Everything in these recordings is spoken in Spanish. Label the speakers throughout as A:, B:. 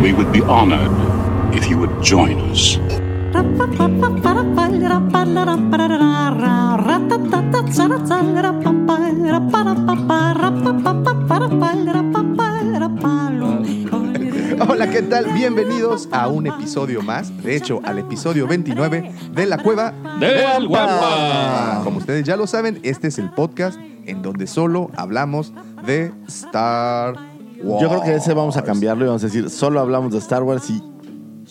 A: We would be honored if you would join us.
B: Hola, ¿qué tal? Bienvenidos a un episodio más, de hecho al episodio 29 de La Cueva
A: Del Guapa.
B: Como ustedes ya lo saben, este es el podcast en donde solo hablamos de Star Wars.
C: Yo creo que ese vamos a cambiarlo y vamos a decir, solo hablamos de Star Wars y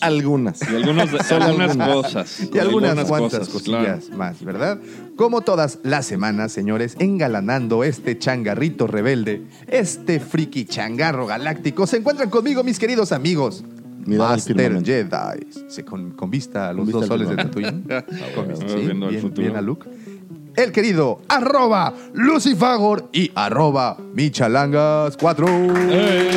C: algunas.
D: Y algunos,
C: Solo
D: algunas
C: algunas.
D: cosas.
B: Y algunas, cuantas
D: cosas,
B: cosillas más, ¿verdad? Como todas las semanas, señores, engalanando este changarrito rebelde, este friki changarro galáctico, se encuentran conmigo, mis queridos amigos.
C: Mirada al
B: Master
C: firmamento.
B: Jedi. Se- con, con vista a los
C: Con vista
B: dos
C: al
B: soles de Tatooine.
C: firmamento.
B: Con vista, sí,
D: Ah, Viendo al
B: bien,
D: futuro.
B: bien a Luke. El querido arroba Lucifagor y arroba Michalangas 4.
D: Eh,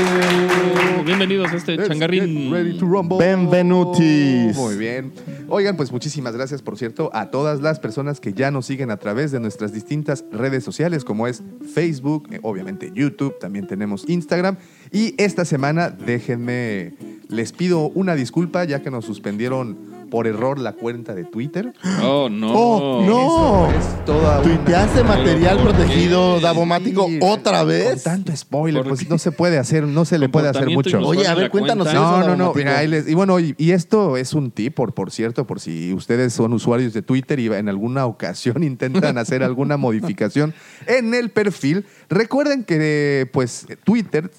D: bienvenidos a este
B: Let's
D: changarrín.
B: get Ready to rumble.
C: Benvenutis.
B: Muy bien. Oigan, pues muchísimas gracias, por cierto, a todas las personas que ya nos siguen a través de nuestras distintas redes sociales, como es Facebook, eh, obviamente YouTube, también tenemos Instagram. Y esta semana, déjenme, les pido una disculpa, ya que nos suspendieron por error la cuenta de Twitter.
D: Oh, no.
C: Oh, no.
B: Eso es toda una-
C: ¿Tuiteaste material
D: ¿Por qué?
C: protegido davomático
B: Sí,
C: otra
B: Con
C: vez?
B: tanto spoiler,
D: ¿Por
B: pues
D: qué?
B: no se puede hacer, no se le puede hacer
D: Comportamiento
B: mucho.
D: inusual
C: Oye, a
D: en
C: ver,
D: la
C: cuéntanos
D: cuenta.
C: eso.
B: No,
C: es
B: no, no.
C: dramático.
B: Mira, ahí les- y bueno, y, y esto es un tip, por, por cierto, por si ustedes son usuarios de Twitter y en alguna ocasión intentan hacer alguna modificación en el perfil, recuerden que pues Twitter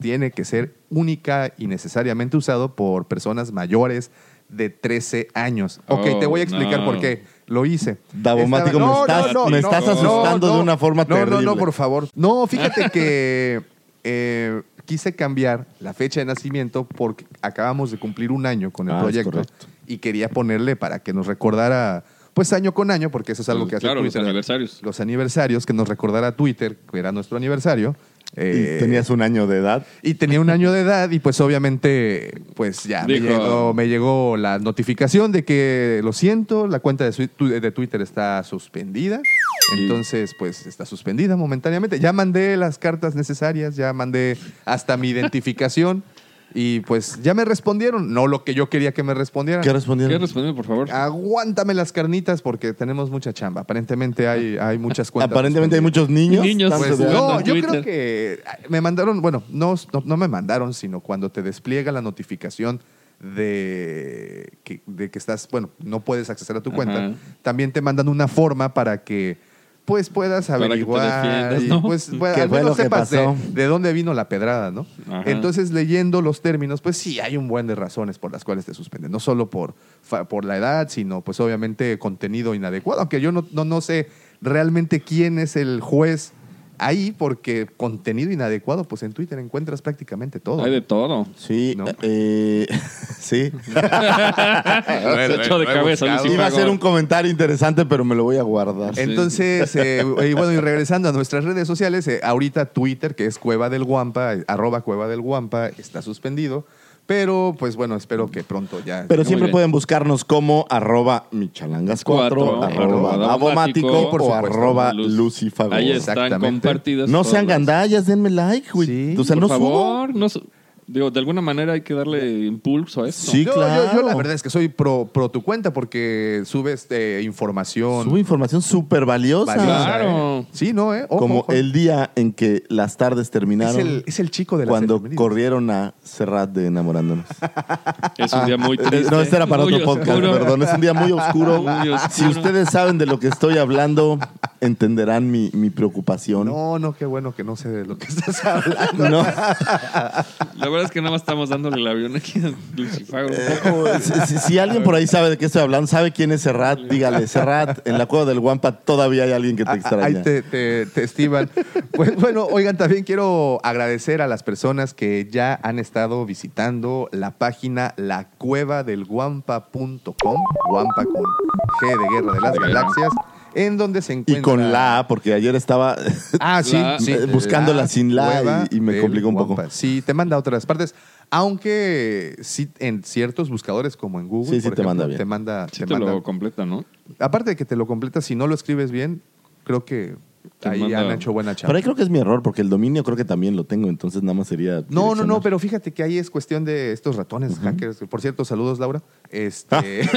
B: tiene que ser única y necesariamente usado por personas mayores de 13 años. Ok,
D: Oh,
B: te voy a explicar
D: no.
B: por qué. Lo hice.
C: Davomático, me estás- me estás asustando de una forma
B: no, No, no,
C: terrible.
B: por favor. No, fíjate que eh, quise cambiar la fecha de nacimiento porque acabamos de cumplir un año con el
C: Ah, es
B: proyecto
C: correcto.
B: y quería ponerle para que nos recordara, pues año con año, porque eso es algo que hace
D: Claro, los
B: Twitter.
D: aniversarios.
B: Los aniversarios, que nos recordara Twitter, que era nuestro aniversario. eh,
C: Y tenías un año de edad.
B: y tenía un año de edad y pues obviamente pues ya me
D: Dijo.
B: llegó, me llegó la notificación de que lo siento, la cuenta de, su- tu- de Twitter está suspendida. Entonces pues está suspendida momentáneamente. Ya mandé las cartas necesarias, ya mandé hasta mi identificación y pues ya me respondieron, no lo que yo quería que me respondieran.
C: ¿Qué
D: ¿Qué
C: respondieron?
D: responderme, por favor?
B: Aguántame las carnitas porque tenemos mucha chamba. Aparentemente hay, hay muchas cuentas.
C: Aparentemente hay muchos
B: suspendidas.
C: niños.
D: Niños.
C: tanto
B: Pues,
C: de-
D: jugando
B: no,
D: en
B: yo creo
D: Twitter.
B: que ah, me mandaron, bueno, no, no, no me mandaron, sino cuando te despliega la notificación de que, de que estás, bueno, no puedes acceder a tu
D: Ajá.
B: cuenta, también te mandan una forma para que pues puedas
D: que te
B: averiguar
D: defiendas,
B: y
D: ¿no?
B: pues bueno,
C: ¿Qué
B: al
C: fue
B: menos
C: lo que
B: sepas de,
C: pasó?
B: de dónde vino la pedrada, ¿no?
D: Ajá.
B: Entonces leyendo los términos, pues sí hay un buen de razones por las cuales te suspenden, no solo por, fa- por la edad, sino pues obviamente contenido inadecuado, aunque yo no, no, no sé realmente quién es el juez ahí, porque contenido inadecuado, pues en Twitter encuentras prácticamente todo.
D: Hay de todo.
C: Sí,
B: ¿No?
C: eh, sí.
D: Se echó de
B: lo he
D: cabeza.
B: buscado.
D: Lucy
C: Iba a
D: Fagor.
C: ser un comentario interesante, pero me lo voy a guardar.
B: Entonces, eh, y bueno, y regresando a nuestras redes sociales, eh, ahorita Twitter, que es Cueva del Guampa, eh, arroba Cueva del Guampa, está suspendido. Pero, pues bueno, espero que pronto ya.
C: Pero
D: Muy
C: siempre
D: bien.
C: pueden buscarnos como arroba michalangas4,
D: Cuatro,
C: arroba
D: arroba
C: abomático
D: Davomático,
B: por
C: o
B: supuesto,
C: arroba
D: Luz.
C: lucifagor.
D: Ahí están
B: Exactamente.
D: compartidas.
C: No
D: todas
C: sean
D: las-
C: gandallas, denme like, güey.
B: Sí,
C: o sea,
D: Por
C: no subo.
D: favor. no su- digo, de alguna manera hay que darle impulso a esto.
C: Sí,
B: Yo- yo-
C: claro.
B: yo, la verdad es que soy pro, pro tu cuenta porque subes eh, información.
C: Sube información súper valiosa.
B: valiosa,
D: Claro.
B: eh. Sí, no, ¿eh? Ojo,
C: Como
B: ojo.
C: el día en que las tardes
B: Es
C: terminaron
B: el, es el chico de la
C: cuando
B: serie,
C: corrieron a Serrat de Enamorándonos.
D: Es un día muy triste.
C: no, este era para
D: Muy
C: otro podcast,
D: oscuro.
C: perdón. Es un día muy oscuro.
D: Muy oscuro.
C: Si ustedes saben de lo que estoy hablando, entenderán mi, mi preocupación.
B: No, no, qué bueno que no sé de lo que estás hablando.
C: No.
D: La verdad es que nada más estamos dándole el avión aquí a Lucifago.
C: O- si, si- si alguien por ahí sabe de qué estoy hablando, sabe quién es Serrat, dígale, Serrat, en la cueva del Guampa todavía hay alguien que te
B: Ah, ah,
C: extraña.
B: Ahí te, te, te estiman. pues bueno, oigan, también quiero agradecer a las personas que ya han estado visitando la página lacuevadelguampa.com, guampa con G de Guerra de las
D: Guerra.
B: Galaxias, en donde se encuentra.
C: Y con la A, porque ayer estaba...
B: Ah, sí,
D: La-
B: sí.
C: eh, buscándola sin la
B: cueva
C: y- y me
B: ah, del
C: complicó un poco.
B: Guampa. Sí, te manda a otras partes. Aunque sí, en ciertos buscadores como en Google,
C: Sí, sí,
B: por
C: te
B: ejemplo,
C: manda bien.
B: Te manda,
D: Sí
B: te
D: te
B: manda-
D: lo completa, ¿no?
B: Aparte de que te lo completas, si no lo escribes bien, creo que
D: Te
B: ahí
D: manda-
B: han hecho buena chamba.
C: Pero ahí creo que es mi error, porque el dominio creo que también lo tengo, entonces nada más sería...
B: No, no,
C: direccionar.
B: no, pero fíjate que ahí es cuestión de estos ratones hackers. Por cierto, saludos, Laura. Este,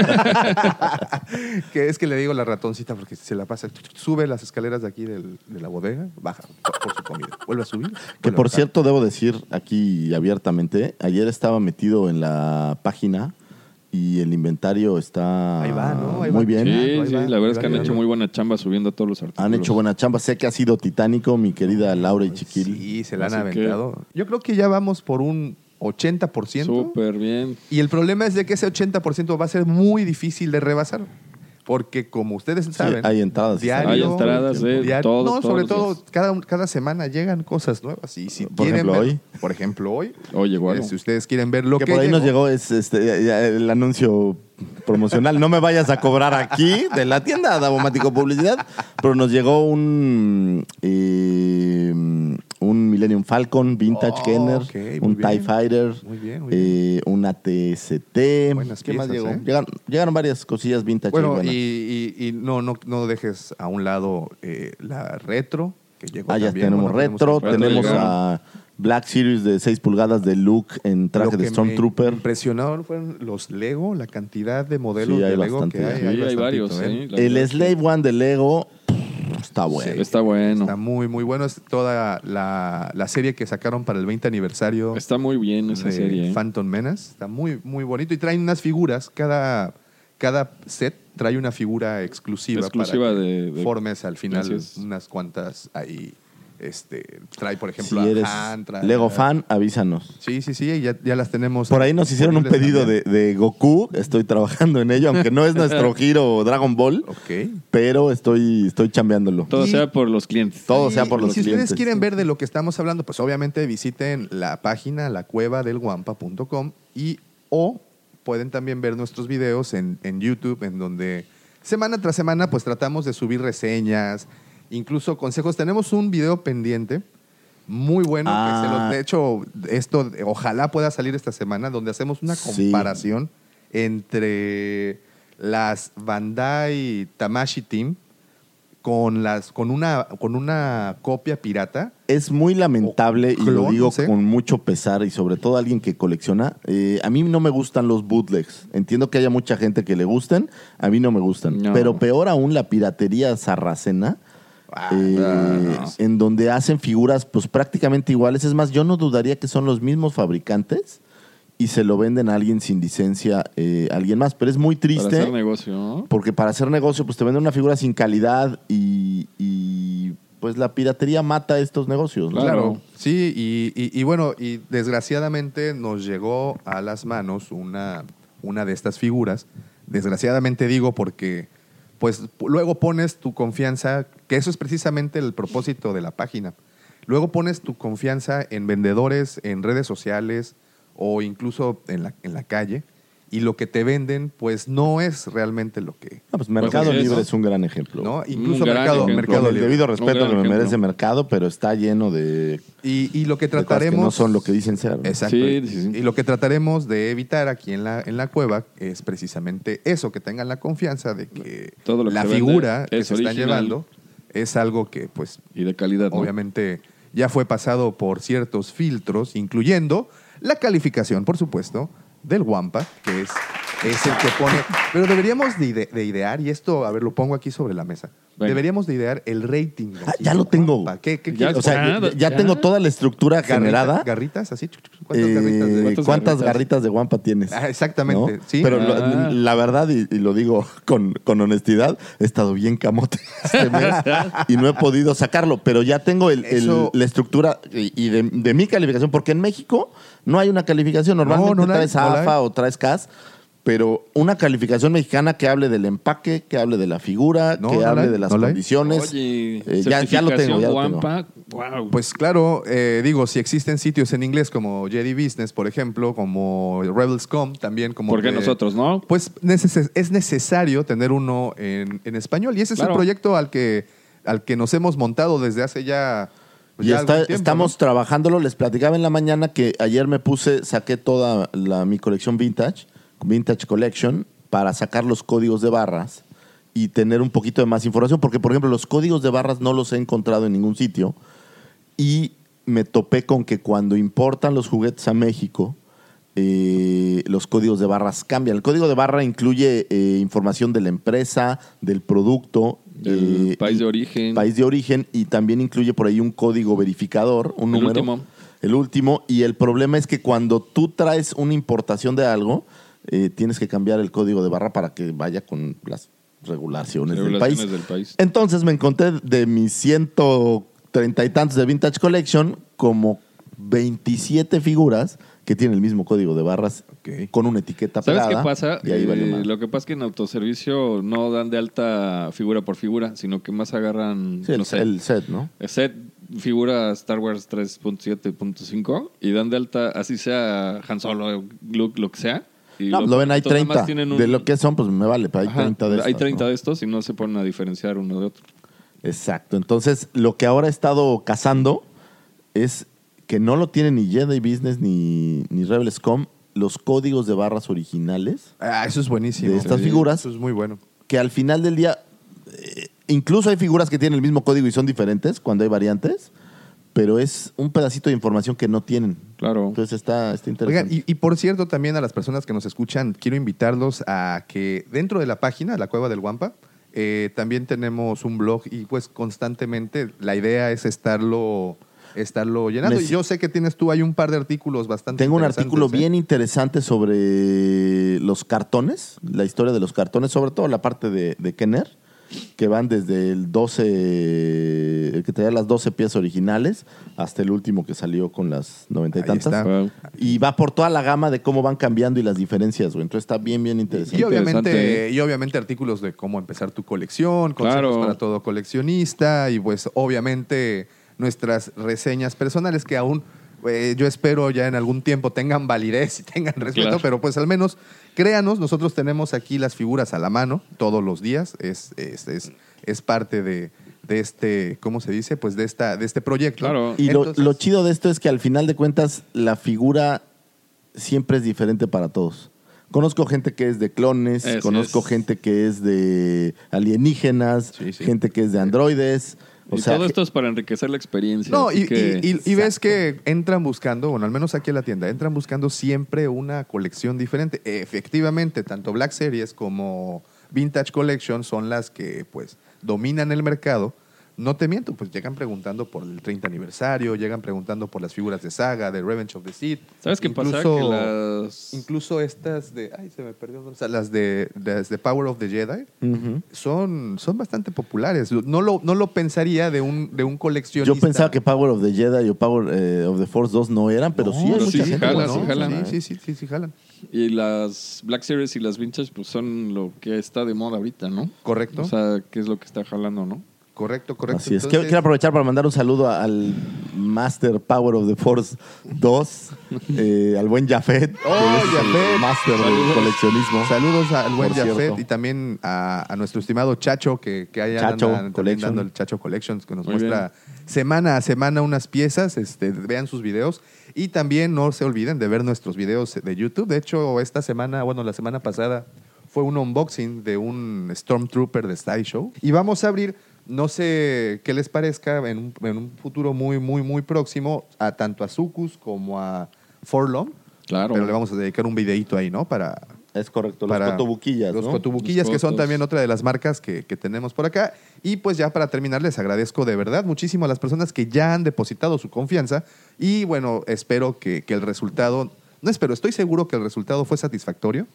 B: que es que le digo la ratoncita porque se la pasa. Sube las escaleras de aquí del- de la bodega, baja por, por su comida. Vuelve a subir.
C: Que
B: vuelve a
C: por
B: bajar.
C: cierto, debo decir aquí abiertamente, ayer estaba metido en la página y el inventario está
B: Ahí va, ¿no? Ahí
C: muy
B: va.
C: bien.
B: ahí
D: Sí,
B: va,
D: sí,
B: ahí
D: la
B: va,
D: verdad es que
B: ahí
D: han
B: va.
D: hecho muy buena chamba subiendo a todos los artículos.
C: Han hecho buena chamba. Sé que ha sido titánico, mi querida Laura y Chiquil.
B: Sí, se la han
D: Así que-
B: aventado. Yo creo que ya vamos por un 80%.
D: Súper bien.
B: Y el problema es de que ese 80% va a ser muy difícil de rebasar. Porque como ustedes saben,
C: hay entradas, eh,
B: diario-
D: Hay entradas de
B: diario-
D: todo,
B: no,
D: todos
B: sobre
D: los
B: todo
D: días.
B: cada, un- cada semana llegan cosas nuevas y si
C: Por
B: quieren
C: ejemplo,
B: ver-
C: hoy.
B: por ejemplo hoy,
D: Hoy llegó
B: eh,
D: algo.
B: si ustedes quieren ver lo
C: que
B: que,
C: por ahí nos llegó es este, ya- ya el anuncio promocional. No me vayas a cobrar aquí de la tienda Davomático Publicidad, pero nos llegó un eh, un Millennium Falcon, Vintage
B: Oh,
C: Kenner,
B: ok, muy
C: un
B: bien.
C: TIE Fighter,
B: Muy bien, muy
C: eh, un ATST.
B: Buenas
C: ¿Qué más
B: piezas,
C: llegó?
B: ¿eh?
C: Llegaron, llegaron varias cosillas vintage. y
B: bueno
C: buenas.
B: y, y- y no, no no dejes a un lado eh, la retro que llegó
C: Ah, ya
B: también.
C: tenemos
B: Bueno,
C: retro,
D: retro,
C: tenemos
D: llegaron.
C: a Black Series de 6 pulgadas de Luke en traje
B: Lo
C: de
B: que me
C: Stormtrooper.
B: Impresionaron fueron los Lego, la cantidad de modelos
C: Sí, hay
B: de Lego
C: bastante.
B: que hay.
D: Sí, hay
B: bastantito,
D: varios,
B: ¿eh?
D: ¿eh? La verdad
C: El
D: es que
C: Slave One de Lego está bueno.
D: Está bueno.
B: Está muy, muy bueno. Es toda la, la serie que sacaron para el 20 aniversario
D: Está muy bien esa
B: de
D: serie. ¿eh?
B: Phantom Menace. Está muy, muy bonito. Y traen unas figuras. Cada, cada set trae una figura exclusiva.
D: Exclusiva
B: para que
D: de- de-
B: Formes al final
D: Así es.
B: unas cuantas ahí. Este, trae, por
C: Si
B: ejemplo, a
C: eres
B: Han, trae-
C: Lego fan, avísanos.
B: Sí, sí, sí. y Ya, ya las tenemos.
C: Por ahí nos hicieron un
B: disponibles
C: pedido de,
B: también.
C: de Goku. Estoy trabajando en ello, aunque no es nuestro giro Dragon Ball,
B: Ok.
C: pero estoy, estoy chambeándolo.
D: Todo
B: Y-
D: sea por los clientes.
C: Todo sea por
B: Y
C: los
B: si
C: clientes.
B: ustedes quieren ver de lo que estamos hablando, pues obviamente visiten la página lacuevadelguampa.com y o pueden también ver nuestros videos en, en YouTube, en donde semana tras semana pues tratamos de subir reseñas, incluso consejos. Tenemos un video pendiente muy bueno,
C: Ah.
B: que se los- de hecho, esto eh, ojalá pueda salir esta semana, donde hacemos una
C: Sí.
B: comparación entre las Bandai Tamashi Team con las con una con una copia pirata
C: Es muy lamentable
B: O
C: y lo
B: clon,
C: digo
B: no sé.
C: con mucho pesar y sobre todo alguien que colecciona. eh, a mí no me gustan los bootlegs. Entiendo que haya mucha gente que le gusten, a mí no me gustan.
D: No.
C: Pero peor aún la piratería sarracena. eh,
D: Ah, no.
C: En donde hacen figuras pues prácticamente iguales. Es más, yo no dudaría que son los mismos fabricantes y se lo venden a alguien sin licencia, eh, a alguien más. Pero es muy triste.
D: Para hacer negocio. ¿no?
C: Porque para hacer negocio, pues te venden una figura sin calidad y, y, pues la piratería mata estos negocios. ¿no?
D: Claro.
B: sí y, y- y bueno y desgraciadamente nos llegó a las manos una una de estas figuras desgraciadamente digo porque pues p- luego pones tu confianza que eso es precisamente el propósito de la página luego pones tu confianza en vendedores en redes sociales o incluso en la, en la calle y lo que te venden pues no es realmente lo que
C: Ah, pues Mercado
D: Pues así es,
C: Libre
D: ¿no?
C: es un gran ejemplo.
B: ¿no? Incluso
D: gran
B: mercado,
D: ejemplo.
B: mercado
C: Con el
B: Libre.
C: debido
D: Un
C: respeto
D: gran
C: que me
D: ejemplo.
C: merece Mercado, pero está lleno de, de
B: Y, y lo que
C: cosas que
B: trataremos.
C: no son lo que dicen ser. ¿no?
B: Exacto.
D: Sí, sí, sí.
B: Y lo que trataremos de evitar aquí en la, en la cueva es precisamente eso, que tengan la confianza de que
D: Todo lo que
B: la
D: se vende
B: figura que
D: es
B: se están
D: original.
B: llevando es algo que, pues,
D: Y de calidad. ¿no?
B: obviamente ya fue pasado por ciertos filtros, incluyendo la calificación, por supuesto, del Wampa, que es, es el que pone... Pero deberíamos de, ide- de idear, y esto, a ver, lo pongo aquí sobre la mesa,
D: Venga.
B: Deberíamos de idear el rating.
C: Ah,
B: aquí.
C: ya lo tengo.
B: Guapa, ¿Qué, qué
D: Ya
B: quieres?
C: O sea,
D: Ah,
C: ya, ya
D: ya.
C: tengo toda la estructura
B: ¿Garritas?
C: generada.
B: ¿Garritas? ¿Así? chuc, chuc, chuc. ¿Cuántas
C: Eh,
B: garritas? de-
C: ¿Cuántas,
D: ¿Cuántas
C: garritas de guampa tienes?
B: Ah, exactamente,
C: ¿No?
B: sí.
C: Pero lo-
D: Ah.
C: la verdad, y, y lo digo con, con honestidad, he estado bien camote este mes y no he podido sacarlo, pero ya tengo el- el-
B: Eso-
C: la estructura y, y de, de mi calificación, porque en México no hay una calificación. Normalmente
B: No, no la hay,
C: traes
B: no la
C: AFA
B: hay.
C: o traes CAS, pero una calificación mexicana que hable del empaque, que hable de la figura,
B: No,
C: que
B: no la
C: hable
B: hay,
C: de las
B: no la hay.
C: condiciones.
D: Oye,
C: Eh, ya, ya lo tengo, ya lo tengo.
D: Guampa, wow.
B: Pues claro, eh, digo, si existen sitios en inglés como Jedi Business, por ejemplo, como Rebels.com, también como...
D: ¿Por qué
B: de-
D: nosotros, no?
B: Pues neces- es necesario tener uno en, en español y ese es
D: Claro.
B: el proyecto al que, al que nos hemos montado desde hace ya... pues,
C: Y
B: ya
C: está-
B: algún tiempo,
C: estamos
B: ¿no?
C: trabajándolo. Les platicaba en la mañana que ayer me puse, saqué toda la, mi colección vintage, vintage collection, para sacar los códigos de barras y tener un poquito de más información, porque por ejemplo los códigos de barras no los he encontrado en ningún sitio y me topé con que cuando importan los juguetes a México, eh, los códigos de barras cambian. El código de barra incluye eh, información de la empresa, del producto, eh,
D: Del país de origen.
C: país de origen y también incluye por ahí un código verificador, un
D: El
C: número.
D: último.
C: El último. Y el problema es que cuando tú traes una importación de algo, eh, tienes que cambiar el código de barra para que vaya con las regulaciones,
D: Regulaciones
C: del, país.
D: del país.
C: Entonces me encontré de mis 130 y tantos de Vintage Collection como 27 figuras que tienen el mismo código de barras
B: Ok.
C: con una etiqueta
D: ¿Sabes qué
C: pegada,
D: pasa?
C: Y ahí vale
D: Eh,
C: madre.
D: lo que pasa es que en autoservicio no dan de alta figura por figura, sino que más agarran,
C: Sí, el,
D: no sé,
C: el set, ¿no?
D: el set figura Star Wars 3.7.5 y dan de alta, así sea Han Solo, Luke, lo que sea. y
C: No, lo ven, hay
D: entonces nada
C: 30.
D: más tienen un-
C: De lo que son, pues me vale, pero hay
D: Ajá,
C: 30 de estos.
D: hay 30
C: ¿no?
D: de estos y no se ponen a diferenciar uno de otro.
C: Exacto. Entonces, lo que ahora he estado cazando es que no lo tiene ni Jedi Business ni, ni Rebels.com los códigos de barras originales.
B: Ah, eso es buenísimo.
C: de estas figuras.
B: Eso es muy bueno.
C: que al final del día, eh, incluso hay figuras que tienen el mismo código y son diferentes cuando hay variantes, pero es un pedacito de información que no tienen.
D: Claro.
C: Entonces está, está
B: Oigan,
C: interesante.
B: y, y por cierto, también a las personas que nos escuchan, quiero invitarlos a que dentro de la página, la Cueva del Guampa, eh, también tenemos un blog y pues constantemente la idea es estarlo, estarlo llenando.
C: Nece-
B: y yo sé que tienes tú, hay un par de artículos bastante
C: Tengo un
B: interesantes,
C: artículo
B: ¿eh?
C: bien interesante sobre los cartones, la historia de los cartones, sobre todo la parte de, de Kenner, que van desde el 12, el que traía las 12 piezas originales, hasta el último que salió con las 90 y
B: Ahí
C: tantas.
B: está.
D: Wow.
C: Y va por toda la gama de cómo van cambiando y las diferencias, güey. Entonces está bien, bien interesante.
B: Y obviamente,
D: Interesante. ¿eh?
B: y obviamente artículos de cómo empezar tu colección, consejos
D: Claro.
B: para todo coleccionista y pues obviamente nuestras reseñas personales que aún eh, yo espero ya en algún tiempo tengan validez y tengan respeto,
D: Claro.
B: pero pues al menos créanos, nosotros tenemos aquí las figuras a la mano todos los días, es, es, es, es parte de, de este, ¿cómo se dice? Pues de, esta, de este proyecto.
D: Claro.
C: Y lo-
B: Entonces-
C: lo, chido de esto es que al final de cuentas la figura siempre es diferente para todos. Conozco gente que es de clones,
D: Es-
C: conozco
D: es-
C: gente que es de alienígenas,
B: Sí, sí.
C: gente que es de androides. O
D: y
C: sea,
D: todo
C: que-
D: esto es para enriquecer la experiencia.
B: No,
D: así
B: y,
D: que-
B: y- y- y ves que entran buscando, bueno, al menos aquí en la tienda, entran buscando siempre una colección diferente. Efectivamente, tanto Black Series como Vintage Collection son las que pues dominan el mercado. No te miento, pues llegan preguntando por el 30 aniversario, llegan preguntando por las figuras de saga, de Revenge of the Sith.
D: ¿Sabes qué pasa?
B: Incluso-
D: Que las-
B: Incluso estas de... Ay, se me perdió. O sea, las de, las de Power of the Jedi
C: Ujú.
B: son, son bastante populares. No lo, no lo pensaría de un, de un coleccionista.
C: Yo pensaba que Power of the Jedi o Power eh, of the Force 2 no eran, pero sí hay
D: pero
C: mucha
D: sí,
C: gente.
D: jala,
C: que
D: sí,
C: no,
D: jala.
C: ¿eh?
B: Sí, sí, sí, sí, sí, jalan.
D: Y las Black Series y las Vintage pues son lo que está de moda ahorita, ¿no?
B: Correcto.
D: O sea, qué es lo que está jalando, ¿no?
B: correcto, correcto.
C: Así es. Quiero-
B: Entonces,
C: Quiero aprovechar para mandar un saludo a- al Master Power of the Force 2, eh, al buen Jafet. que
B: ¡Oh,
C: es el
B: Jafet!
C: Master del
D: Saludos.
C: coleccionismo.
B: Saludos al buen
C: Por cierto.
B: Jafet y también a, a nuestro estimado Chacho, que, que ahí andan
C: Chacho
B: también
C: Collection.
B: dando el Chacho Collections, que nos
D: Muy
B: muestra semana a semana unas piezas. Este, vean sus videos. Y también no se olviden de ver nuestros videos de YouTube. De hecho, esta semana, bueno, la semana pasada fue un unboxing de un Stormtrooper de Sideshow. Y vamos a abrir, no sé qué les parezca, en un, en un futuro muy, muy, muy próximo, a tanto a Sucus como a Forlom.
D: Claro.
B: Pero le vamos a dedicar un videito ahí, ¿no? Para,
C: Es correcto,
B: para-
C: los cotobuquillas,
B: Los
C: ¿no?
B: cotobuquillas,
D: Los
B: que son
D: cotos.
B: también otra de las marcas que, que tenemos por acá. Y pues ya para terminar, les agradezco de verdad muchísimo a las personas que ya han depositado su confianza. Y bueno, espero que, que el resultado, no espero, estoy seguro que el resultado fue satisfactorio,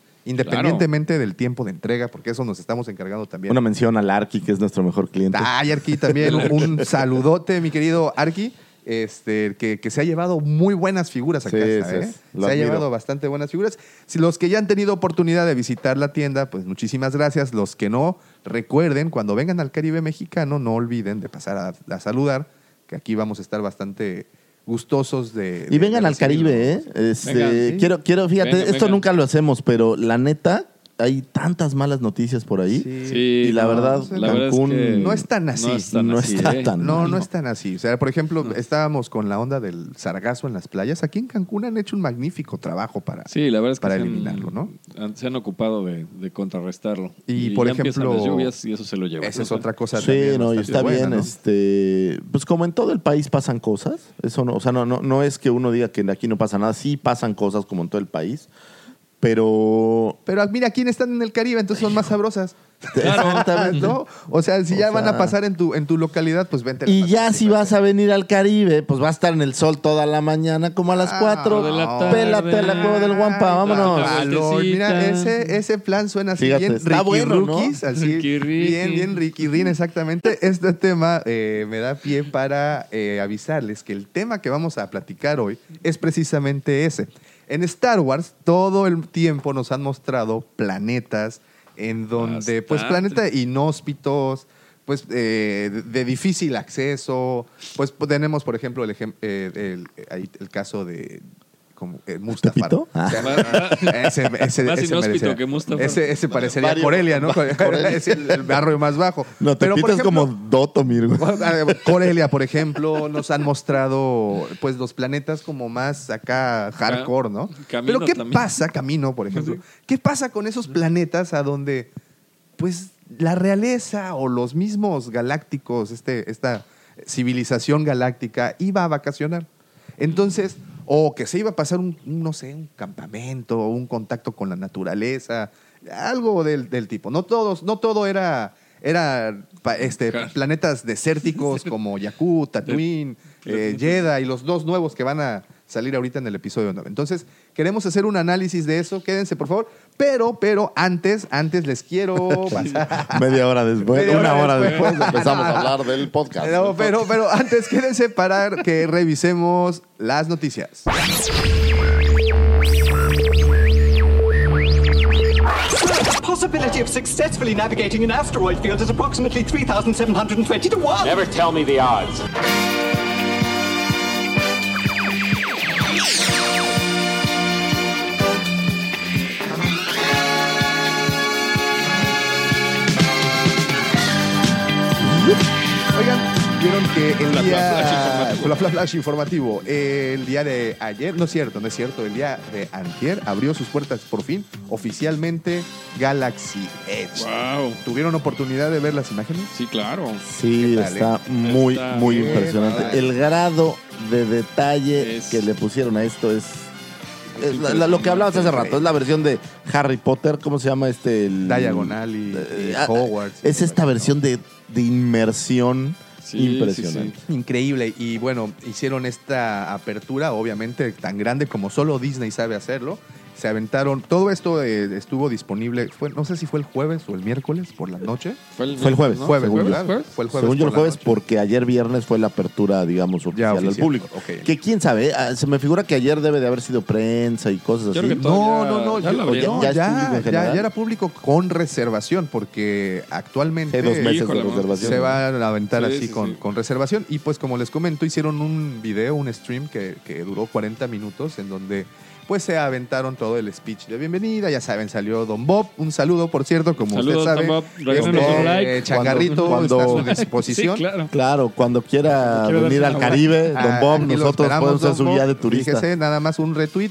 B: independientemente del tiempo de entrega, porque eso nos estamos encargando también.
C: Una mención al Arqui, que es nuestro mejor cliente.
B: Ay, Arqui, también un saludote, mi querido Arqui. Este, que, que se ha llevado muy buenas figuras a
C: Sí,
B: casa,
C: sí,
B: ¿eh?
C: es-
B: Se
C: lo
B: ha
C: admiro.
B: llevado bastante buenas figuras. Si los que ya han tenido oportunidad de visitar la tienda, pues muchísimas gracias. Los que no, recuerden, cuando vengan al Caribe mexicano, no olviden de pasar a, a saludar, que aquí vamos a estar bastante gustosos de...
C: Y vengan al Caribe, ¿eh? Este,
D: Vengan, sí.
C: quiero, quiero, fíjate,
D: Vengan,
C: esto
D: vengan.
C: nunca lo hacemos, pero la neta, hay tantas malas noticias por ahí.
D: Sí,
C: Y la verdad,
D: la verdad es
C: Cancún
D: que
B: no es tan así.
C: No está
D: ¿eh?
C: tan-
B: No,
C: No,
B: no
C: no.
B: es tan así. O sea, por ejemplo, estábamos con la onda del sargazo en las playas. Aquí en Cancún han hecho un magnífico trabajo para...
D: Sí, la verdad es que
B: Para
D: se han-
B: eliminarlo, ¿no?
D: han- se han ocupado de, de contrarrestarlo.
B: Y, por
D: ya empiezan
B: ejemplo,
D: las lluvias y eso se lo lleva.
B: Esa es otra cosa
C: Sí,
B: también
C: no, y
B: bastante
C: está
B: buena,
C: bien,
B: ¿no?
C: este, pues como en todo el país pasan cosas, eso no, o sea, no, no, no es que uno diga que aquí no pasa nada, sí pasan cosas como en todo el país, pero
B: Pero ah, mira, ¿quiénes están en el Caribe? Entonces son más sabrosas.
C: Exactamente.
B: ¿No? O sea, si
C: O
B: ya van a
C: sea-
B: pasar en tu, en tu localidad, pues vente.
C: y ya si vas a venir al Caribe, pues va a estar en el sol toda la mañana, como a las
B: Ah,
C: 4,
D: de la tarde.
C: pélate a la cueva del Guampa, vámonos.
D: Ah,
B: Calor. Mira, ese, ese plan suena así
C: Fíjate,
B: bien
C: está
B: Ricky
C: bueno, ¿no?
B: Rookies, así,
D: Ricky Ricky.
B: bien, bien Ricky Rin, exactamente. Este tema eh, me da pie para eh, avisarles que el tema que vamos a platicar hoy es precisamente ese. En Star Wars todo el tiempo nos han mostrado planetas en donde, pues,
D: Bastante.
B: planeta inhóspitos, pues, eh, de, de difícil acceso. Pues tenemos, por ejemplo, el, ejem- eh, el, eh, ahí el caso de... Como, eh, Mustafar.
C: ¿Tepito? Ah.
B: O sea, ese, ese,
D: Más
B: ese
D: inhóspito
B: merecía-
D: que Mustafa.
B: Ese, ese parecería
C: Vario-
B: Corelia, ¿no?
C: Vario- Corelia.
B: es el, el barrio más bajo.
C: No, te
B: Pero, por
C: pitas como
B: ejemplo,
C: Doto, mir, güey.
B: Corelia, por ejemplo, nos han mostrado pues los planetas como más acá hardcore, ¿no?
D: Camino
B: Pero ¿qué
D: también.
B: pasa, Camino, por ejemplo? ¿Qué pasa con esos planetas a donde pues la realeza o los mismos galácticos, este, esta civilización galáctica, iba a vacacionar. Entonces, o que se iba a pasar un, un, no sé, un campamento, o un contacto con la naturaleza, algo del, del tipo. No todos, no todo era, era pa- este,
D: Claro.
B: planetas desérticos como Jakku, Tatooine, eh, Jedi y los dos nuevos que van a salir ahorita en el episodio 9. Entonces, queremos hacer un análisis de eso. Quédense, por favor. Pero, pero, antes, antes les quiero pasar.
C: Media hora después,
B: Media
C: una
B: hora
C: hora
B: después.
C: después, empezamos a hablar del podcast.
B: No, pero, pero antes quédense para que revisemos las noticias.
E: The possibility of successfully navigating an asteroid field is approximately 3,720 to 1.
F: Never tell me the odds.
B: Oigan, vieron que el
D: Fla, fla,
B: día. Ah,
D: flash informativo.
B: Fla, fla, flash informativo. El día de ayer, no es cierto, no es cierto, el día de Antier abrió sus puertas por fin oficialmente Galaxy Edge.
D: Wow.
B: ¿Tuvieron oportunidad de ver las imágenes?
D: Sí, claro.
C: Sí,
B: ¿Qué tal, eh?
C: está muy,
D: Está
C: muy
B: bien,
C: impresionante.
B: padre.
C: El grado de detalle
D: Es-
C: que le pusieron a esto es... es la- la- lo que hablabas hace rato, es la versión de Harry Potter, ¿cómo se llama este? El-
B: Diagonal y, y
C: Eh, ah,
B: Hogwarts.
C: Es esta versión de, de inmersión
D: Sí,
C: impresionante.
D: sí,
B: Increíble. Y bueno, hicieron esta apertura, obviamente, tan grande como solo Disney sabe hacerlo. Se aventaron. Todo esto eh, estuvo disponible, fue, no sé si fue el jueves o el miércoles por la noche.
D: Fue el,
C: Fue el jueves,
D: ¿no?
B: Jueves,
C: según
B: ¿verdad?
C: yo.
D: ¿Jueves?
B: Fue el jueves.
C: Según yo el
B: por la
C: jueves,
B: noche.
C: porque ayer viernes fue la apertura, digamos, oficial, al
B: oficial,
C: público.
B: ok.
C: Que quién sabe, ah, se me figura que ayer debe de haber sido prensa y cosas así.
D: Yo creo que
B: No,
D: Todavía-
B: no, no.
D: ¿Ya
B: yo-
D: lo
B: no, Ya, ya,
D: abrieron?
C: ¿Ya es público en general?
B: Ah, ya era público con reservación, porque actualmente.
C: Hace dos meses
D: Híjole,
C: de
D: man.
C: reservación.
B: Se van a aventar
D: Sí,
B: así
D: sí,
B: con,
D: sí.
B: con reservación. Y pues como les comento, hicieron un video, un stream que, que duró 40 minutos en donde pues se aventaron todo el speech de bienvenida. Ya saben, salió Don Bob. Un saludo, por cierto, como
D: Saludos,
B: usted sabe.
D: Don Bob. Regálenos
B: Este,
D: un like.
B: eh, Changarrito
C: Cuando-
B: está a su
D: Sí,
B: disposición.
D: claro.
C: Claro, cuando quiera
D: Quiero
C: venir
D: darse
C: al
D: una
C: Caribe,
B: Ah,
C: Don Bob,
B: aquí lo
C: nosotros
B: esperamos,
C: podemos ser
B: Don
C: su
B: Bob.
C: guía de turista.
B: Fíjese, nada más un retweet.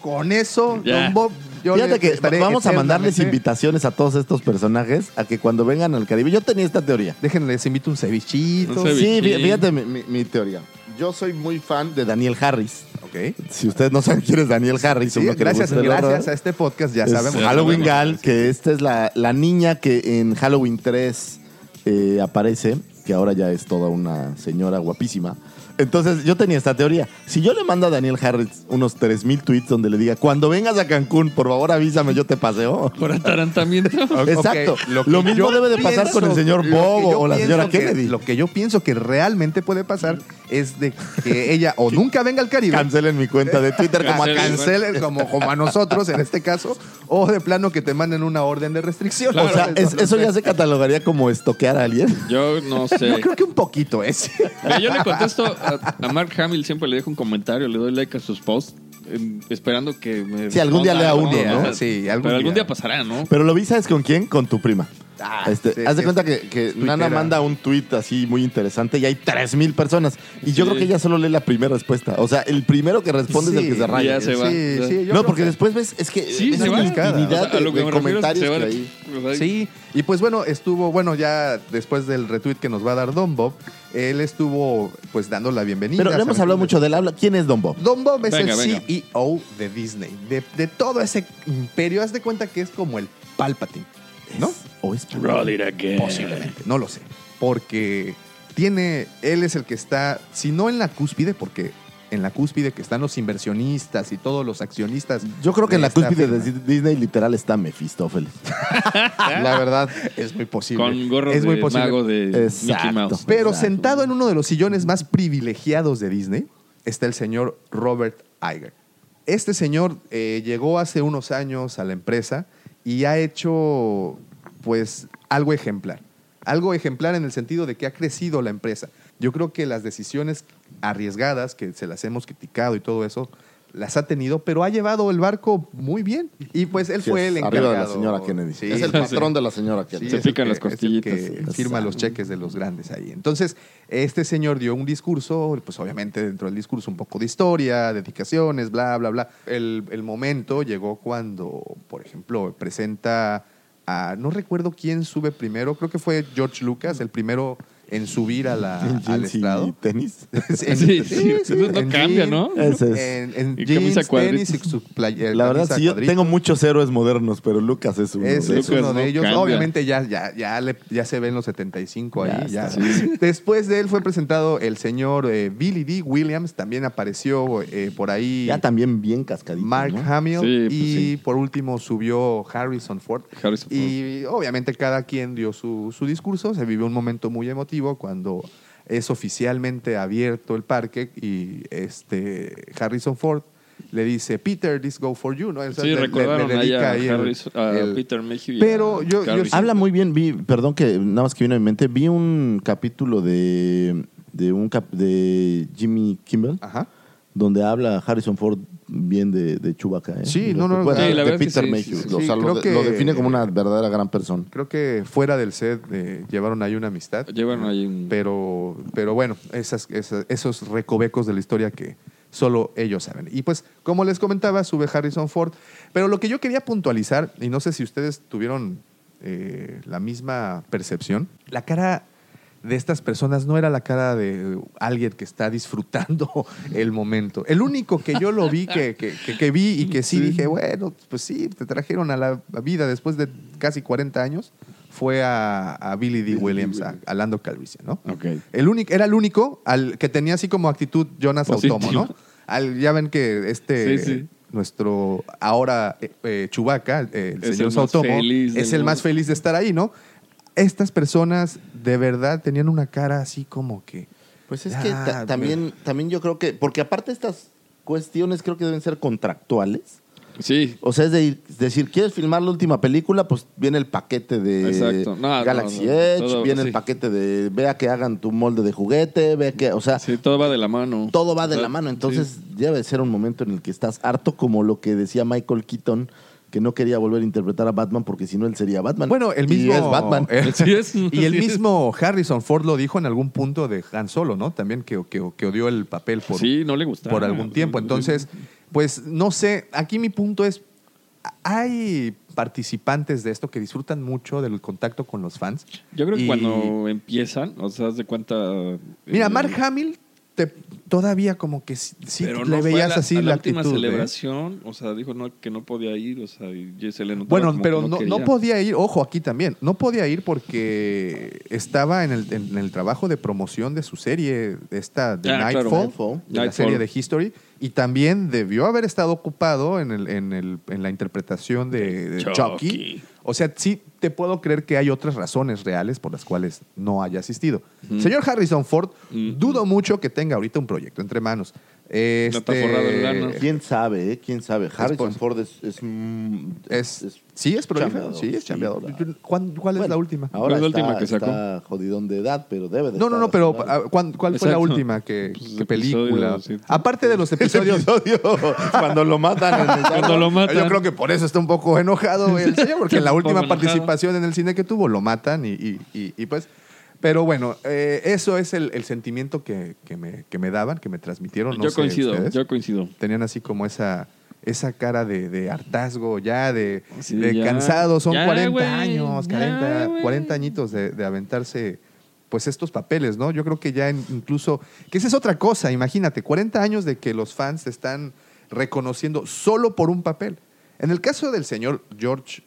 B: Con eso,
D: Ya.
B: Don Bob, yo le
C: Fíjate que
B: estaré
C: vamos a mandarles
B: eternamente-
C: invitaciones a todos estos personajes a que cuando vengan al Caribe, yo tenía esta teoría.
B: Déjenles invito un cevichito.
D: Un cevichito.
C: Sí, fí- fíjate mi, mi- mi teoría. Yo soy muy fan de Daniel Harris.
B: Ok.
C: Si ustedes no saben quién es Daniel Harrison,
B: Sí,
C: no que le
B: gracias
C: gusta el
B: gracias
C: horror,
B: a este podcast ya
C: es
B: sabemos.
C: Halloween Gal, que esta es la, la niña que en Halloween 3 eh, aparece, que ahora ya es toda una señora guapísima. Entonces, yo tenía esta teoría. Si yo le mando a Daniel Harris unos 3.000 tweets donde le diga, cuando vengas a Cancún, por favor avísame, yo te paseo.
D: Por atarantamiento.
B: Ok,
C: Exacto. Lo,
B: que
C: mismo
B: yo
C: debe de pasar
B: pienso-
C: con el señor
B: lo que yo
C: Bobo o la
B: pienso
C: señora
B: que-
C: Kennedy.
B: Lo que yo pienso que realmente puede pasar es de que ella o nunca venga al Caribe.
C: Cancelen mi cuenta de Twitter como a
D: Cancelen.
C: Cancún.
B: Cancelen como, como a nosotros en este caso, o de plano que te manden una orden de restricción.
C: o sea, es-
B: no
C: eso
B: sé.
C: ya se catalogaría como estoquear a alguien.
D: Yo no
B: Yo
D: sé.
B: creo que un poquito ¿eh? es.
D: Mira, yo le contesto a, a Mark Hamill, siempre le dejo un comentario, le doy like a sus posts, eh, esperando que me.
C: Sí, algún día
D: responda
C: lea
D: algo,
C: uno, ¿no?
D: O sea,
B: Sí, algún
D: pero algún
B: día.
D: día pasará, ¿no?
C: Pero lo vi, ¿sabes con quién? Con tu prima.
B: Ah,
C: Este,
B: sí,
C: haz de
B: sí,
C: cuenta
B: sí.
C: que, que
B: Tuitera.
D: ah.
C: Nana manda un tweet así muy interesante y hay 3.000 personas. Y yo
D: Sí.
C: creo que ella solo lee la primera respuesta. O sea, el primero que responde es el que se raya.
D: ya se va.
B: Sí,
D: Ya.
B: sí, yo
C: no,
B: creo
C: porque
B: que-
C: después ves, es que
D: Sí,
C: es
D: se
C: una
D: va.
C: infinidad
D: O sea, a lo
C: de,
D: que
C: de
D: me refiero es que
C: comentarios
D: se va.
C: que hay.
D: O sea,
B: Sí, y pues bueno, estuvo, bueno, ya después del retweet que nos va a dar Don Bob, él estuvo pues dando la bienvenida.
C: Pero no hemos
B: ¿sabes?
C: hablado mucho del habla. ¿Quién es Don Bob?
B: Don Bob es
D: Venga,
B: el
D: venga.
B: CEO de Disney, de, de todo ese imperio. Haz de cuenta que es como el Palpatine, ¿no?
C: ¿O es
B: Posiblemente, no lo sé. Porque tiene, él es el que está, si no en la cúspide, porque en la cúspide que están los inversionistas y todos los accionistas.
C: Yo creo que en la
B: esta
C: cúspide de
B: firma.
C: Disney literal está Mephistófeles. la verdad.
B: es muy posible.
D: Con gorro
B: es
D: de
B: muy posible.
D: mago de
C: Exacto.
D: Mickey Mouse.
B: Pero
C: Exacto.
B: sentado en uno de los sillones más privilegiados de Disney está el señor Robert Iger. Este señor eh, llegó hace unos años a la empresa y ha hecho, pues, algo ejemplar. Algo ejemplar en el sentido de que ha crecido la empresa. Yo creo que las decisiones arriesgadas, que se las hemos criticado y todo eso, las ha tenido, pero ha llevado el barco muy bien. Y pues él
C: Sí,
B: fue
C: es
B: el encargado.
C: Arriba de la señora Kennedy.
B: Sí,
C: es el patrón de la señora Kennedy.
D: Se
B: es el
D: pican
B: que-
D: las
B: es el que
D: costillitas.
B: firma
C: Exacto.
B: los cheques de los grandes ahí. Entonces, este señor dio un discurso, pues obviamente dentro del discurso un poco de historia, dedicaciones, bla, bla, bla. El, el momento llegó cuando, por ejemplo, presenta a, no recuerdo quién sube primero, creo que fue George Lucas, el primero en subir a la,
C: En
B: al
C: jeans y
B: estrado.
C: tenis.
B: En-
D: Sí, sí, eso no
B: en
D: cambia,
B: jean,
D: ¿no?
C: Ese es.
B: En, en
D: Y
B: jeans,
D: camisa cuadritos.
B: tenis y su playa-
C: La verdad,
B: camisa
C: sí, yo
B: cuadritos.
C: tengo muchos héroes modernos, pero Lucas es uno
B: Es,
C: de
B: es
C: esos.
B: uno
D: no
B: de ellos.
D: cambia.
B: Obviamente ya, ya, ya, le- ya se ven los 75 ahí.
C: Ya
B: Ya
C: está.
B: Después de él fue presentado el señor eh, Billy D. Williams. También apareció eh, por ahí
C: Ya también bien cascadito.
B: Mark
C: ¿no?
B: Hamill.
D: Sí, pues,
B: y
D: sí.
B: por último subió Harrison Ford.
D: Harrison Ford.
B: Y obviamente cada quien dio su, su discurso. Se vivió un momento muy emotivo cuando es oficialmente abierto el parque y este Harrison Ford le dice Peter this go for you no O sea,
D: Sí,
B: le- le- le
D: recordaron ahí
B: dedica
D: a,
B: el-
D: Harris- a
B: el-
D: Peter Mayhew. y
B: Pero
D: a
B: yo- yo-
D: Harrison.
C: Habla muy bien, vi, perdón que nada más que vino a mi mente, vi un capítulo de, de, un cap- de Jimmy Kimmel,
B: Ajá.
C: donde habla Harrison Ford bien de, de Chewbacca. ¿eh?
B: Sí,
C: Lo
B: no, no,
C: recuerdo.
B: sí, la
C: de
D: verdad que
C: Peter
D: sí,
C: Mayhew.
D: sí,
B: sí.
C: O sea,
B: Sí,
C: lo,
B: creo
C: lo
B: que-
C: define como una verdadera gran persona.
B: Creo que fuera del set eh, llevaron ahí una amistad.
D: Llevan ahí
B: Mm.
D: un-
B: Pero, pero bueno, esas, esas- esos recovecos de la historia que solo ellos saben. Y pues, como les comentaba, sube Harrison Ford. Pero lo que yo quería puntualizar, y no sé si ustedes tuvieron eh, la misma percepción, la cara de estas personas no era la cara de alguien que está disfrutando el momento. El único que yo lo vi, que, que, que- que vi y que sí, dije, bueno, pues sí, te trajeron a la vida después de casi 40 años, fue a, a Billy D. Williams, a, a Lando Calrissian, ¿no?
D: Ok.
B: El único, era el único al que tenía así como actitud Jonas
D: Positiva.
B: Automo, ¿no? Al- ya ven que este,
D: Sí, sí.
B: nuestro ahora eh, eh, Chewbacca, eh, el
D: Es
B: señor
D: el más
B: Sautomo,
D: feliz del
B: es el más
D: mundo.
B: feliz de estar ahí, ¿no? Estas personas de verdad tenían una cara así como que.
C: Pues es que
B: Ah,
C: ta-
B: güey.
C: también, también yo creo que, porque aparte estas cuestiones creo que deben ser contractuales.
D: Sí.
C: O sea, es de- es decir, ¿quieres filmar la última película? Pues viene el paquete de
D: Exacto. No,
C: Galaxy
D: no, no,
C: Edge,
D: todo,
C: viene
D: sí.
C: el paquete de vea que hagan tu molde de juguete, vea que, o sea,
D: Sí, todo va de la mano.
C: todo va
D: O
C: de
D: sea,
C: la mano. Entonces
D: sí.
C: debe de ser un momento en el que estás harto, como lo que decía Michael Keaton, que no quería volver a interpretar a Batman porque si no él sería Batman.
B: Bueno, el
C: Y
B: mismo. eh,
C: es Batman.
D: Así es,
B: y el
D: así es.
B: mismo Harrison Ford lo dijo en algún punto de Han Solo, ¿no? También que, que- que odió el papel por,
D: Sí, no le gustaba.
B: por algún tiempo. Entonces, pues no sé, aquí mi punto es, hay participantes de esto que disfrutan mucho del contacto con los fans.
D: Yo creo que
B: Y-
D: cuando empiezan, o sea, haz de cuenta.
B: Mira,
D: eh,
B: Mark Hamill te todavía como que sí, sí
D: Pero
B: le
D: no fue a
B: veías
D: la-
B: así
D: a
B: la,
D: la última
B: actitud. ¿eh?
D: celebración, o sea, dijo no, que no podía ir, o sea, y se le notaba
B: Bueno,
D: como
B: pero
D: que
B: no,
D: quería.
B: no podía ir, ojo, aquí también, no podía ir porque estaba en el, en el trabajo de promoción de su serie, esta de
D: Ah, claro.
B: Nightfall,
C: Nightfall.
B: de la
D: Nightfall.
B: serie de History, y también debió haber estado ocupado en, el, en, el, en la interpretación de, de Chucky.
D: Chucky.
B: O sea, sí te puedo creer que hay otras razones reales por las cuales no haya asistido. Señor Harrison Ford, dudo mucho que tenga ahorita un proyecto entre manos. Este,
D: está forrado en lana.
C: ¿Quién sabe, eh? ¿Quién sabe? Harrison
B: por-
C: Ford es... es, mm,
B: Es, sí, es prolífero.
C: chambeador,
B: Sí, es chambeador.
C: claro.
B: ¿Cuán- ¿Cuál es
C: Bueno,
B: la última?
C: Ahora
D: ¿Cuál es la
C: está,
D: última que sacó?
C: está jodidón de edad, pero debe de
B: No, no,
C: estar
B: no, pero
C: bastante-
B: ah, ¿cuán- ¿cuál fue la
D: Exacto.
B: última? ¿Qué,
D: Pues,
B: qué
D: episodio,
B: película?
D: sí.
B: Aparte de los
C: Ese
B: episodios.
C: episodio cuando lo matan. en el-
D: Cuando lo matan.
B: Yo creo que por eso está un poco enojado el señor, porque en la
D: Un
B: última
D: poco enojado.
B: participación en el cine que tuvo lo matan y, y- y- y pues. Pero bueno, eh, eso es el, el sentimiento que, que me, que me daban, que me transmitieron. No
D: yo
B: sé,
D: coincido,
B: ustedes.
D: yo coincido.
B: Tenían así como esa, esa cara de, de hartazgo ya, de,
D: Sí,
B: de
D: ya.
B: cansado. Son
D: Ya,
B: 40
D: güey,
B: años,
D: ya,
B: 40,
D: güey.
B: 40 añitos de, de aventarse pues estos papeles, ¿no? Yo creo que ya en- incluso, que esa es otra cosa, imagínate, 40 años de que los fans te están reconociendo solo por un papel. En el caso del señor George,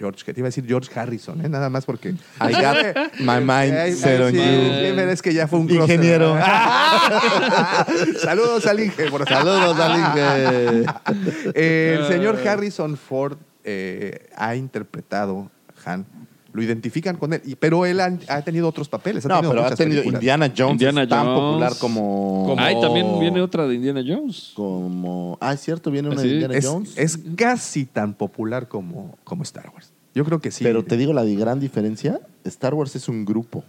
B: George, que te iba a decir George Harrison, ¿eh? nada más porque...
C: I got my mind
B: Ay, ay,
C: set on
B: sí,
C: you.
B: sí, pero es que ya fue un crossover.
C: Ingeniero.
B: Saludos al Inge. por favor.
C: Saludos,
B: Ah.
C: Dalí.
B: Eh,
C: Ah.
B: el señor Harrison Ford eh, ha interpretado a Han. Lo identifican con él, y- pero él han- ha, tenido otros papeles. Ha
C: No,
B: tenido
C: pero ha
B: muchas
C: tenido
B: películas.
C: Indiana Jones.
D: Indiana
C: es tan
D: Jones.
C: popular como...
B: Como- ¿eh?
D: Ahí también viene otra de Indiana Jones.
C: Como... Ah, es cierto, viene una
D: Sí,
C: de Indiana
B: Es,
C: Jones.
B: es casi tan popular como, como Star Wars. Yo creo que sí.
C: Pero te digo la di- gran diferencia. Star Wnes es un grupo.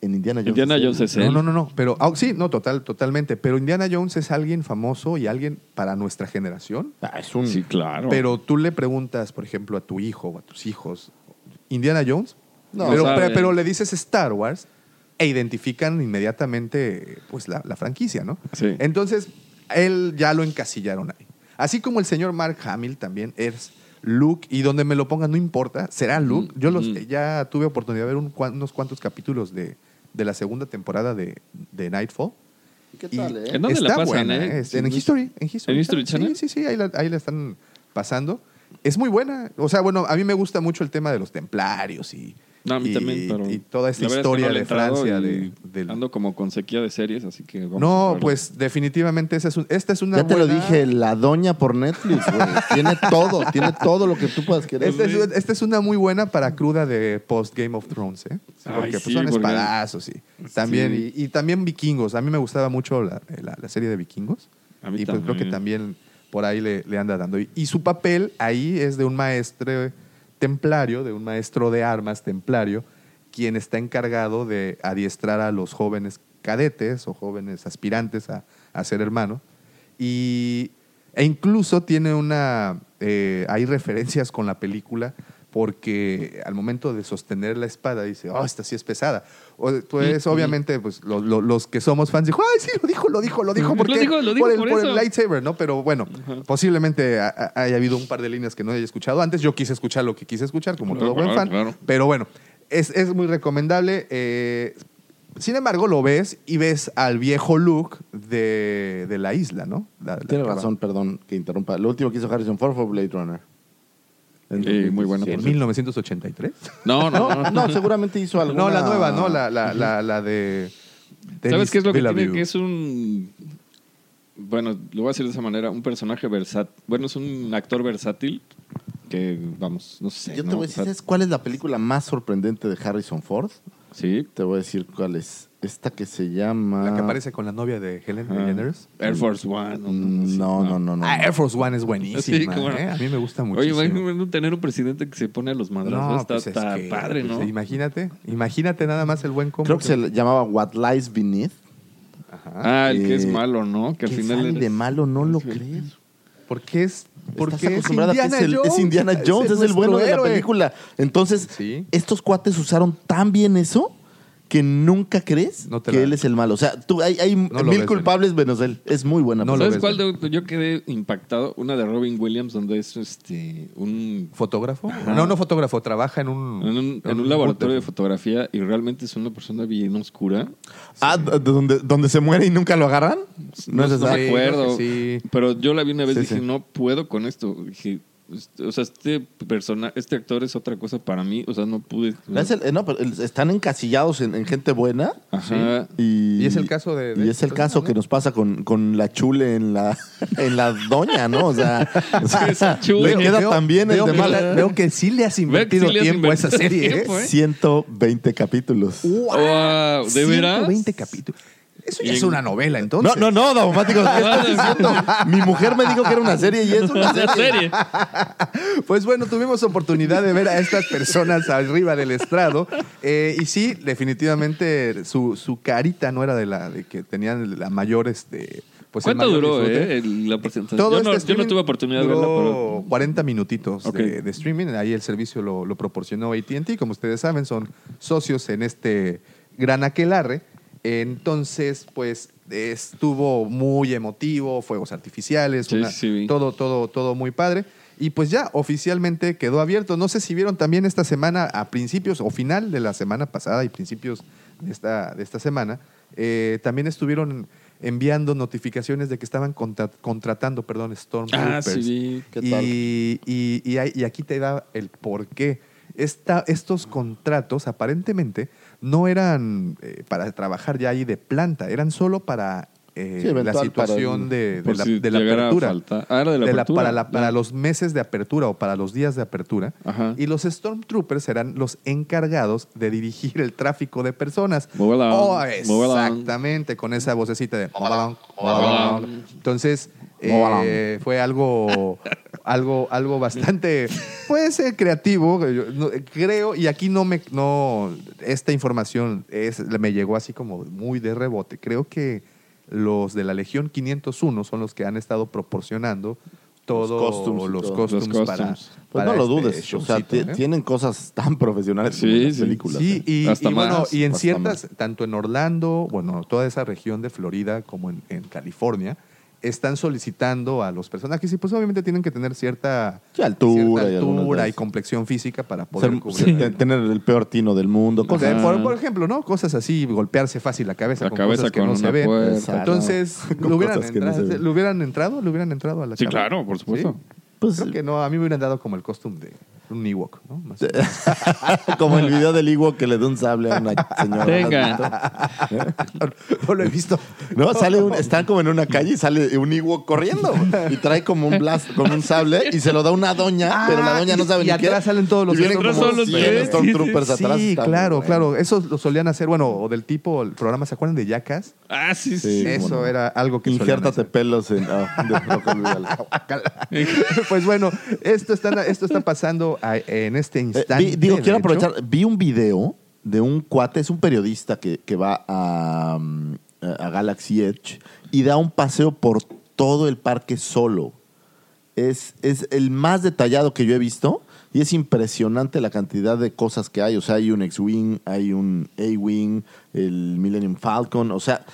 C: En Indiana Jones.
D: Indiana
C: es-
D: Jones es
B: No,
D: él.
B: no, no, no. Pero ah, sí, no, total, totalmente. Pero Indiana Jones es alguien famoso y alguien para nuestra generación.
C: Ah, es un...
D: Sí, claro.
B: Pero tú le preguntas, por ejemplo, a tu hijo o a tus hijos, Indiana Jones,
D: No, eh,
B: pero,
D: saben.
B: pero- pero le dices Star Wars e identifican inmediatamente pues, la, la franquicia, ¿no?
D: Sí.
B: Entonces, él ya lo encasillaron ahí. Así como el señor Mark Hamill también es Luke, y donde me lo pongan no importa, será Luke. Yo los,
D: mm.
B: ya tuve oportunidad de ver un cua- unos cuantos capítulos de, de la segunda temporada de, de Nightfall.
C: ¿Qué
B: Y-
C: tal, eh?
D: ¿En dónde
B: está
D: la pasan,
B: buena,
D: eh?
B: es-
D: Sí,
B: en
D: no es-
B: History. En History,
D: ¿En History
B: Sí,
D: Channel?
B: Sí, sí, ahí la, ahí la están pasando. Es muy buena. O sea, bueno, a mí me gusta mucho el tema de los templarios y,
D: No, a mí
B: y-
D: también, pero
B: y toda esta
D: la verdad es que
B: historia
D: no le he
B: de
D: entrado
B: Francia.
D: y
B: De, del-
D: Ando como con sequía de series, así que vamos a
B: No,
D: verlo.
B: pues definitivamente esa es un- esta es una
C: Ya te lo
B: buena-
C: dije, la doña por Netflix, güey. tiene todo, tiene todo lo que tú puedas querer.
B: Esta es, esta es una muy buena para cruda de post Game of Thrones, ¿eh? Sí,
D: Ay,
B: Porque pues,
D: sí,
B: son
D: porque-
B: espadazos y también,
D: Sí.
B: y, y también vikingos. A mí me gustaba mucho la, la- la serie de vikingos.
D: A mí
B: y pues creo que
D: también.
B: también por ahí le, le anda dando. Y, y su papel ahí es de un maestro templario, de un maestro de armas templario, quien está encargado de adiestrar a los jóvenes cadetes o jóvenes aspirantes a, a ser hermano. Y, e incluso tiene una... eh, hay referencias con la película porque al momento de sostener la espada dice, oh, esta sí es pesada. O, pues obviamente pues, lo- lo- los que somos fans dijo, ay, sí, lo dijo, lo dijo, lo dijo.
D: Lo
B: Porque,
D: dijo, lo dijo
B: por el,
D: por
B: por el
D: eso.
B: lightsaber, ¿no? Pero bueno, posiblemente ha- ha- haya habido un par de líneas que no haya escuchado antes. Yo quise escuchar lo que quise escuchar, como
D: Claro,
B: todo buen
D: claro,
B: fan.
D: claro.
B: Pero bueno, es, es muy recomendable. eh, sin embargo, lo ves y ves al viejo Luke de, de la isla, ¿no? La- la-
C: Tienes razón, perdón que interrumpa. Lo último que hizo Harrison Ford fue Blade Runner. En
D: Sí, muy buena,
B: En
C: 2017.
B: 1983.
D: No, no,
C: No,
D: no.
C: no, seguramente hizo alguna.
B: No, la nueva, ¿no? La, la, la, la de.
D: ¿Sabes
B: Denis
D: qué es lo que
B: Villeneuve.
D: tiene? Que es un. Bueno, lo voy a decir de esa manera: un personaje versátil. Bueno, es un actor versátil que, vamos, no sé.
C: Yo te voy
D: ¿no?
C: a
D: O
C: decir,
D: sea,
C: ¿sabes cuál es la película más sorprendente de Harrison Ford?
D: Sí.
C: Te voy a decir cuál es. Esta que se llama.
B: La que aparece con la novia de Helen
D: Ah,
B: DeGeneres.
D: Air Force One. o algo así.
C: Mm, No, no, no, no.
B: Ah, Air Force One es
D: Sí,
B: buenísima.
D: cómo no.
B: ¿eh? A mí me gusta
D: Oye,
B: muchísimo.
D: imagínate tener un presidente que se pone a los madrazos. está
B: pues es
D: está
B: que,
D: padre,
B: pues,
D: ¿no?
B: Imagínate, imagínate nada más el buen combo.
C: Creo que se le llamaba What Lies Beneath.
D: ah, el que es
C: Eh,
D: malo, ¿no? Que al
C: ¿Qué
D: final.
C: sale
D: eres-
C: de malo? No lo
D: Sí.
C: crees.
B: Porque es,
C: Estás
B: porque es
C: acostumbrada a que
B: Indiana
C: es, el- es
B: Jones.
C: Indiana Jones, es el
B: nuestro
C: bueno de la
B: héroe.
C: película. Entonces,
B: Sí.
C: estos cuates usaron tan bien eso que nunca crees
B: No te
C: que
B: la-
C: él es el malo. O sea, tú, hay, hay
B: lo
C: mil
B: ves
C: culpables menos él. Es muy buena.
B: No lo
C: persona.
D: ¿Sabes
B: ves,
D: cuál? de- yo quedé impactado. Una de Robin Williams, donde es este un,
B: ¿Fotógrafo? No, no fotógrafo, trabaja en un...
D: en un, en un laboratorio de fotografía y realmente es una persona bien oscura.
C: Ah, d- donde, donde se muere y nunca lo agarran. No, es esa.
D: No me
B: Sí, creo
D: acuerdo.
B: que sí.
D: Pero yo la vi una vez y
C: Sí,
D: dije,
C: sí.
D: no puedo con esto. Dije, este- o sea, este persona, este actor es otra cosa para mí. O sea, no pude.
C: No, es el- eh, no, pero el- están encasillados en, en gente buena.
D: Ajá.
C: Y,
B: Y es el caso de- de
C: y es el
B: esta
C: caso
B: persona,
C: que
B: ¿no?
C: nos pasa con, con la chule en la, en la doña, ¿no? O sea, o sea,
D: esa chule.
C: le queda
B: Veo-
C: también el
B: veo
C: de
B: que-
C: mala.
B: Veo que sí le has invertido
D: sí le has
B: tiempo a esa
D: invertido
B: serie, ¿eh?
D: tiempo, ¿eh?
C: 120 capítulos.
D: Wow, ¿De veras?
B: 120 ¿eh? capítulos. Eso ya
D: Y
B: es
D: en-
B: una novela,
C: No,
B: entonces.
C: no, no, Daumático,
B: Ah,
C: ¿qué estás diciendo? Mi mujer me dijo que era una serie y es una
D: Una
C: serie.
D: serie.
B: Pues bueno, tuvimos oportunidad de ver a estas personas arriba del estrado. eh, y sí, definitivamente su, su carita no era de la de que tenían la mayor. Este, pues, el
D: ¿Cuánto
B: mayor
D: duró
B: disfrute.
D: eh, el- la presentación?
B: Todo
D: yo,
B: este
D: no, yo no
B: streaming
D: tuve oportunidad de
B: duró
D: verla, pero
B: 40 minutitos
D: Ok.
B: de, de streaming. Ahí el servicio lo, lo proporcionó ATT. Como ustedes saben, son socios en este gran aquelarre. Entonces, pues estuvo muy emotivo, fuegos artificiales,
D: Sí,
B: una-
D: sí, vi.
B: todo, todo, todo muy padre. Y pues ya oficialmente quedó abierto. No sé si vieron también esta semana, a principios o final de la semana pasada y principios de esta, de esta semana, eh, también estuvieron enviando notificaciones de que estaban contra- contratando, perdón,
D: Ah,
B: Stormtroopers.
D: sí, vi.
C: ¿Qué
B: y,
C: tal?
B: y- y ahí- y aquí te da el por qué. Esta- estos contratos aparentemente no eran eh, para trabajar ya ahí de planta, eran solo para eh,
C: Sí, eventual,
B: la
C: para
B: situación
C: el-
B: de, de
D: por
B: la,
D: si
B: de la
D: llegara a
B: apertura.
D: faltar. Ah, era de la apertura.
B: para la- para
D: Ya.
B: los meses de apertura o para los días de apertura.
D: Ajá.
B: Y los Stormtroopers serán los encargados de dirigir el tráfico de personas.
D: Move along,
B: Oh,
D: move along.
B: exactamente, con esa vocecita de "Move along, move
D: Move
B: along".
D: along.
B: Entonces, eh,
C: Move along.
B: fue algo, algo, algo bastante, puede ser creativo, yo no- creo, y aquí no me, no, esta información es, me llegó así como muy de rebote. Creo que los de la Legión 501 son los que han estado proporcionando todos los
C: costumes y
B: costumes,
C: todo.
D: Los
B: para,
D: costumes.
C: Pues
B: para
C: no lo
B: este
C: dudes. o sea,
B: showcito,
C: ti-
B: ¿eh?
C: tienen cosas tan profesionales
D: Sí,
C: como las
D: sí.
C: películas.
B: Sí,
C: ¿eh?
B: y,
D: Hasta
B: y bueno,
D: más,
B: y en
C: hasta
B: ciertas, tanto en Orlando, bueno, toda esa región de Florida como en, en California, están solicitando a los personajes y pues obviamente tienen que tener cierta,
C: Sí, altura
B: cierta
C: y algunas
B: altura y,
C: cosas.
B: complexión física para
C: Ser-
B: poder
C: sí,
B: cubrir.
C: te- tener el peor tino del mundo.
B: O sea,
C: Cosas.
D: Ajá.
B: por, por ejemplo, ¿no? Cosas así, golpearse fácil la cabeza
D: La
B: con
D: cabeza
B: cosas que
D: con
B: no
D: una
B: se ven. pues,
D: puerta.
C: Exacto.
B: Entonces,
C: Con
B: ¿lo hubieran,
C: cosas que no
B: entrado,
C: se ven.
B: ¿le hubieran entrado? ¿Le hubieran entrado a la
D: Sí,
B: chava?
D: claro, por supuesto.
B: Sí.
C: Pues,
B: Creo que no, a mí me hubieran dado como el costume de un Ewok, ¿no? Más o menos.
C: como el video del Ewok que le da un sable a una señora.
D: Venga.
B: no lo he visto.
C: No, sale un, están como en una calle y sale un Ewok corriendo y trae como un blast, como un sable y se lo da una doña,
B: Ah,
C: pero la doña no
B: y-
C: sabe
B: y
C: ni qué.
B: atrás salen todos los
C: y vienen
D: otros.
C: como
D: Son los
C: 100
D: tres.
C: Stormtroopers
B: sí,
C: atrás. Está muy
B: claro,
C: bueno.
B: claro. Eso lo solían hacer, bueno, o del tipo, el programa, ¿se acuerdan de Yacas?
D: Ah, sí,
C: Sí,
D: sí.
B: Eso
C: cómo no.
B: era algo que solían
C: Injértate pelos en. ah, de- no, con-
B: hacer. pues bueno, esto está, esto está pasando a- en este
C: Eh,
B: instante.
C: vi- digo,
B: de
C: quiero
B: hecho.
C: aprovechar. Vi un video de un cuate, es un periodista que, que va a, mm, a Galaxy Edge y da un paseo por todo el parque solo. Es, es el más detallado que yo he visto y es impresionante la cantidad de cosas que hay. O sea, hay un X-Wing, hay un A-Wing, el Millennium Falcon, o sea,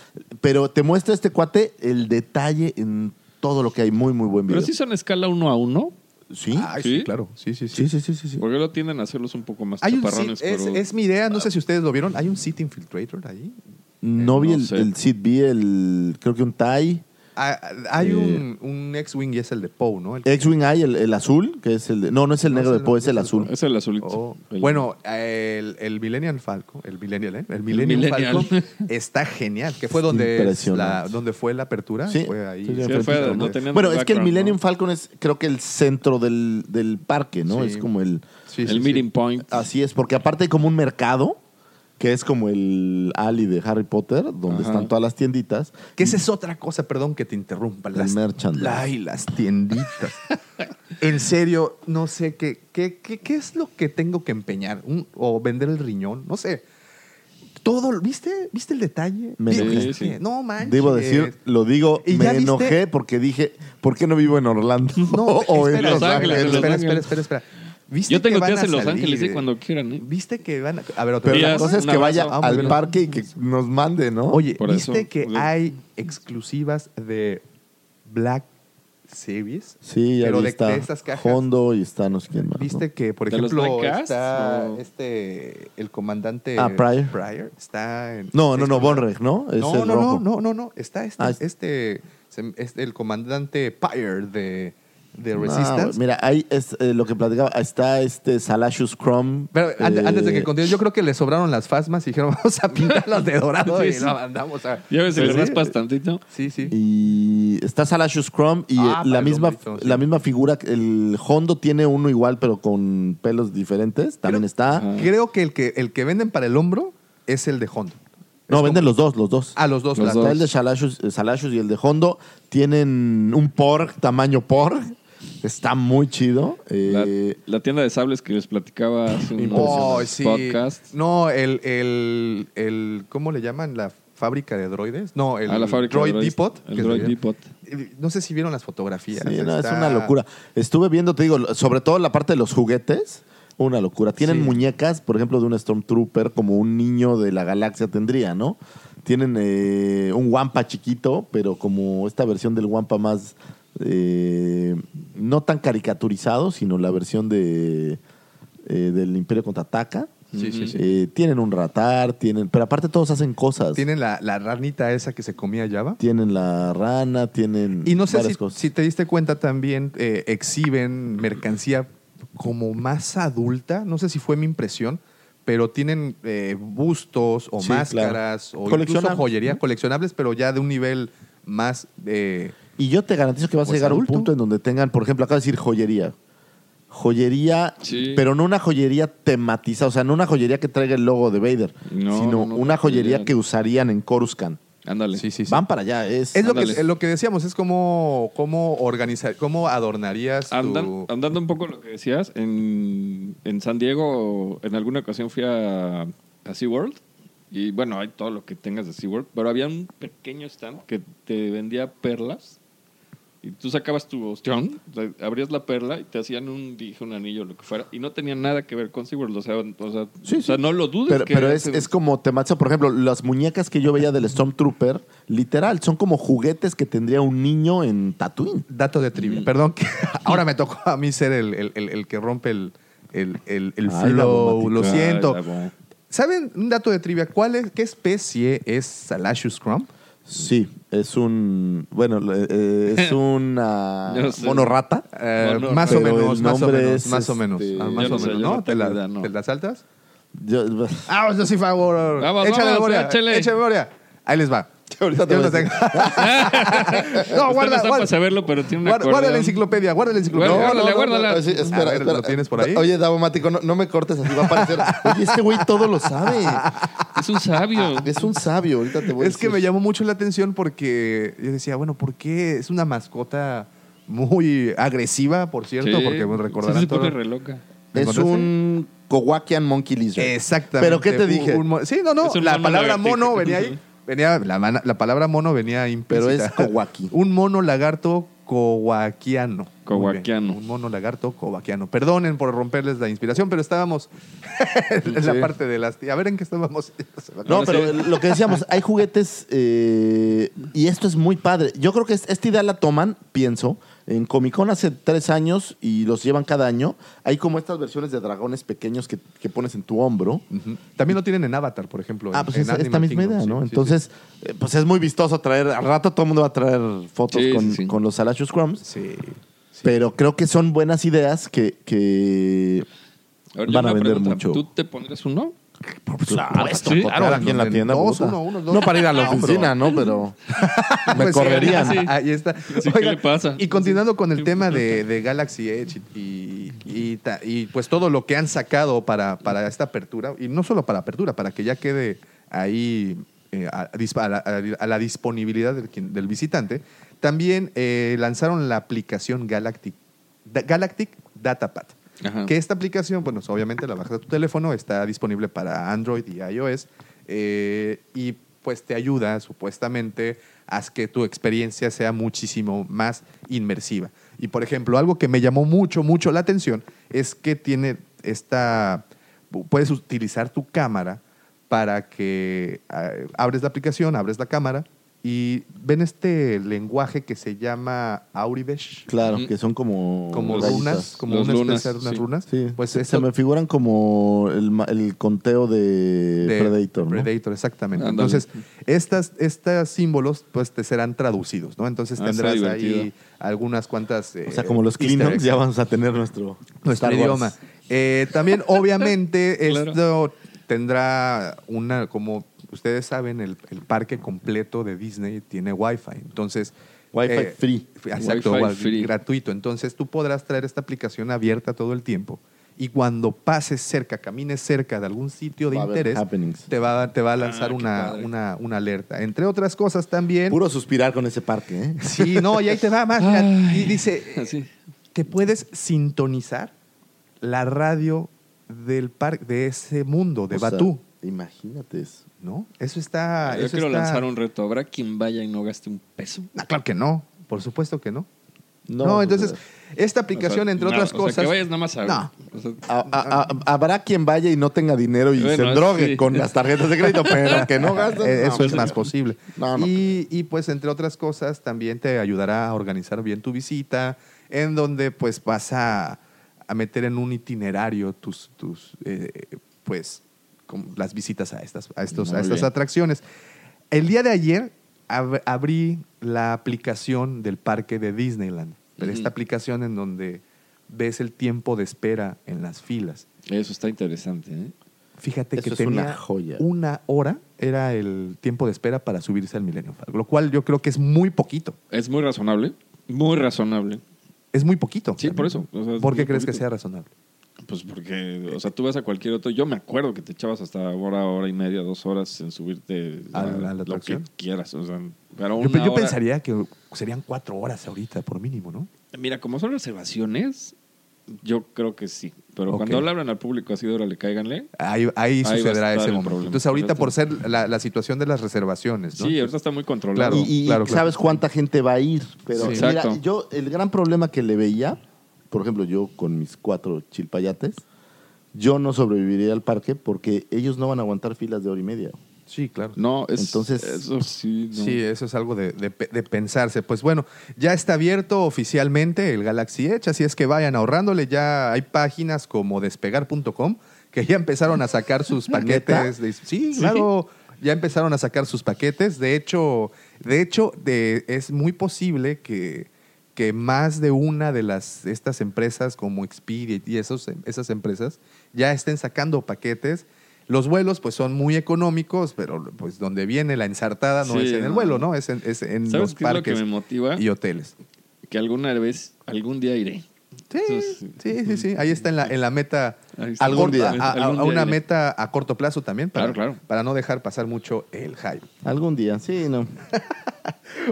C: pero te muestra este cuate el detalle en todo lo que hay. Muy, muy buen video.
D: Pero sí son escala uno a uno.
C: ¿Sí?
B: Ay, sí,
D: ¿Sí?
B: claro. Sí, sí,
C: sí,
B: sí.
C: sí, sí, sí, sí.
D: Porque lo tienden a hacerlos un poco más
B: Hay un
D: chaparrones.
B: sit- es,
D: pero-
B: es mi idea, no sé si ustedes lo vieron. Hay un Seat Infiltrator ahí.
C: No vi
D: no
C: el,
D: sé.
C: el Sid, vi el. Creo que un TIE.
B: Ah, ah, Hay un,
C: Eh.
B: un X-Wing y es el de Poe, ¿no? El-
C: X-Wing hay, el, el azul, que es el. de- no, no es el
B: No,
C: negro
B: es
C: de
B: el-
C: Poe, es el
B: es el
C: azul.
D: Es el azulito.
B: Oh,
D: El-
B: Bueno, el, el Millennial Falcon, el Millennial, ¿eh? el Millennium
D: Millennial.
B: Falcon está genial, que fue donde, es la,
C: Impresionante.
B: donde fue la apertura,
C: Sí,
B: Ah, fue
C: sí,
B: ahí.
C: sí,
D: Sí,
C: enfrente
D: fue,
C: de la
D: no
C: nave.
D: tenían
C: bueno,
D: el
C: es que el
D: background,
C: Millennium
D: ¿no?
C: Falcon es, creo que el centro del, del parque, ¿no?
B: Sí.
C: Es como el.
B: Sí, sí,
D: el
B: sí.
D: meeting point.
C: Así es, porque aparte hay como un mercado, que es como el Ali de Harry Potter, donde
D: Ajá.
C: están todas las tienditas.
B: Que esa es otra cosa, perdón que te interrumpa. Las,
C: merchandise.
B: la- y las tienditas. en serio, no sé qué, qué, qué, qué es lo que tengo que empeñar. Un- o vender el riñón, no sé. Todo, ¿viste? ¿Viste el detalle?
C: Me
B: ¿Viste?
D: enojé. Sí, sí.
B: No manches.
C: Debo
B: Eh,
C: decir, lo digo,
B: ¿Y
C: me
B: ya viste?
C: enojé porque dije, ¿por qué no vivo en Orlando?
B: No,
C: o en
B: espera,
C: Los
B: espera,
C: Ángeles.
B: espera,
D: Los
B: espera,
D: Ángeles.
B: espera, espera. ¿Viste
D: Yo tengo
B: que van
D: tías
B: a
D: en Los
B: salir?
D: Ángeles, ¿eh? Cuando quieran, ¿eh?
B: ¿Viste que van a.? A ver, otra
C: Pero la
D: Días,
C: cosa es
D: un
C: que vaya
D: abrazo.
C: al
B: Vámonos.
C: parque y que nos mande, ¿no?
B: Oye,
D: Por
B: ¿viste
D: eso, pues,
B: que
D: ok.
B: hay exclusivas de Black Series?
C: Sí, ya
B: Pero
C: vi,
B: de,
C: está
B: de estas cajas.
C: Hondo y está no sé quién más. ¿no?
B: ¿Viste que, por
D: ¿De los
B: ejemplo,
D: Black Cast?
B: está
D: ¿O?
B: este, el comandante
C: Ah, Pryor.
B: está en...
C: No, no,
B: es
C: no,
B: como-
C: Bonreg, ¿no? Es
B: no,
C: el
B: no,
C: rojo.
B: no, no, no, no, está este,
C: Ah, es-
B: este, se- este, el comandante Pyre de, de
C: No,
B: Resistance.
C: Ah, mira, ahí es eh, lo que platicaba. Está este Salacious Chrome.
B: Pero an-
C: eh,
B: antes de que continúe, yo creo que le sobraron las fasmas y dijeron, vamos a pintarlas de dorado
D: Sí,
B: y
D: sí.
B: la mandamos a...
D: Ya ves, si le
B: Pues sí,
D: raspas tantito.
B: Sí, sí.
C: Y está Salacious Chrome y
B: Ah,
C: eh, la,
B: para el
C: misma,
B: hombrito, sí.
C: la misma figura. El Hondo tiene uno igual, pero con pelos diferentes. También
B: Pero-
C: está.
D: Ajá.
B: Creo que el que, el que venden para el hombro es el de Honda.
C: No, venden los dos, los dos.
B: A Ah, los dos.
D: Los
B: las-
C: Está el de Salacious, eh, Salacious y el de Hondo. Tienen un por, tamaño por. Está muy chido.
D: La,
C: Eh,
D: la tienda de sables que les platicaba hace un
B: Oh, sí.
D: podcast.
B: No, el, el, el- ¿Cómo le llaman? La fábrica de droides. No, el
D: a Ah, la fábrica
B: Droid
D: de droides.
B: Depot.
D: El
B: que
D: Droid
B: se-
D: Depot.
B: Eh, No sé si vieron las fotografías.
C: Sí, no, es
B: Está-
C: una locura. Estuve viendo, te digo, lo- sobre todo la parte de los juguetes, una locura. Tienen
B: Sí.
C: muñecas, por ejemplo, de un Stormtrooper como un niño de la galaxia tendría, ¿no? Tienen eh, un Wampa chiquito, pero como esta versión del Wampa más, eh, no tan caricaturizado, sino la versión de eh, del Imperio Contraataca.
B: Sí, sí, sí.
C: Eh, tienen un ratar, tienen, pero aparte todos hacen cosas. Tienen,
B: Tienen la, la ranita esa que se comía Java.
C: la rana, tienen
B: Y no sé
C: varias
B: si,
C: cosas.
B: si te diste cuenta también, eh, exhiben mercancía como más adulta. No sé si fue mi impresión, pero tienen eh, bustos o
C: Sí,
B: máscaras o incluso
C: Coleccionables,
B: joyería
C: ¿no?
B: coleccionables, pero ya de un nivel más eh,
C: Y yo te garantizo que vas
B: Pues
C: a llegar
B: adulto.
C: a un punto en donde tengan, por ejemplo, acá decir joyería. Joyería,
D: Sí.
C: pero no una joyería tematizada, o sea, no una joyería que traiga el logo de Vader,
D: No,
C: sino
D: no, no,
C: una joyería
D: joyería.
C: que usarían en Coruscant.
D: Ándale.
B: Sí, sí, sí.
C: Van para allá, es.
B: Es lo que,
D: Ándale.
B: eh, lo que decíamos, es cómo, cómo organizar, cómo adornarías tu...
D: Andan- andando un poco lo que decías, en, en San Diego, en alguna ocasión fui a, a SeaWorld. Y bueno, hay todo lo que tengas de SeaWorld. Pero había un pequeño stand que te vendía perlas. Y tú sacabas tu ostión, o sea, abrías la perla y te hacían un dije, un anillo, lo que fuera. Y no tenía nada que ver con SeaWorld. O sea, o sea,
C: Sí,
D: o sea,
C: sí.
D: no lo dudes.
C: Pero,
D: que
C: pero es,
D: hacen-
C: es como tematiza, por ejemplo, las muñecas que yo veía del Stormtrooper, literal, son como juguetes que tendría un niño en Tatooine.
B: Dato de trivia. Perdón, que ahora me tocó a mí ser el, el- el- el que rompe el, el- el- el
C: Ay, la
B: flow.
C: bombática.
B: Lo
D: Ay,
B: siento.
D: la bo-
B: ¿Saben un dato de trivia? ¿Cuál es, ¿Qué especie es Salacious Crumb?
C: Sí, es un. Bueno, eh, es una.
D: Yo sé.
C: monorrata.
B: Eh,
D: No, no,
B: más, o
C: pero
B: menos,
C: el
B: más o
C: nombre
B: menos,
C: es,
B: más o menos,
C: este,
B: Ah,
D: yo
B: más
D: no
B: o
D: sé,
B: menos,
D: yo
B: ¿no?
D: no
B: ¿Te,
D: tengo
B: la,
D: idea, no.
B: ¿Te la saltas?
C: Yo-
B: Ah, yo sí, favor.
D: Vamos,
B: échale
D: vamos,
B: memoria,
D: échale.
B: échale memoria. Ahí les va.
C: Ahorita te
B: Yo
C: voy
B: no
C: a decir.
B: tengo. no,
D: Usted
B: guarda,
D: no está
B: guarda.
D: para saberlo, pero tiene una
B: Guarda, guarda la
D: acordeón.
B: enciclopedia, guarda la enciclopedia.
D: Guarda, guárdala, guárdala.
C: sí,
B: A ver, ¿lo tienes por ahí?
C: Oye, Davomático, no, no me cortes así, va a parecer. Oye, este güey todo lo sabe.
D: Es un sabio.
B: Ah,
C: Es un sabio, ahorita te voy a
B: Es que me llamó mucho la atención porque yo decía, bueno, ¿por qué es una mascota muy agresiva, por cierto?
D: Sí.
B: Porque bueno, recordarán
D: Sí, se
B: todo.
D: pone re loca.
B: ¿Me
C: Es
B: encontraste?
C: un Kowakian Monkey Lizard.
B: Exactamente.
C: ¿Pero qué te
B: Un-
C: dije?
B: un mo- sí, no, no.
D: Es un
B: La
D: mono
B: palabra
D: lagartijo.
B: mono venía ahí. Venía, la, mana- la palabra mono venía implícita.
C: Pero es kowaki.
B: Un mono lagarto coaquiano.
D: Coaquiano.
B: Un mono lagarto coaquiano. Perdonen por romperles la inspiración, pero estábamos en la
C: Sí.
B: parte de las... A ver en qué estábamos. Se me acaba.
C: No,
D: Ahora
C: pero
D: sí.
C: lo que decíamos, hay juguetes eh, y esto es muy padre. Yo creo que es- esta idea la toman, pienso, en Comic Con hace tres años y los llevan cada año. Hay como estas versiones de dragones pequeños que, que pones en tu hombro.
B: Ujú. También lo tienen en Avatar, por ejemplo.
C: Ah,
B: en-
C: pues
B: en
C: es- esta
B: Animal
C: misma
B: Kingdom,
C: idea,
B: sí,
C: ¿no?
B: sí, sí.
C: Entonces, eh, pues es muy vistoso traer. Al rato todo el mundo va a traer fotos
D: Sí,
C: con,
D: sí, sí.
C: con los Salacious Crumbs.
B: Sí.
C: Pero creo que son buenas ideas que. que
D: A ver, yo
C: Van a
D: una
C: vender
D: pregunta.
C: mucho.
D: ¿Tú te pondrías uno?
C: Por supuesto,
D: sí,
C: claro, aquí en la
B: en
C: tienda.
B: dos,
C: puta.
B: uno, uno, dos. Mm.
C: No para ir a la oficina, ¿no? Pero me
B: Pues sí,
C: correrían.
D: sí.
B: Ahí está.
D: Sí, ¿qué le pasa?
B: Y continuando con el
D: Sí.
B: tema de, de Galaxy Edge y, y ta- y, pues todo lo que han sacado para, para esta apertura, y no solo para apertura, para que ya quede ahí eh, a, dis- a la, a la disponibilidad del, quien- del visitante, también eh, lanzaron la aplicación Galactic, Da- Galactic Datapad.
D: Ajá.
B: Que esta aplicación, bueno, obviamente la bajas a tu teléfono, está disponible para Android y iOS eh, y pues te ayuda supuestamente a que tu experiencia sea muchísimo más inmersiva. Y por ejemplo, algo que me llamó mucho, mucho la atención es que tiene esta. Puedes utilizar tu cámara para que ah, abres la aplicación, abres la cámara y ven este lenguaje que se llama Auribesh.
C: Claro, que son como.
B: Como
D: Los-
B: runas, como
D: los
B: una
D: lunas,
B: especie de unas
D: sí.
B: runas.
C: Sí.
B: Pues
C: se,
B: eso
C: me figuran como el, ma- el conteo de,
B: de
C: Predator. ¿no?
B: Predator, exactamente.
D: Ándale.
B: Entonces, estas, estos símbolos pues te serán traducidos, ¿no? Entonces
D: Ah, está
B: tendrás
D: divertido.
B: ahí algunas cuantas... eh,
C: O sea, como los Klingons,
B: clínicos
C: ya vamos a tener nuestro,
B: nuestro
C: Star Wars.
B: idioma. Eh, también, obviamente,
D: Claro.
B: esto tendrá una, como ustedes saben, el, el parque completo de Disney tiene Wi-Fi. Entonces. eh,
C: Wi-Fi free.
B: Exacto,
D: Wi-Fi
B: wi-
D: free.
B: gratuito. Entonces tú podrás traer esta aplicación abierta todo el tiempo. Y cuando pases cerca, camines cerca de algún sitio de
C: Va a haber
B: interés,
C: happenings.
B: te va, a- te va a lanzar
D: Ah, qué
B: una,
D: padre.
B: una, una alerta. Entre otras cosas también.
C: Puro suspirar con ese parque, ¿eh?
B: Sí, no, y ahí te va más. Y dice,
D: Así.
B: te puedes sintonizar la radio del parque, de ese mundo, de
C: O sea,
B: Batú,
C: imagínate eso.
B: ¿no? Eso está...
D: Yo
B: ah, eso
D: quiero
B: está-
D: lanzar un reto. ¿Habrá quien vaya y no gaste un peso?
B: No, claro que no, por supuesto que no. No,
C: pues,
B: entonces,
C: eh,
B: esta aplicación,
D: O sea,
B: entre
D: nada,
B: otras
D: o sea,
B: cosas...
D: que vayas nada más a.
B: No.
D: o sea,
C: a- a- a- habrá quien vaya y no tenga dinero y
D: Bueno,
C: se drogue
D: sí.
C: con las tarjetas de crédito, pero que no gasten.
B: Eh, Eso
C: no,
B: es
C: hombre.
B: más posible.
C: No, no.
B: Y, y, pues entre otras cosas también te ayudará a organizar bien tu visita, en donde pues vas a, a meter en un itinerario tus, tus eh, pues como las visitas a estas, a estos, a
D: Muy
B: estas
D: bien.
B: atracciones. El día de ayer ab- abrí la aplicación del parque de Disneyland, pero esta
D: Ujú.
B: aplicación en donde ves el tiempo de espera en las filas.
D: Eso está interesante. ¿eh?
B: Fíjate
C: Eso
B: que
C: es
B: tenía
C: una joya.
B: una hora era el tiempo de espera para subirse al Millennium Falcon, lo cual yo creo que es muy poquito.
D: Es muy razonable. Muy razonable.
B: Es muy poquito.
D: Sí, por eso. O sea, es
B: ¿Por qué
D: muy
B: crees que
D: poquito.
B: sea razonable?
D: Pues porque, o sea, tú vas a cualquier otro. Yo me acuerdo que te echabas hasta hora, hora y media, dos horas en subirte
B: A la- a la
D: lo que
B: atracción.
D: quieras. O sea, pero
B: Yo,
D: una
B: yo
D: hora-
B: pensaría que serían cuatro horas ahorita, por mínimo, ¿no?
D: Mira, como son reservaciones, yo creo que sí. Pero
B: Ok.
D: cuando le hablan al público así, órale, cáiganle.
B: Ahí, ahí
D: Ahí va a
B: sucederá
D: estar
B: ese
D: el
B: momento.
D: problema.
B: Entonces, ahorita por
D: Correcto.
B: ser la, la situación de las reservaciones, Pues, ¿no?
D: Sí, ahorita está muy controlado.
B: Claro,
C: y, y
B: claro, claro.
C: sabes cuánta gente va a ir. Pero
D: Sí.
C: mira,
D: Exacto.
C: yo el gran problema que le veía, por ejemplo, yo con mis cuatro chilpayates, yo no sobreviviría al parque porque ellos no van a aguantar filas de hora y media.
B: Sí, claro.
D: No, es-
C: Entonces-
D: Eso sí. no.
B: Sí, eso es algo de, de pe- de pensarse. Pues bueno, ya está abierto oficialmente el Galaxy Edge, así es que vayan ahorrándole. Ya hay páginas como despegar.com que ya empezaron a sacar sus paquetes. de- sí, claro, ya empezaron a sacar sus paquetes. De hecho, de hecho de- es muy posible que, que más de una de las, estas empresas como Expedia y esos, esas empresas ya estén sacando paquetes. Los vuelos pues son muy económicos, pero pues donde viene la ensartada no
D: Sí,
B: es en el
D: no.
B: vuelo, ¿no? Es en, es en
D: ¿Sabes
B: los
D: qué es lo que
B: parques
D: me motiva?
B: y hoteles.
D: Que alguna vez, algún día iré.
B: Sí,
D: Entonces,
B: sí, sí, sí. Ahí está en la, en la meta.
D: Ahí está.
B: a
C: Algún
B: corto-
C: día.
B: a- A, a
D: Algún día
B: una
D: iré.
B: meta a corto plazo también para,
D: Claro, claro.
B: para no dejar pasar mucho el hype.
C: Algún día, sí, no.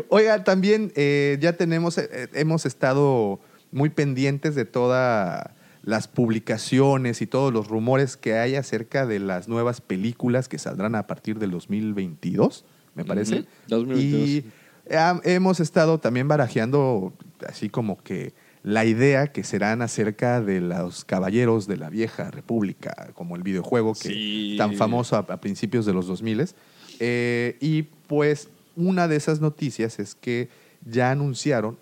B: Oiga, también eh, ya tenemos, eh, hemos estado muy pendientes de todas las publicaciones y todos los rumores que hay acerca de las nuevas películas que saldrán a partir del 2022, me parece.
D: Ujú, 2022.
B: Y eh, hemos estado también barajeando así como que la idea que serán acerca de los caballeros de la vieja república, como el videojuego que
D: Sí.
B: tan famoso a, a principios de los 2000. Eh, y pues una de esas noticias es que ya anunciaron,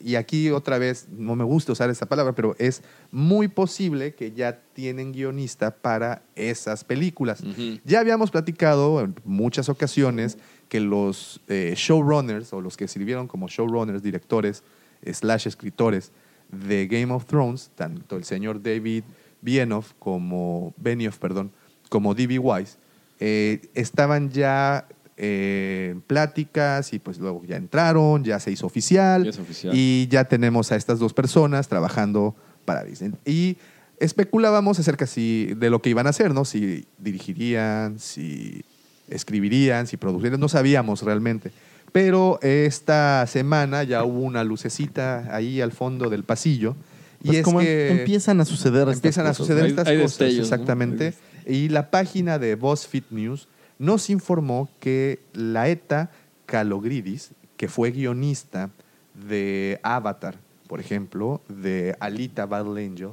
B: y aquí otra vez no me gusta usar esa palabra, pero es muy posible que ya tienen guionista para esas películas.
D: Ujú.
B: Ya habíamos platicado en muchas ocasiones que los eh, showrunners o los que sirvieron como showrunners, directores, slash escritores de Game of Thrones, tanto el señor David Bienoff como Benioff, perdón, como D.B. Wise, eh, estaban ya eh, en pláticas y pues luego ya entraron, ya se hizo oficial,
D: Ya es oficial.
B: y ya tenemos a estas dos personas trabajando para Disney. Y especulábamos acerca si, de lo que iban a hacer, ¿no? Si dirigirían, si escribirían, si producirían, no sabíamos realmente. Pero esta semana ya hubo una lucecita ahí al fondo del pasillo. Y
C: Pues
B: es
C: como
B: que
C: empiezan a suceder estas
B: empiezan a
C: cosas,
B: suceder
D: Hay-
B: estas
D: hay
B: cosas.
D: destellos, ¿no?
B: exactamente.
D: Hay
B: Y la página de BuzzFeed News nos informó que Laeta Calogridis, que fue guionista de Avatar, por ejemplo, de Alita Battle Angel,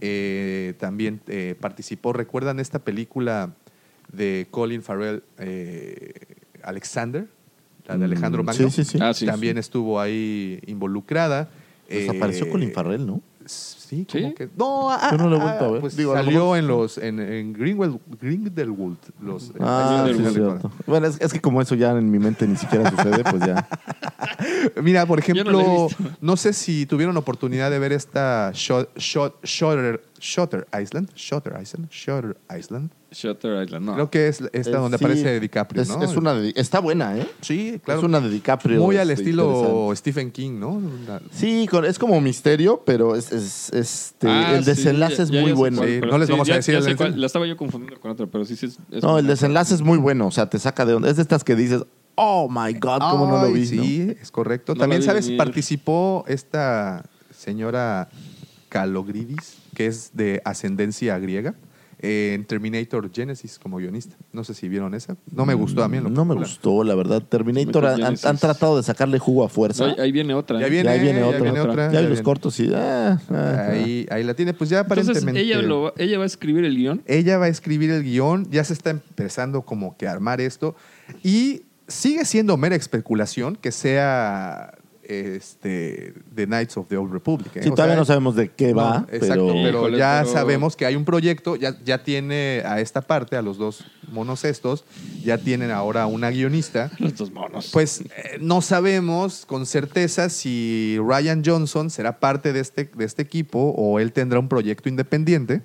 B: eh, también eh, participó. ¿Recuerdan esta película de Colin Farrell, eh, Alexander? La de Alejandro
C: Mm,
B: Magno.
C: sí, sí, sí.
D: Ah, sí,
B: también
D: sí.
B: estuvo ahí involucrada.
C: Desapareció
B: Eh,
C: Colin Farrell, ¿no?
B: Sí,
D: ¿Sí?
B: como que. No, ah,
C: Yo no lo he
B: ah,
C: vuelto a ver.
B: Pues
C: Digo, a lo
B: salió
C: mejor-
B: en los. En, en Greenwell- Grindelwald. Los,
C: Ah,
B: eh,
C: sí,
B: los-
C: cierto. Bueno, es, es que como eso ya en mi mente ni siquiera sucede, pues ya.
B: eh, Mira, por
D: Yo no
B: ejemplo,
D: la he
B: no,
D: visto.
B: sé si tuvieron oportunidad de ver esta Shot- Shot- Shutter, Shutter Island. Shutter Island. Shutter Island.
D: Shutter Island, no.
B: Creo que es esta
C: Eh,
B: donde
C: sí,
B: aparece DiCaprio,
C: es-
B: ¿no?
C: es una de- está buena, ¿eh?
B: Sí, claro.
C: Es una de DiCaprio.
B: Muy al
C: este,
B: estilo
C: interesante.
B: Stephen King, ¿no? Una-
C: Sí, con- es como misterio, pero es, es- este,
D: Ah,
C: el
D: sí,
C: desenlace
D: ya-
C: es
D: ya-
C: muy
D: ya sé
C: bueno.
D: cuál,
B: Sí,
D: pero-
B: no les vamos a
D: ya-
B: decir
D: ya
B: el
D: sé
B: desenlace.
D: cuál, La estaba yo confundiendo con otra, pero sí, sí es. es
C: No, el
D: buena.
C: desenlace es muy bueno, o sea, te saca de onda. Es de estas que dices, oh my god, ¿cómo no lo
B: Ay,
C: vi?
B: Sí, es correcto.
D: No
B: También,
D: la vi
B: ¿sabes?
D: venir.
B: Participó esta señora Calogridis, que es de ascendencia griega, eh, en Terminator Genesis como guionista. No sé si vieron esa. No me gustó a mí. en lo
C: No me
B: particular.
C: gustó, la verdad. Terminator
D: Terminator
C: han, han-
D: Genesis.
C: han tratado de sacarle jugo a fuerza.
D: Ahí, ahí viene otra.
B: Ya
D: ¿eh?
B: viene,
C: ya viene
B: ya
C: otra.
B: viene otra,
C: Ya
B: ya
C: vi los
B: viene.
C: cortos y. ah, ah,
B: Ahí, ahí la tiene. Pues ya
D: Entonces,
B: aparentemente.
D: ella, lo va- ella va a escribir el guión.
B: Ella va a escribir el guión, ya se está empezando como que a armar esto y sigue siendo mera especulación que sea este The Knights of the Old Republic. ¿eh?
C: Sí,
B: O
C: todavía
B: sea,
C: no sabemos de qué
B: no,
C: va,
B: exacto, pero,
D: Híjole,
B: ya
D: pero-
B: sabemos que hay un proyecto, ya, ya tiene a esta parte, a los dos monos estos, ya tienen ahora una guionista.
D: Los dos monos.
B: Pues eh, no sabemos con certeza si Ryan Johnson será parte de este, de este equipo o él tendrá un proyecto independiente.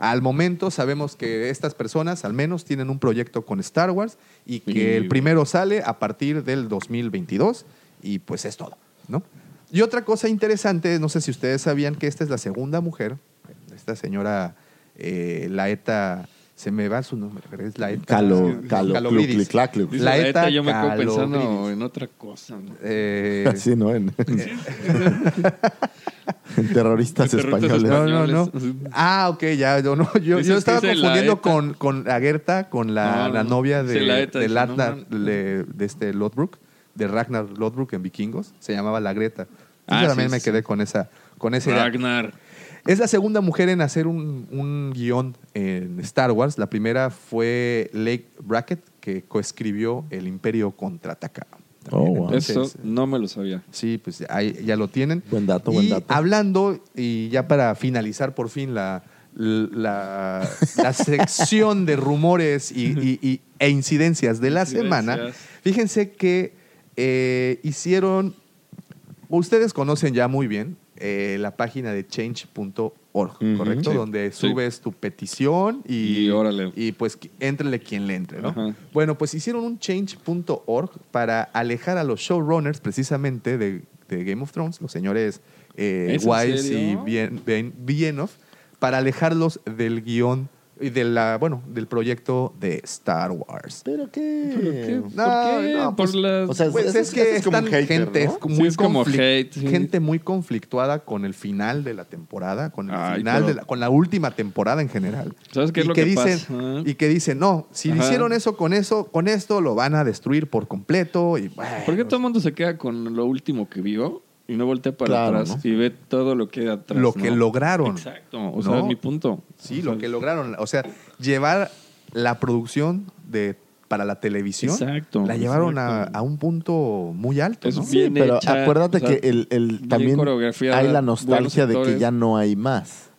B: Al momento sabemos que estas personas al menos tienen un proyecto con Star Wars y que
D: Y-
B: el primero sale a partir del 2022 y pues es todo, ¿no? Y otra cosa interesante, no sé si ustedes sabían que esta es la segunda mujer, esta señora eh, Laeta, se me va su nombre, pero es Laeta
C: Calo, calo,
B: Calogridis.
C: clucli, claclu.
D: Dice,
B: la
D: la ETA,
B: ETA
D: yo me quedo pensando
B: Calogridis.
D: en otra cosa. ¿no?
B: Eh,
C: Así, ¿no? En, en terroristas
D: En terroristas
C: españoles.
B: No, no, no.
D: españoles.
B: Ah, ok, ya. Yo, no, yo,
D: Dices
B: yo
D: que
B: estaba
D: dice la
B: confundiendo
D: ETA.
B: con, con la Gerta, con la,
D: No, no,
B: la
D: no.
B: novia de,
D: Sí, la ETA,
B: de,
D: dije,
B: Latna-
D: no, no.
B: de- de este Lodbrok, de Ragnar Lodbrok en Vikingos. Se llamaba la Greta.
D: Ah,
B: yo también
D: sí,
B: me
D: sí.
B: quedé con esa, con esa idea.
D: Ragnar.
B: Es la segunda mujer en hacer un, un guión en Star Wars. La primera fue Lake Brackett, que coescribió El Imperio Contraataca. También,
C: Oh, wow.
B: entonces,
D: Eso no me lo sabía.
B: Sí, pues ahí ya lo tienen.
C: Buen dato,
B: Y
C: buen dato.
B: Hablando, y ya para finalizar por fin la, la, la sección de rumores y, y- y- e incidencias de la
D: Incidencias.
B: semana, fíjense que eh, hicieron, ustedes conocen ya muy bien eh, la página de change.org,
C: Ujú.
B: ¿correcto?
D: Sí.
B: Donde
D: Sí.
B: subes tu petición y,
D: Y órale.
B: y pues qui- entrele quien le entre, ¿no?
D: Ajá.
B: Bueno, pues hicieron un change.org para alejar a los showrunners precisamente de, de Game of Thrones, los señores eh,
D: ¿Es en
B: Wise y
D: serio?
B: Bien- Ben- Bienoff, para alejarlos del guión y de la, bueno, del proyecto de Star Wars.
C: Pero qué.
D: ¿Qué? ¿Por
B: No,
D: qué?
B: no,
D: Por
B: pues,
D: las-
C: o sea,
B: Pues es,
C: es- es-
B: que
C: es como
B: están
C: un hater,
B: gente,
C: ¿no?
B: muy
D: Sí, es como
B: conflic-
D: hate, sí.
B: gente muy conflictuada con el final de la temporada, con el
D: Ay,
B: final
D: pero-
B: de la- con la última temporada en general.
D: ¿Sabes qué es
B: Y
D: lo que pasa?
B: Y que dicen, no, si
D: Ajá.
B: hicieron eso con eso, con esto lo van a destruir por completo. Y, bueno,
C: pues.
D: ¿Por qué todo el mundo se queda con lo último que vio y no voltea para
C: Claro,
D: atrás y ve todo lo que hay atrás?
B: Lo que
D: ¿no?
B: lograron.
D: Exacto. O sea,
B: ¿No?
D: es mi punto.
B: Sí, lo que lograron. O sea, llevar la producción de para la televisión.
D: Exacto,
B: La llevaron a,
D: exacto.
B: a un punto muy alto.
D: Es
B: ¿no?
D: bien
C: Sí, pero
D: hecha,
C: acuérdate
D: o sea,
C: que el, el-
D: bien
C: también
D: coreografiada,
C: hay la
D: buenos
C: nostalgia de que
D: actores.
C: ya no hay más.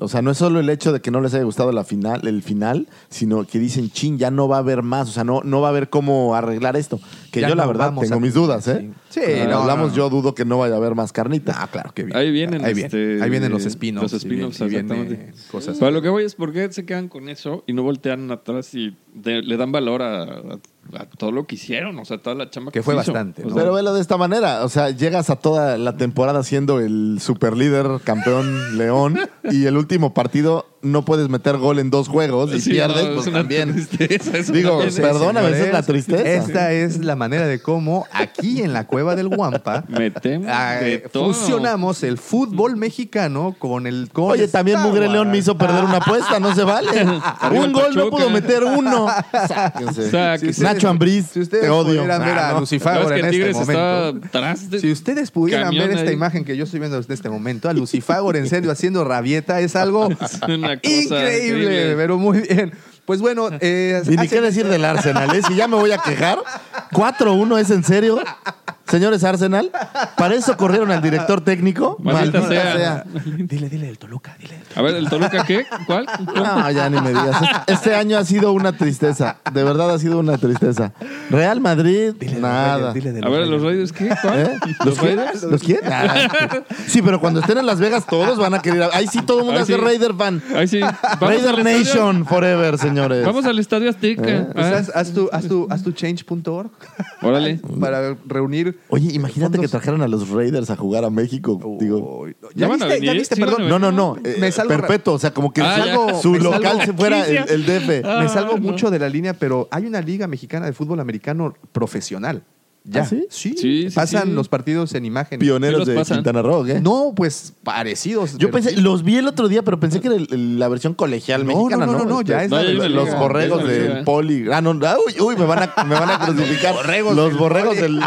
C: O sea, no es solo el hecho de que no les haya gustado la final, el final, sino que dicen, chin, ya no va a haber más. O sea, no, no va a haber cómo arreglar esto. Que
B: Ya
C: yo, la
B: no
C: verdad,
B: vamos
C: tengo
B: a-
C: mis dudas, ¿eh?
B: Sí,
C: Cuando
B: no,
C: hablamos,
B: no, no.
C: yo dudo que no vaya a haber más carnita.
B: Ah, claro que bien.
D: Ahí vienen,
B: ahí,
D: este,
B: ahí vienen los spin-offs.
D: Los
B: y viene-
D: spin-offs,
B: y viene
D: exactamente.
B: cosas.
D: Pero lo que voy es por qué se quedan con eso y no voltean atrás y de- le dan valor a, a- a todo lo que hicieron, o sea, toda la chamba que
B: Que fue
D: se hizo.
B: bastante,
D: O
B: ¿no?
D: sea,
C: Pero velo de esta manera, o sea, llegas a toda la temporada siendo el superlíder campeón León y el último partido no puedes meter gol en dos juegos y
D: Sí,
C: pierdes,
D: no, es
C: pues
D: una
C: también.
D: tristeza, es
C: Digo,
D: una tristeza.
C: perdón, a veces
B: Señores,
C: la tristeza.
B: Esta es la manera de cómo aquí en la cueva del Guampa
D: Metemos
B: ah,
D: de
B: eh,
D: todo.
B: fusionamos el fútbol mexicano con el con
C: Oye, también
B: Star
C: Mugre
B: Wars.
C: León me hizo perder una apuesta, no se vale.
D: Arriba
C: Un gol no
D: Pachuca.
C: pudo meter uno. Sáquense.
D: Sáquense.
B: ustedes-
C: Nacho Ambriz,
B: si ustedes
C: te odio.
B: pudieran ver
C: Ah,
B: a
C: no.
B: Lucifer
D: La verdad
B: ahora
D: es que
B: en
D: el
B: este
D: Tigres está
B: momento.
D: atrás de-
B: Si ustedes pudieran
D: Camión
B: ver esta
D: ahí.
B: imagen que yo estoy viendo en este momento, a Lucifagor en serio haciendo rabieta, es algo
D: Es una cosa
B: increíble,
D: increíble.
B: pero muy bien. Pues bueno, eh,
C: Y ni
B: hace-
C: qué decir del Arsenal, ¿eh? Si ya me voy a quejar. 4-1, ¿es en serio? Señores Arsenal, ¿para eso corrieron al director técnico?
D: Maldita sea.
B: Dile, dile del Toluca, dile.
D: A ver, ¿el Toluca qué? ¿Cuál?
C: No, ya ni me digas. Este año ha sido una tristeza. De verdad ha sido una tristeza. Real Madrid,
B: Dile de los
C: nada.
B: Raiders, dile de
D: A ver, ¿los Raiders qué? ¿Cuál?
C: ¿Eh? ¿Los Raiders? ¿Los quién? Ah. Sí, pero cuando estén en Las Vegas todos van a querer. Ahí sí todo el mundo
D: Ahí
C: es de
D: sí.
C: Raider fan.
D: Ahí sí. Vamos al
C: Raider
D: estadio-
C: Nation forever, señores.
D: Vamos al Estadio Azteca.
B: Pues
D: Ah,
B: haz, haz tu, haz tu, haz tu change.org
D: Órale.
B: ah, para reunir.
C: Oye, imagínate que
B: fondos.
C: trajeran a los Raiders a jugar a México. Digo,
B: Uy, no,
D: ¿Ya
B: ¿Ya,
D: van a
B: viste? ¿Ya
D: venir?
B: viste?
D: Sí, van a
B: Perdón.
D: venir.
C: no, no, no. eh,
B: Me salgo-
C: perpetuo. O sea, como que
D: Ah, ya.
C: su
B: Me salgo-
C: local se fuera el, el DF.
D: Ah,
B: Me salgo
D: no.
B: mucho de la línea, pero hay una liga mexicana de fútbol americano profesional. ¿Ya?
C: ¿Ah, sí?
B: Sí.
D: Sí, sí,
B: Pasan
D: sí.
B: los partidos en imagen.
C: Pioneros
D: Sí los
C: de
D: pasan.
C: Quintana Roo, ¿eh?
B: No, pues parecidos.
C: Yo
B: pero
C: pensé,
B: sí.
C: los vi el otro día, pero pensé que era el- el- la versión colegial
B: No,
C: mexicana,
B: no,
C: ¿no?
B: no, no, no, ya
C: Este,
B: es la
D: de
C: los-
D: la
C: Los
D: liga,
C: borregos
D: es la
C: del
D: liga.
C: poli. Ah, no, ah, uy, uy, me van a, me van a crucificar. los borregos del,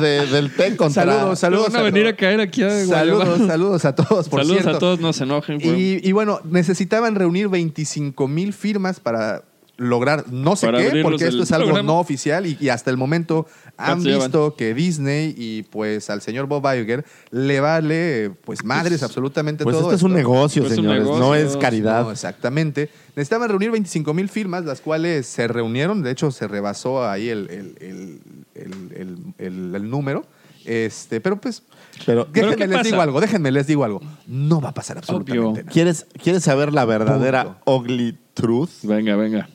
C: de- del TEC contra...
B: Saludos,
D: Luego
B: saludos.
D: van a venir a caer aquí a
B: Saludos,
D: Guayabal.
B: saludos a todos, por
D: Saludos
B: cierto.
D: a todos, no se enojen. fue-
B: Y, y bueno, necesitaban reunir 25 mil firmas para lograr no sé
D: Para
B: qué,
D: abrirlos
B: porque esto
D: el
B: es algo
D: programa.
B: no oficial y, y hasta el momento han
D: ¿Cuántos llevan?
B: visto que Disney y pues al señor Bob Iger le vale eh, pues madres absolutamente
C: Pues
B: todo.
C: esto es un
B: esto.
C: negocio,
D: Pues es un
C: señores. no
D: negocio.
C: es caridad.
B: No, exactamente. Necesitaban reunir 25 mil firmas, las cuales se reunieron. De hecho, se rebasó ahí el, el- el- el- el- el- el número. Este, pero pues,
C: Pero,
B: déjenme
D: qué
B: les
D: pasa?
B: digo algo, déjenme les digo algo. No va a pasar absolutamente
D: Obvio.
B: nada.
C: ¿quieres, ¿quieres saber la verdadera ugly truth?
D: Venga, venga.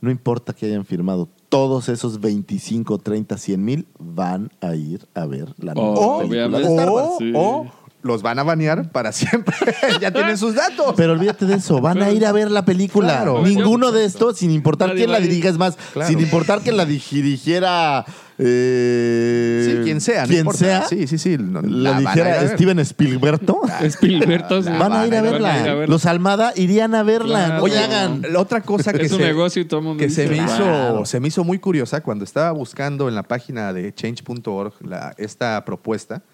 C: No importa que hayan firmado. Todos esos 25, 30, 100 mil van a ir a ver la nueva
D: Oh,
C: película de
D: obviamente.
C: Star Wars.
B: O,
D: Sí.
B: o los van a banear para siempre. ya tienen sus datos.
C: Pero olvídate de eso, van a ir a ver la película.
B: Claro.
C: Ninguno de estos, sin importar
D: Nadie
C: quién
D: va
C: la
D: a ir.
C: dirija, es más,
B: Claro.
C: sin importar que la digi- dirigiera. eh,
B: sí, quien sea, no
C: quien
B: importa.
C: sea,
B: Sí, sí, sí. no,
C: la,
B: van a ir a
C: dijera
B: ver.
C: Steven Spielberto,
D: Espilbertos.
B: La
C: Ah, van a ir a
B: van a ir
C: verla.
B: a
D: verla.
C: Los Almada irían a verla.
D: Claro.
C: No
B: Oye,
C: se hagan.
B: la otra cosa que
D: Es un
B: se-
D: negocio y todo el mundo
B: que se me
D: dice, "Ah,
B: hizo
C: "Claro".
B: se me hizo muy curiosa cuando estaba buscando en la página de change.org la- esta propuesta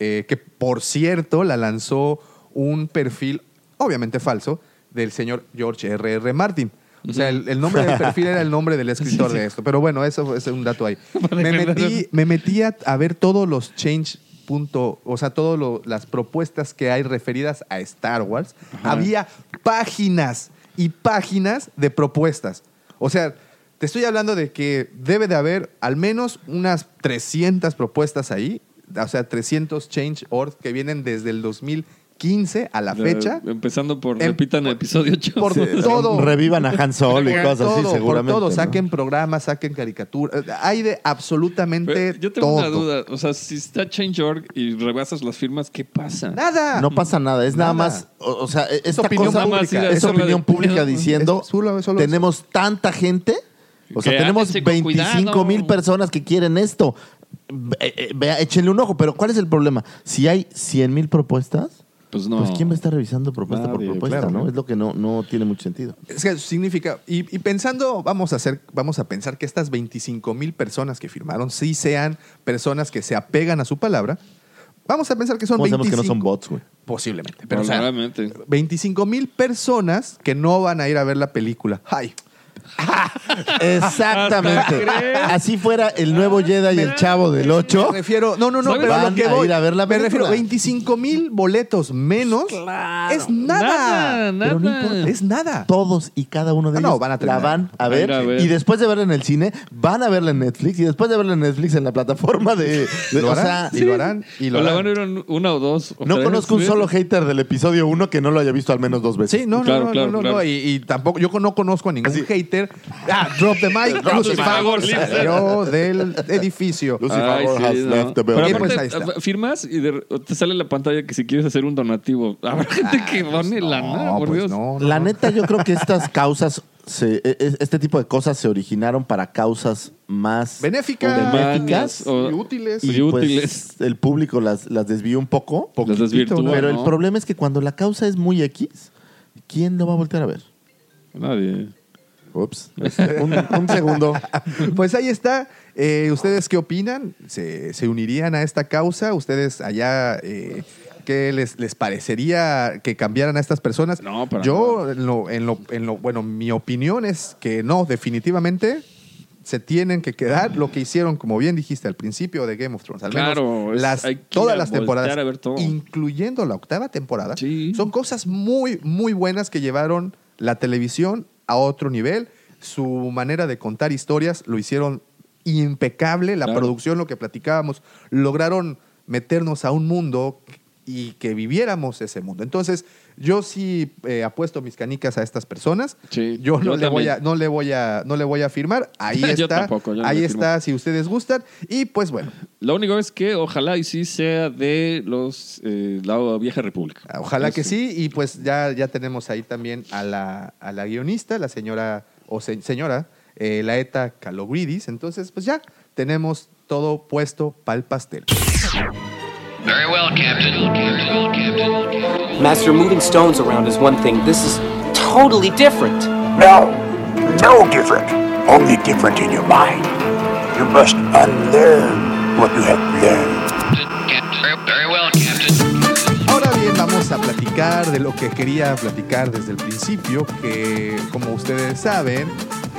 B: eh, que por cierto la lanzó un perfil obviamente falso del señor George R.R. Martin o sea, el, el nombre del perfil era el nombre del escritor de esto. Pero bueno, eso es un dato ahí. Me metí, me metí a, a ver todos los change punto, o sea, todas las propuestas que hay referidas a Star Wars. Había páginas y páginas de propuestas. O sea, te estoy hablando de que debe de haber al menos unas 300 propuestas ahí, o sea, 300 change org que vienen desde el 2015 a la fecha.
D: Empezando por,
B: Em-
D: repitan el episodio 8.
B: Por todo.
C: Revivan a Han Solo y
B: Por
C: cosas
B: todo,
C: así,
B: por
C: seguramente.
B: todo.
C: ¿no?
B: Saquen programas, saquen caricaturas. Hay de absolutamente
D: Yo tengo una
B: todo.
D: duda. O sea, si está Change.org y rebasas las firmas, ¿qué pasa?
B: Nada.
C: No pasa nada, es nada,
B: Nada.
C: más, o, o sea, e- esta
B: opinión
C: cosa
B: pública.
C: pública, es
D: Solo
C: opinión
D: de-
C: pública diciendo,
B: Es solo- solo-
C: tenemos tanta gente, o sea,
D: Que
C: tenemos
D: átense con
C: 25 mil
D: cuidado.
C: personas que quieren esto. Ve- eh, vea, échenle un ojo, pero ¿cuál es el problema? Si hay 100 mil propuestas,
D: Pues no.
C: pues ¿quién va a estar revisando propuesta
D: Nadie,
C: por propuesta?
D: claro.
C: ¿no? Es lo que no, no tiene mucho sentido.
B: Es que significa, y, y pensando, vamos a, hacer, vamos a pensar que estas 25 mil personas que firmaron sí sean personas que se apegan a su palabra. Vamos a pensar que son
C: ¿Cómo sabemos
B: 25
C: que no son bots, güey?
B: Posiblemente. Pero, o sea,
D: Probablemente.
B: 25 mil personas que no van a ir a ver la película. ¡Ay!
C: Exactamente.
D: ¿Hasta crees?
C: Así fuera el nuevo Jedi
B: Ah,
C: y el chavo del 8.
B: Me refiero, no, no, no,
D: ¿Sabes?
B: pero a
C: Van
B: lo que
C: a
B: voy.
C: ir a ver la
B: me refiero,
C: película.
B: 25 mil boletos menos es nada.
D: Nada,
B: Pero no
D: nada.
B: importa, es nada.
C: todos y cada uno de
B: Ah, no,
C: ellos
B: van a
C: la
B: terminar.
C: van a
D: Van a
C: ver,
D: ir a ver.
C: y después de verla en el cine van a verla en Netflix y después de verla en Netflix en la plataforma de, de-
B: Lo
C: o
B: harán,
C: sea,
B: y lo harán, y lo
D: O la
B: harán.
D: van a ir en una o dos. o
C: no
D: tres,
C: conozco un
D: ¿sí?
C: solo hater del episodio 1 que no lo haya visto al menos dos veces.
B: Sí, no, no,
D: Claro,
B: no,
D: claro,
B: no, no,
D: claro.
B: Y, y tampoco, yo no conozco a ningún
C: Así,
B: hater Twitter. Ah, drop the mic.
D: Drop the
B: Lucy
D: mic.
B: Favor salió del edificio.
C: Lucy
D: Ay,
C: Favor
D: sí,
C: has
D: no.
C: left the
D: Pero
C: building.
B: Y pues
D: aparte,
B: ahí está.
D: firmas y de- te sale la pantalla que si quieres hacer un donativo. Habrá gente que pone lana,
B: Ah, pues No,
D: por
B: pues
D: Dios.
B: no, no,
C: La
B: no.
C: neta, yo creo que estas causas, se- e- e- este tipo de cosas se originaron para causas más
B: Benéficas.
C: benéficas.
D: Mañas, o-
B: Y útiles.
D: Y
C: pues,
D: útiles.
C: el público las, las desvió un poco.
D: Las desvirtúa,
B: ¿no?
C: pero el
D: ¿no?
C: problema es que cuando la causa es muy X, ¿quién lo va a voltear a ver?
D: Nadie.
C: Ups.
B: Este,
C: un, un segundo.
B: Pues ahí está. Eh, ¿Ustedes qué opinan? ¿Se, se unirían a esta causa? ¿Ustedes allá eh, qué les, les parecería que cambiaran a estas personas?
D: No, para
B: Yo, en lo, en lo- en lo- bueno, mi opinión es que no, definitivamente se tienen que quedar lo que hicieron, como bien dijiste al principio de Game of Thrones. Al menos
D: Claro, es-
B: las,
D: hay que ir
B: todas
D: a
B: las
D: voltear
B: temporadas,
D: a ver todo.
B: incluyendo la octava temporada,
D: Sí.
B: son cosas muy, muy buenas que llevaron la televisión a otro nivel. Su manera de contar historias lo hicieron impecable. La
D: Claro.
B: producción, lo que platicábamos, lograron meternos a un mundo y que viviéramos ese mundo. Entonces, yo sí eh, apuesto mis canicas a estas personas.
D: Sí,
B: yo no
D: yo
B: le voy a,
D: también.
B: no le voy a, no le voy a firmar. Ahí
D: Yo
B: está.
D: tampoco, yo no
B: ahí
D: le firmo.
B: está, si ustedes gustan. Y pues bueno,
D: Lo único es que ojalá y sí sea de los eh, la vieja república.
B: Ah, Ojalá que
D: Eso.
B: sí, y pues ya, ya tenemos ahí también a la, a la guionista, la señora, o se- señora, eh, Laeta Calogridis. Entonces, pues ya tenemos todo puesto para el pastel.
F: Very well, Captain.
G: Master, moving stones around is one thing. This is totally different.
H: No, no different. Only different in your mind. You must unlearn what you have learned.
F: Captain. Very, very well, Captain.
B: Ahora bien, vamos a platicar de lo que quería platicar desde el principio, que como ustedes saben,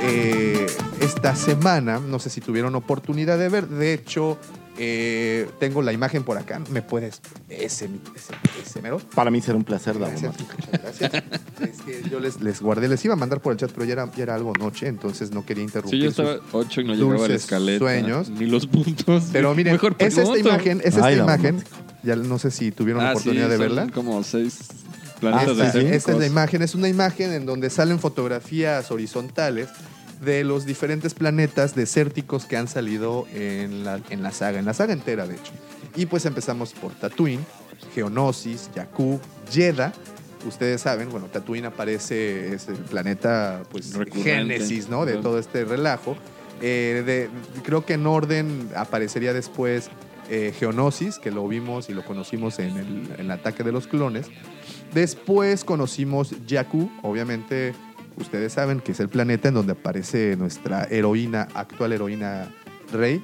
B: eh, esta semana, no sé si tuvieron oportunidad de ver, de hecho, eh, tengo la imagen por acá, me puedes, ese, mi- ese, ese mero.
C: Para mí será un placer, Davo.
B: Gracias,
C: Martín.
B: muchas gracias. es que yo les, les guardé, les iba a mandar por el chat, pero ya era, ya era algo noche, entonces no quería interrumpir.
D: Sí, yo
B: sus-
D: estaba 8 y no llegaba a la
B: dulces
D: escaleta.
B: sueños.
D: Ni los puntos.
B: Pero miren,
D: Mejor
B: es esta
D: pregunto.
B: imagen, es esta
C: Ay, la
B: imagen. Ya no sé si tuvieron
D: Ah,
B: oportunidad
D: sí,
B: de
D: son
B: verla.
D: Como seis
B: Ah,
D: planetas de
B: esta,
D: cinco.
B: esta es la imagen, es una imagen en donde salen fotografías horizontales de los diferentes planetas desérticos que han salido en la, en la saga, en la saga entera de hecho. Y pues empezamos por Tatooine, Geonosis, Jakku, Jeddah. Ustedes saben, bueno, Tatooine aparece, es el planeta, pues,
D: Recurrente.
B: génesis, ¿no? De
D: Ajá.
B: todo este relajo. Eh, de- creo que en orden aparecería después eh, Geonosis, que lo vimos y lo conocimos en el- en el ataque de los clones. Después conocimos Jakku, obviamente ustedes saben que es el planeta en donde aparece nuestra heroína, actual heroína Rey.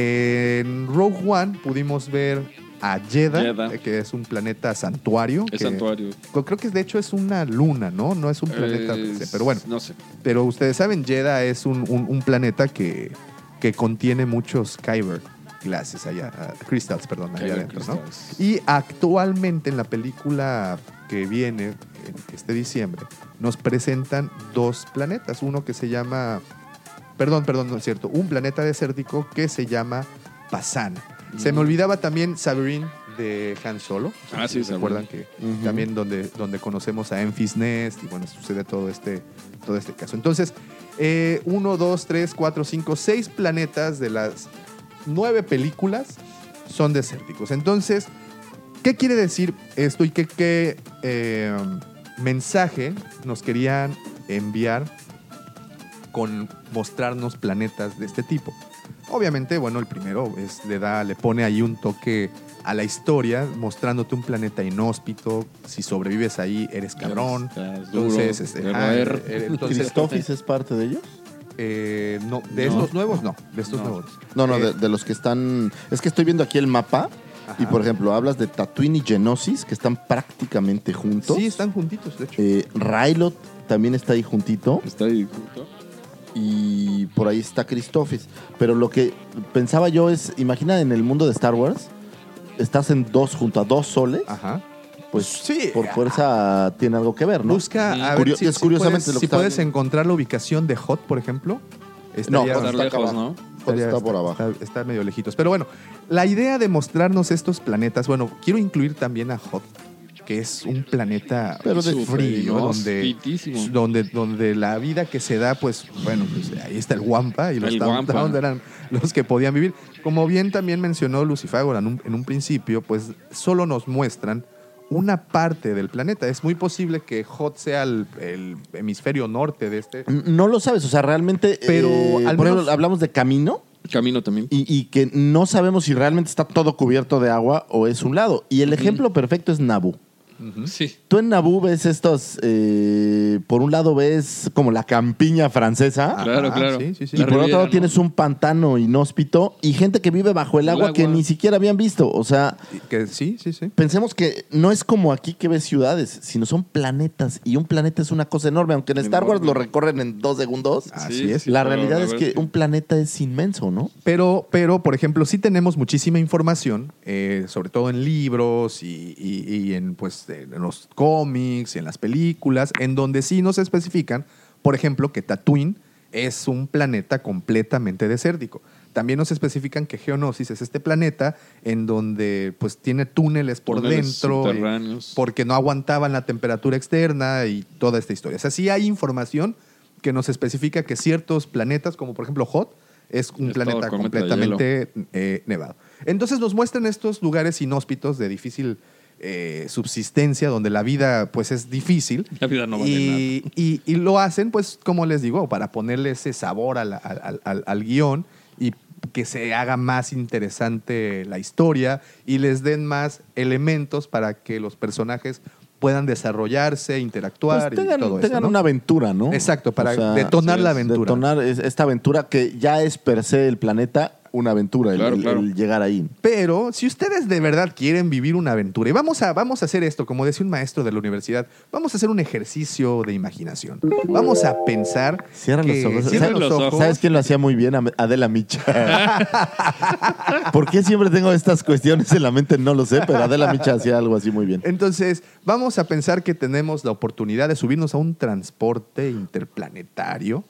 B: En Rogue One pudimos ver a Jedha,
D: Jedha.
B: eh, que es un planeta santuario.
D: Es
B: que-
D: santuario.
B: co- Creo que de hecho es una luna, ¿no? No es un planeta,
D: Es-
B: pero bueno.
D: No sé.
B: Pero ustedes saben, Jedha es un, un- un planeta que, que contiene muchos Kyber Glasses allá, ah, crystals, perdón, allá
D: Kyber
B: adentro, ¿no?
D: crystals.
B: Y actualmente en la película que viene en este diciembre, nos presentan dos planetas. Uno que se llama. Perdón, perdón, no es cierto. Un planeta desértico que se llama Pasan. Se me olvidaba también Sabrine de Han Solo.
D: Mm. Ah, sí,
B: ¿Se acuerdan que también donde, donde conocemos a Enfys Nest y bueno, sucede todo este, todo este caso. Entonces, eh, uno, dos, tres, cuatro, cinco, seis planetas de las nueve películas son desérticos. Entonces, ¿qué quiere decir esto y qué, qué, eh, mensaje nos querían enviar con mostrarnos planetas de este tipo? Obviamente, bueno, el primero es, le, da, le pone ahí un toque a la historia, mostrándote un planeta inhóspito. Si sobrevives ahí, eres cabrón.
D: Estás duro,
B: Entonces, este,
D: de
B: ajá,
D: roer.
B: eh, entonces
C: ¿Christophis es parte de ellos?
B: eh, no, de
D: No.
B: estos nuevos no, de estos
D: No.
B: nuevos.
C: No, no,
B: Eh,
C: de, de los que están. Es que estoy viendo aquí el mapa. Y por ejemplo, hablas de Tatooine y Genosis, que están prácticamente juntos.
B: Sí, están juntitos, de hecho.
C: Eh, Rylot también está ahí juntito.
D: Está ahí junto.
C: Y por ahí está Christophis. Pero lo que pensaba yo es: imagina en el mundo de Star Wars, estás en dos junto a dos soles.
B: Ajá.
C: Pues
B: Ah, Sí.
C: por fuerza tiene algo que ver, ¿no?
B: Busca a
C: Curio-
B: ver si,
C: es
B: si
C: curiosamente lo
B: puedes,
C: que
B: si
C: está-
B: puedes encontrar la ubicación de Hot, por ejemplo.
C: No,
B: Estaría-
C: Hot
D: Estar
C: está
D: lejos,
C: acá
D: ¿no?
C: Hot está, por abajo.
B: Está, está medio lejitos. Pero bueno, la idea de mostrarnos estos planetas, bueno, quiero incluir también a Hot, que es un planeta
C: Pero de
B: frío,
D: frío,
B: donde,
D: fritísimo.
B: donde, donde la vida que se da, pues bueno, pues, ahí está el Wampa y los
D: El
B: Downtown
D: Wampa.
B: eran los que podían vivir. Como bien también mencionó Lucifagor en un, en un principio, pues solo nos muestran una parte del planeta. Es muy posible que Hot sea el, el hemisferio norte de este.
C: No lo sabes, o sea, realmente.
B: Pero
C: eh,
B: al
C: por ejemplo,
B: menos-
C: hablamos de camino
D: Camino también.
C: y, y que no sabemos si realmente está todo cubierto de agua o es un lado. Y el ejemplo perfecto es Naboo.
D: Sí.
C: Tú en Naboo ves estos. eh, por un lado ves como la campiña francesa.
D: Claro, claro.
B: Ah, sí, sí, sí.
C: Y
D: La
C: por otro
D: Riviera,
C: lado
D: ¿no?
C: tienes un pantano inhóspito y gente que vive bajo el
D: El
C: agua, que
D: agua.
C: ni siquiera habían visto. O sea,
B: Que sí, sí, sí.
C: pensemos que no es como aquí que ves ciudades, sino son planetas. Y un planeta es una cosa enorme. Aunque en Star Wars lo recorren en dos segundos,
B: Así es.
C: la
D: pero
C: realidad
D: la
C: es
D: verdad
C: que un planeta es inmenso, ¿no?
B: Pero, pero, por ejemplo, sí tenemos muchísima información, eh, sobre todo en libros y, y- y en, pues, en los cómics y en las películas, en donde sí nos especifican, por ejemplo, que Tatooine es un planeta completamente desértico. También nos especifican que Geonosis es este planeta en donde pues tiene túneles por
D: Túneles
B: dentro, y-
D: subterráneos.
B: porque no aguantaban la temperatura externa y toda esta historia. O sea, sí hay información que nos especifica que ciertos planetas, como por ejemplo Hot, es un
D: Es
B: planeta
D: todo cometa de
B: completamente eh, nevado. Entonces nos muestran estos lugares inhóspitos de difícil eh, subsistencia, donde la vida pues es difícil.
D: La vida no vale
B: y, y- y lo hacen pues, como les digo, para ponerle ese sabor a la- al, al- al- al guión y que se haga más interesante la historia y les den más elementos para que los personajes puedan desarrollarse,
C: Pues
B: interactuar
C: tengan
B: y todo
C: tengan
B: eso. ¿no?
C: una aventura, ¿no?
B: Exacto, para detonar
C: sí,
B: la
C: es
B: aventura.
C: Detonar es- esta aventura que ya es per se el planeta una aventura, el-
D: Claro,
C: el-
D: claro.
C: el llegar ahí.
B: Pero si ustedes de verdad quieren vivir una aventura, y vamos a, vamos a hacer esto, como decía un maestro de la universidad, vamos a hacer un ejercicio de imaginación. Vamos a pensar.
C: Cierra
B: que-
C: los ojos.
B: Cierren
C: ¿Sabes-
B: los ojos.
C: ¿Sabes quién lo hacía muy bien? Am- Adela Micha. ¿Por qué siempre tengo estas cuestiones en la mente? No lo sé, pero Adela Micha hacía algo así muy bien.
B: Entonces, vamos a pensar que tenemos la oportunidad de subirnos a un transporte interplanetario.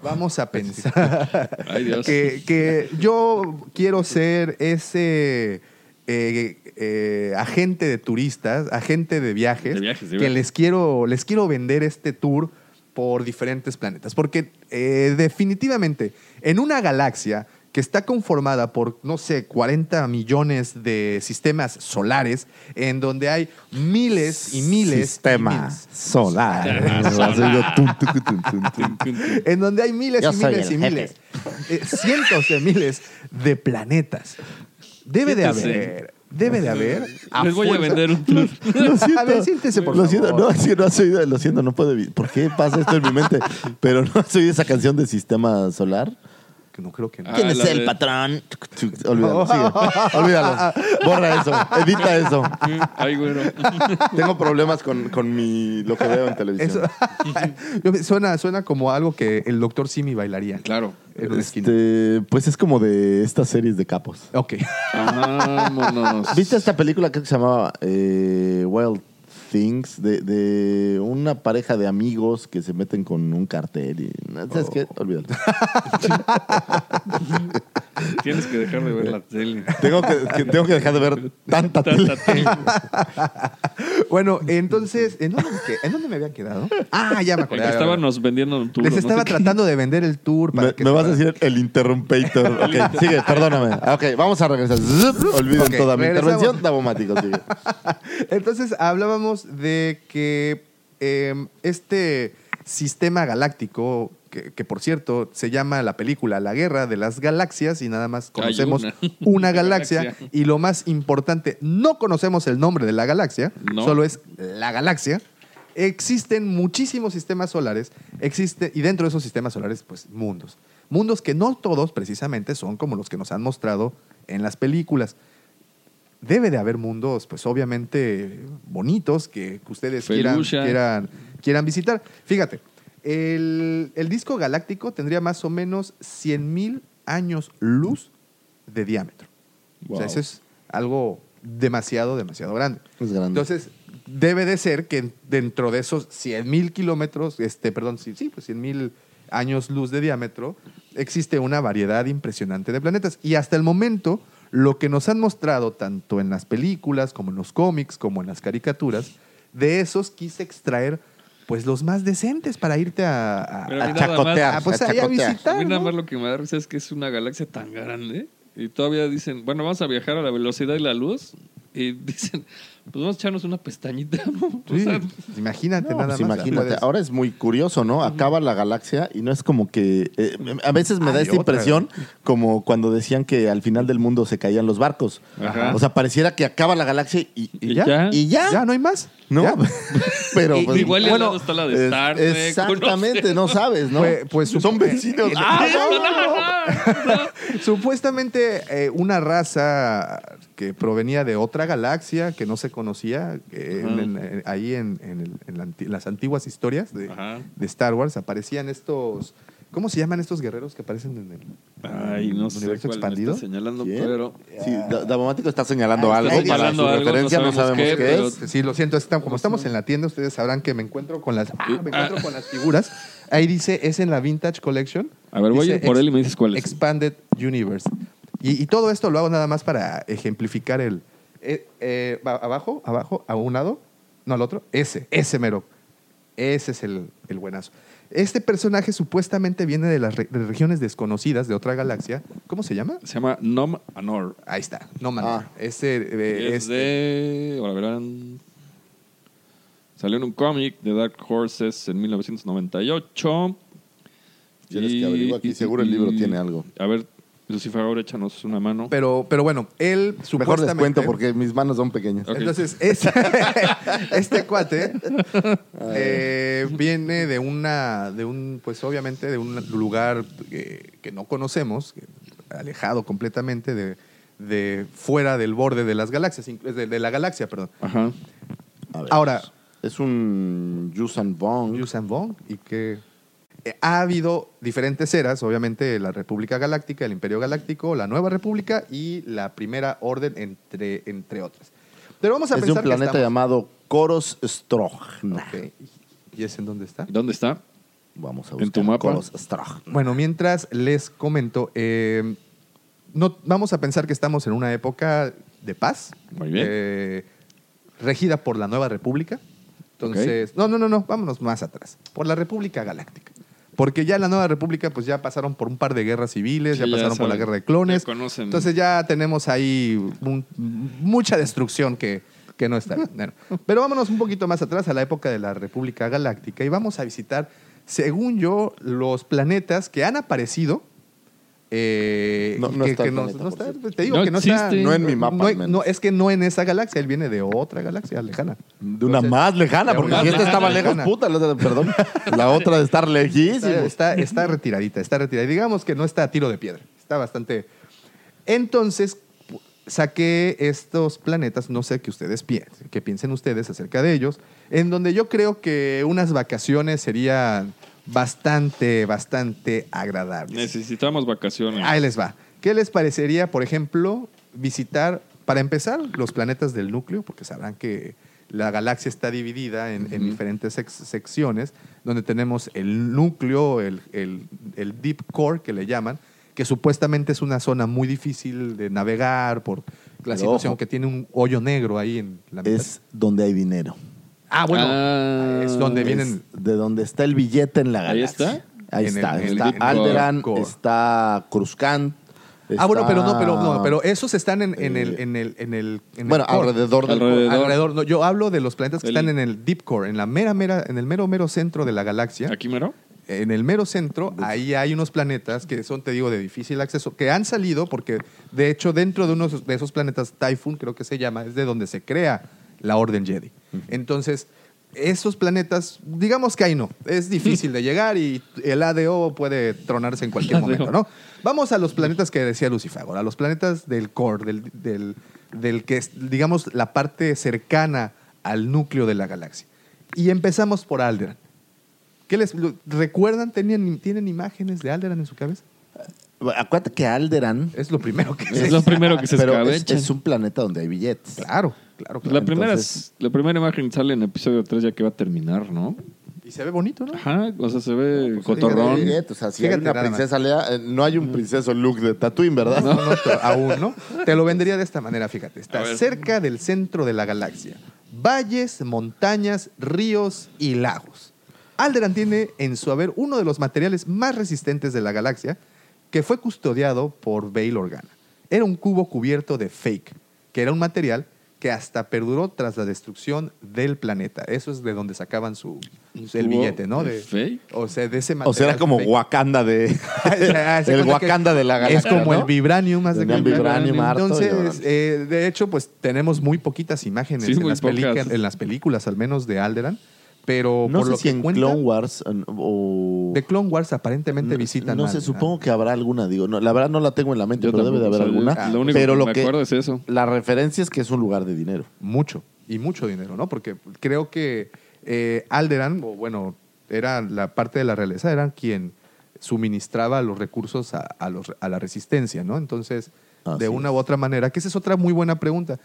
B: Vamos a pensar
D: Ay, Dios.
B: que, que yo quiero ser ese eh, eh, agente de turistas, agente de viajes,
D: De viajes,
B: que
D: de viajes.
B: les quiero, les quiero vender este tour por diferentes planetas. Porque eh, definitivamente, en una galaxia que está conformada por, no sé, 40 millones de sistemas solares, en donde hay miles y miles... y
C: Sistema
B: miles.
C: solar.
B: En donde hay miles
C: Yo
B: y
C: soy
B: miles
C: el
B: y
C: jefe.
B: miles. eh, cientos de miles de planetas. Debe de
D: Siéntese.
B: haber. Debe de haber.
D: Les voy a
B: fuerza-
D: vender un tour.
C: Lo siento.
B: A ver, siéntese, por
C: Lo
B: favor.
C: siento, no, sí, no has oído, lo siento, no puedo. evi- ¿Por qué pasa esto en mi mente? Pero no has oído esa canción de Sistema Solar.
B: Que no creo que no.
D: Ah,
C: ¿Quién es
D: la
C: el
D: de-
C: patrón? Olvídalo, sigue. Olvídalo. Borra eso, edita eso.
D: Ay, güero.
C: Tengo problemas con, con mi, lo que veo en televisión.
B: Eso- Yo me- suena, suena como algo que el doctor Simi bailaría.
D: Claro.
B: En una esquina.
C: Este, pues es como de estas series de capos.
B: Ok.
D: Vámonos.
C: ¿Viste esta película creo que se llamaba eh, Wild Things? De, de una pareja de amigos que se meten con un cartel y... ¿Sabes qué? Olvídalo.
D: Tienes que dejar de ver la tele.
C: tengo, que, que tengo que dejar de ver tanta tele.
D: Tanta tele.
B: Bueno, entonces, ¿en dónde, me que- en dónde me había quedado? Ah, ya me
D: El
B: acordé.
D: que
B: ya, ya, ya.
D: estábamos vendiendo un tour.
B: Les
D: no
B: estaba
D: sé qué.
B: tratando de vender el tour para
C: Me,
B: que.
C: me vas a decir el interrumpetor. Ok, sigue, perdóname. Ok, vamos a regresar. Zup, Olviden
B: Ok,
C: toda mi
B: regresamos.
C: intervención. Tabomático, sigue.
B: Entonces hablábamos de que eh, este sistema galáctico, que, que por cierto se llama la película La Guerra de las Galaxias y nada más conocemos
D: una.
B: una, galaxia,
D: Galaxia.
B: y lo más importante, no conocemos el nombre de la galaxia,
D: No.
B: solo es la galaxia. Existen muchísimos sistemas solares, existe, y dentro de esos sistemas solares, pues mundos. Mundos que no todos precisamente son como los que nos han mostrado en las películas debe de haber mundos, pues obviamente bonitos que, que ustedes quieran,
D: Felucia.
B: quieran, quieran visitar. Fíjate, el, el disco galáctico tendría más o menos 100.000 años luz de diámetro. O
D: Wow.
B: sea, eso es algo demasiado, demasiado grande.
C: Es grande.
B: Entonces, debe de ser que dentro de esos 100.000 kilómetros, este, perdón, sí, sí, pues 100.000 años luz de diámetro, existe una variedad impresionante de planetas. Y hasta el momento lo que nos han mostrado tanto en las películas como en los cómics, como en las caricaturas, de esos quise extraer pues los más decentes para irte a, a-
D: Pero
B: a
D: mira, nada
B: chacotear,
D: más-
B: ah, pues
C: a
B: ahí a
C: chacotear.
D: A
B: visitar.
D: mí nada
B: ¿no?
D: más lo que me da risa es que es una galaxia tan grande y todavía dicen, bueno, vamos a viajar a la velocidad de la luz y dicen, pues vamos a echarnos una pestañita, ¿no? O
B: Sí,
D: sea,
B: pues imagínate
C: No,
B: nada
C: pues
B: más.
C: imagínate,
B: puedes-
C: ahora es muy curioso, ¿no? Acaba la galaxia y no es como que... eh, a veces me da
B: Hay
C: esta
B: otra.
C: impresión como cuando decían que al final del mundo se caían los barcos.
D: Ajá.
C: O sea, pareciera que acaba la galaxia y, y-
D: ¿Y ya?
C: y ya.
B: no hay más.
C: ¿no?
B: Ya.
C: Pero pues,
D: igual y al
C: bueno,
D: lado está la de
C: es-
D: Star Trek,
C: Exactamente,
D: ¿no?
C: no sabes, ¿no?
B: Pues- pues,
C: Son
B: sup-
C: vecinos. ¡Ah, no, no, no!
B: Supuestamente eh, una raza que provenía de otra galaxia que no se conocía, eh, en- en- en- ahí en, en el- en la anti- las antiguas historias de,
D: Ajá.
B: de Star Wars aparecían estos... ¿Cómo se llaman estos guerreros que aparecen en el...
D: Ay, no sé
B: ¿Universo
D: cuál este me
B: expandido?
D: está señalando,
C: ¿Quién?
D: pero...
C: Sí, Da- Davomático está señalando
B: Ah,
C: algo
B: está
C: para
D: señalando
C: su
D: algo, no
C: referencia, no
D: sabemos
C: sabemos qué,
D: qué, pero-
C: es.
B: Sí, lo siento, estamos- como estamos en la tienda, ustedes sabrán que me encuentro con las, ah, me encuentro con las figuras. Ahí dice, es en la Vintage Collection.
D: A ver, voy a ir por él y me dices cuál es.
B: Expanded Universe. Y, y todo esto lo hago nada más para ejemplificar el... eh, eh, va- abajo, abajo, a un lado, no al otro, ese, ese mero. Ese es el, el buenazo. Este personaje supuestamente viene de las re- de regiones desconocidas de otra galaxia. ¿Cómo se llama?
D: Se llama Nom Anor.
B: Ahí está, no man.
C: Ah.
B: Ese, eh,
D: es
B: este-
D: de... Ahora verán... Salió en un cómic de Dark Horses en 1998.
C: Tienes que averiguar aquí, seguro el libro tiene algo.
D: A ver, Lucifer, ahora échanos una mano.
B: Pero, pero bueno, él
C: Mejor
B: supuestamente...
C: les cuento porque mis manos son pequeñas.
D: Ok.
B: Entonces, este, este cuate eh, viene de una, de un, pues obviamente de un lugar eh, que no conocemos, eh, alejado completamente de, de fuera del borde de las galaxias, inclu- de, de la galaxia, perdón.
D: Ajá.
C: A ver,
B: Ahora,
C: es un Yusan Bong.
B: Yuuzhan Vong, y que eh, ha habido diferentes eras, obviamente la República Galáctica, el Imperio Galáctico, la Nueva República y la Primera Orden, entre, entre otras. Pero vamos a
C: es de un
B: pensar que
C: planeta
B: estamos-
C: llamado Koros Strogna.
B: Ok. ¿Y es en dónde está?
D: ¿Dónde está?
C: Vamos a
D: ¿En
C: buscar
D: tu mapa?
C: Koros Strogna.
B: Bueno, mientras les comento, eh, no, vamos a pensar que estamos en una época de paz.
D: Muy bien.
B: eh, regida por la Nueva República. Entonces, no, no, no, no, vámonos más atrás. Por la República Galáctica. Porque ya la Nueva República, pues ya pasaron por un par de guerras civiles,
D: Sí,
B: ya
D: ya
B: pasaron por la
D: saben,
B: guerra de clones.
D: ya conocen.
B: Entonces ya tenemos ahí un- mucha destrucción que, que no está bien. Bueno, pero vámonos un poquito más atrás a la época de la República Galáctica y vamos a visitar, según yo, los planetas que han aparecido. eh,
C: No, no
B: que,
C: está
B: que
C: el
B: no-
C: planeta,
B: no
C: por
B: está-
C: cierto.
B: te digo
D: No
B: que no está-
D: existe. No
C: en mi mapa,
B: no-
C: al menos.
B: no, es que no en esa galaxia, él viene de otra galaxia lejana.
C: De una más lejana,
B: de
C: porque
B: una
C: si esta
B: más
C: estaba
B: lejana.
C: lejos, puta, la otra, perdón. La otra de estar lejísima.
B: Está, está, está retiradita, está retirada. Digamos que no está a tiro de piedra. Está bastante. Entonces, pu- saqué estos planetas, no sé qué ustedes piensen, qué piensen ustedes acerca de ellos, en donde yo creo que unas vacaciones serían bastante, bastante agradables.
D: Necesitamos
C: Mm.
D: vacaciones.
C: Ah,
B: Ahí les va. ¿Qué les parecería, por ejemplo, visitar, para empezar, los planetas del núcleo? Porque sabrán que la galaxia está dividida en, en diferentes sex- secciones, donde tenemos el núcleo, el, el- el deep core que le llaman, que supuestamente es una zona muy difícil de navegar por la
C: Pero
B: situación
C: ojo.
B: que tiene un hoyo negro ahí en la mitad.
C: Es donde hay dinero.
B: ah, bueno,
D: Ah,
B: es donde vienen...
C: Es de donde está el billete en la
D: Ahí
C: galaxia.
D: está.
C: Ahí
B: En
C: está.
B: el- en
C: está
B: el-
C: Alderan,
B: Core.
C: está Cruzcan.
B: Ah, bueno, pero no, pero no,
C: está-
B: pero esos están en, en el,
C: eh,
B: en el, en el, en el
C: Bueno,
B: core.
C: alrededor del
D: Alrededor.
B: alrededor. No, yo hablo de los planetas que
D: El-
B: están en el deep core, en la mera mera, en el mero mero centro de la galaxia.
D: ¿Aquí mero?
B: En el mero centro, ahí hay unos planetas que son, te digo, de difícil acceso, que han salido porque, de hecho, dentro de uno de esos planetas, Typhoon creo que se llama, es de donde se crea la Orden Jedi. Entonces, esos planetas, digamos que ahí no, es difícil de llegar y el ADO puede tronarse en cualquier momento, ¿no? Vamos a los planetas que decía Lucifago, a los planetas del core, del, del, del que es, digamos, la parte cercana al núcleo de la galaxia. Y empezamos por Alderan. ¿Qué les lo- recuerdan? ¿Tenían, ¿Tienen imágenes de Alderan en su cabeza?
C: Acuérdate que Alderan
B: Es lo primero que
D: Es lo primero que se
C: pero es,
D: escabecha.
C: es un planeta donde hay billetes.
B: Claro, claro, claro.
D: Pues la, primera,
C: entonces-
D: la primera imagen sale en episodio 3 ya que va a terminar, ¿no?
B: Y se ve bonito,
C: Ah.
B: ¿no?
D: Ajá, o sea, se ve
C: Fíjate,
D: cotorrón.
C: fíjate, o sea, si pues, hay
B: Fíjate
C: una
B: nada más. Mm.
C: princesa Lea, eh, no hay un princeso Luke de Tatooine, ¿verdad?
B: No, no, to- aún, ¿no? Te lo vendería de esta manera, fíjate.
D: A
B: Está
D: ver.
B: cerca del centro de la galaxia. Valles, montañas, ríos y lagos. Alderan tiene en su haber uno de los materiales más resistentes de la galaxia, que fue custodiado por Bail Organa. Era un cubo cubierto de fake, que era un material que hasta perduró tras la destrucción del planeta. Eso es de donde sacaban su, el
D: cubo
B: billete, ¿no?
D: de
B: De,
D: fake?
B: O sea, de ese material.
C: O sea, era como
B: fake.
C: Wakanda de.
B: Ah, se
C: el
B: cuenta que
C: Wakanda de la galaxia.
B: Es como el
C: ¿no?
B: vibranium, haz de
C: Tenían
B: cuenta.
C: vibranium harto y
B: Entonces,
C: órale.
B: eh, de hecho, pues tenemos muy poquitas imágenes
D: Sí,
B: en,
D: muy
B: las peli-
D: pocas.
B: en las películas, al menos de Alderan. Pero
C: No
B: por
C: sé
B: lo
C: si
B: que
C: en
B: cuentan,
C: Clone Wars en- o.
B: de Clone Wars aparentemente
C: no,
B: visitan.
C: No sé,
B: Alderaan.
C: supongo que habrá alguna, digo. No, la verdad no la tengo en la mente,
D: Yo
C: pero
D: tampoco,
C: debe de haber
D: o sea,
C: alguna.
D: yo- lo único
C: pero
D: que
C: lo
D: me
C: que.
D: acuerdo es eso.
C: La referencia es que es un lugar de dinero.
B: Mucho, y mucho dinero, ¿no? Porque creo que eh, Alderan, o bueno, era la parte de la realeza, eran quien suministraba los recursos a, a los- a la resistencia, ¿no? Entonces,
C: Así
B: de una
C: es.
B: u otra manera, que esa es otra muy buena pregunta.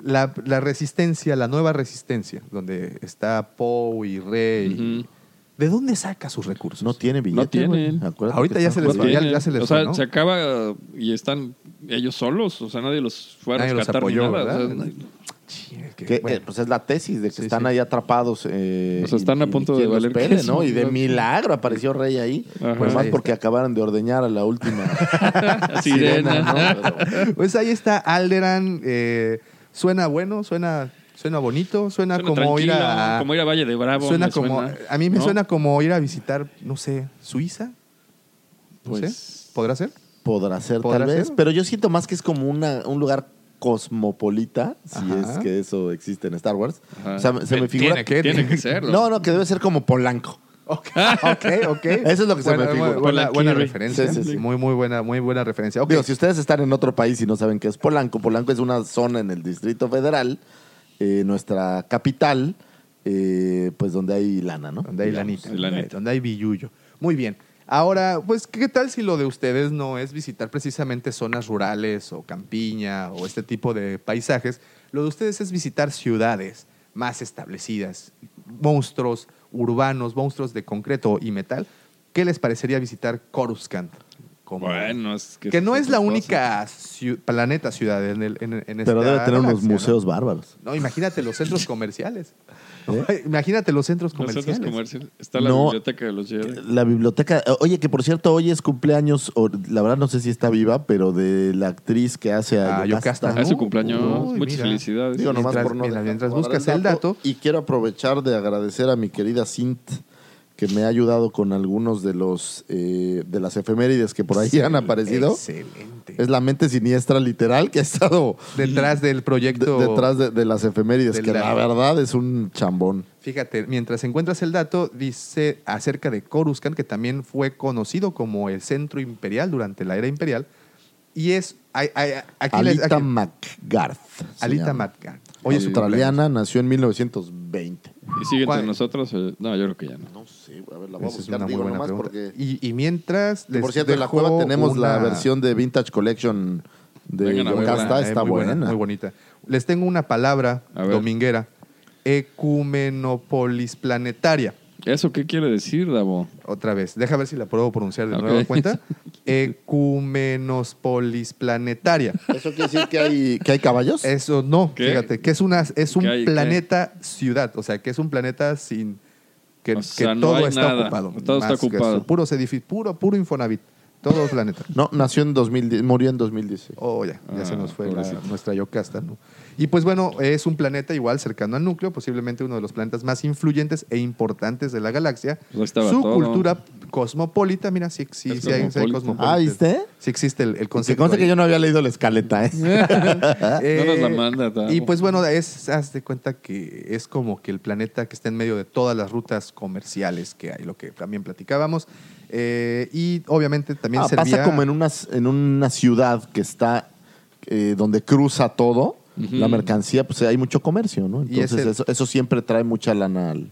B: La, la resistencia, la nueva resistencia, donde está Poe y Rey,
D: Ujú.
B: ¿de dónde saca sus recursos?
C: No tiene billete.
D: tienen.
C: güey. Acuérdate
B: Ahorita
C: que
B: ya
C: está
B: se les
C: jugando.
B: va, ya- ya se les
D: Pues o sea,
B: fue, ¿no?
D: se acaba y están ellos solos, o sea, nadie los fue a
B: Nadie los
D: rescatar
B: apoyó,
D: ni nada.
B: ¿verdad?
D: o sea,
B: Sí, es que,
C: Que, eh,
B: bueno.
C: pues es la tesis de que
B: Sí,
C: están
B: sí.
C: ahí atrapados. eh,
D: O sea, están a punto de
C: quién los
D: valer
C: pele,
D: queso.
C: ¿no? Y de milagro apareció Rey ahí.
D: Ajá.
C: Pues más
B: Ahí
C: porque acabaron de ordeñar a la última
D: Sirena.
C: sirena, ¿no? Pero-
B: Pues ahí está Alderan. eh, suena bueno, suena, suena bonito, suena,
D: suena
B: como ir
D: tranquilo,
B: a.
D: como ir a Valle de Bravo.
B: suena
D: me
B: como. A mí me
D: ¿no?
B: suena como ir a visitar, no sé, Suiza. No
D: Pues-
B: sé. ¿Podrá ser?
C: Podrá ser,
B: ¿Podrá
C: tal
B: ser?
C: vez. Pero yo siento más que es como una, un lugar cosmopolita, si
B: Ajá.
C: es que eso existe en Star Wars.
D: Ajá.
C: O sea, se me figura.
B: Tiene que-
D: Tiene que serlo.
C: No, no, que debe ser como Polanco.
B: Ok, ok, ok.
C: Eso es lo que se me
B: Buena-
C: figura.
B: Buena,
D: Hola,
B: buena
D: Kiri.
B: referencia.
C: Sí, sí, sí.
B: Muy, muy buena, muy buena referencia. Ok.
C: Digo, si ustedes están en otro país y no saben qué es Polanco, Polanco es una zona en el Distrito Federal, eh, nuestra capital, eh, pues donde hay lana, ¿no?
B: Donde hay
C: Digamos.
B: lanita.
D: el
B: donde hay-
D: lanita.
B: Donde hay billullo. Muy bien. Ahora, pues, ¿qué tal si lo de ustedes no es visitar precisamente zonas rurales o campiña o este tipo de paisajes? Lo de ustedes es visitar ciudades más establecidas, monstruos urbanos, monstruos de concreto y metal. ¿Qué les parecería visitar Coruscant? Como-
D: Bueno, es que.
B: que no es la
D: otra cosa.
B: única ciu- planeta ciudad en, el, en, en
C: Pero
B: esta
C: debe tener unos
B: galaxia, ¿no?
C: museos bárbaros.
B: No, imagínate los centros comerciales.
C: ¿Eh?
B: Imagínate los centros
D: Los
B: comerciales.
D: centros comerciales. Está la
C: No.
D: biblioteca de los Jedi.
C: La biblioteca. Oye, que por cierto, hoy es cumpleaños, o- la verdad no sé si está viva, pero de la actriz que hace a
B: Ah,
C: Yocasta.
B: Yocasta.
D: Ah, es su
B: Uy,
D: cumpleaños.
B: mira.
D: Muchas felicidades.
C: Digo, nomás
B: Mientras-
C: por no
B: mientras-
C: dejar
B: mientras
C: acabar
B: buscas el dato.
C: Y quiero aprovechar de agradecer a mi querida Sint, que me ha ayudado con algunos de los eh, de las efemérides que por ahí han aparecido.
B: Excelente.
C: Es la mente siniestra literal que ha estado
B: Detrás del
C: de-
B: proyecto.
C: detrás de, de las efemérides,
B: Del
C: que la
B: dato.
C: verdad es un chambón.
B: Fíjate, mientras encuentras el dato, dice acerca de Coruscant, que también fue conocido como el centro imperial durante la era imperial. Y es. ay, ay, aquí les-
C: Alita
B: aquí-
C: MacGarth. se
B: Alita
C: llama.
B: Matka. Hoy es su cumpleaños.
C: australiana, nació en 1920.
D: ¿Y sigue entre
B: ¿Cuál?
D: nosotros? o- No, yo creo que ya no.
C: No sé, a ver, la
B: Esa es una muy buena pregunta. Y, y mientras.
C: Que,
B: les
C: por cierto, en la
B: dejo
C: cueva tenemos la
B: una-
C: versión de Vintage Collection de
D: Vengan a verla,
C: Yocasta.
B: eh,
C: Está
B: muy
C: buena.
B: Muy bonita. Les tengo una palabra
D: A ver.
B: dominguera. Ecumenopolis planetaria.
D: ¿Eso qué quiere decir, Davo?
B: Otra vez. Deja ver si la puedo pronunciar de
D: Ok.
B: nuevo cuenta. Ecumenospolis planetaria.
C: ¿Eso quiere decir que hay, que hay caballos?
B: Eso no,
D: ¿Qué?
B: fíjate, que es una es un
D: ¿Qué hay? ¿Qué?
B: planeta ciudad, o sea, que es un planeta sin que,
D: O
B: que
D: sea, no hay
B: todo está
D: nada,
B: ocupado.
D: todo está
B: más que
D: ocupado.
B: eso, puros edificios, puro puro Infonavit, todo el planeta.
C: No, nació en 2010, murió en 2016.
B: Oh, ya, ya
D: Ah,
B: se nos fue la-
D: pobrecito.
B: nuestra Yocasta, ¿no? Y pues bueno, es un planeta igual cercano al núcleo, posiblemente uno de los planetas más influyentes e importantes de la galaxia.
D: Pues ahí estaba
B: Su
D: todo.
B: cosmopolita, cosmopolita, mira, sí, sí,
D: Es
B: sí hay, sí hay
D: cosmopolita.
B: cosmopolita.
C: Ah, ¿viste?
B: Sí existe el, el
C: Se
B: concepto.
C: consta
B: ahí.
C: que yo no había leído la escaleta, ¿eh?
B: Eh,
D: No nos la manda, Tavo.
B: Y pues bueno, es, haz de cuenta que es como que el planeta que está en medio de todas las rutas comerciales que hay, lo que también platicábamos. Eh, y obviamente también
C: Ah,
B: servía...
C: pasa como en, unas, en una ciudad que está eh, donde cruza todo, la mercancía, pues hay mucho comercio, ¿no?
B: Y
C: Entonces
B: ese-
C: eso, eso siempre trae mucha lana al...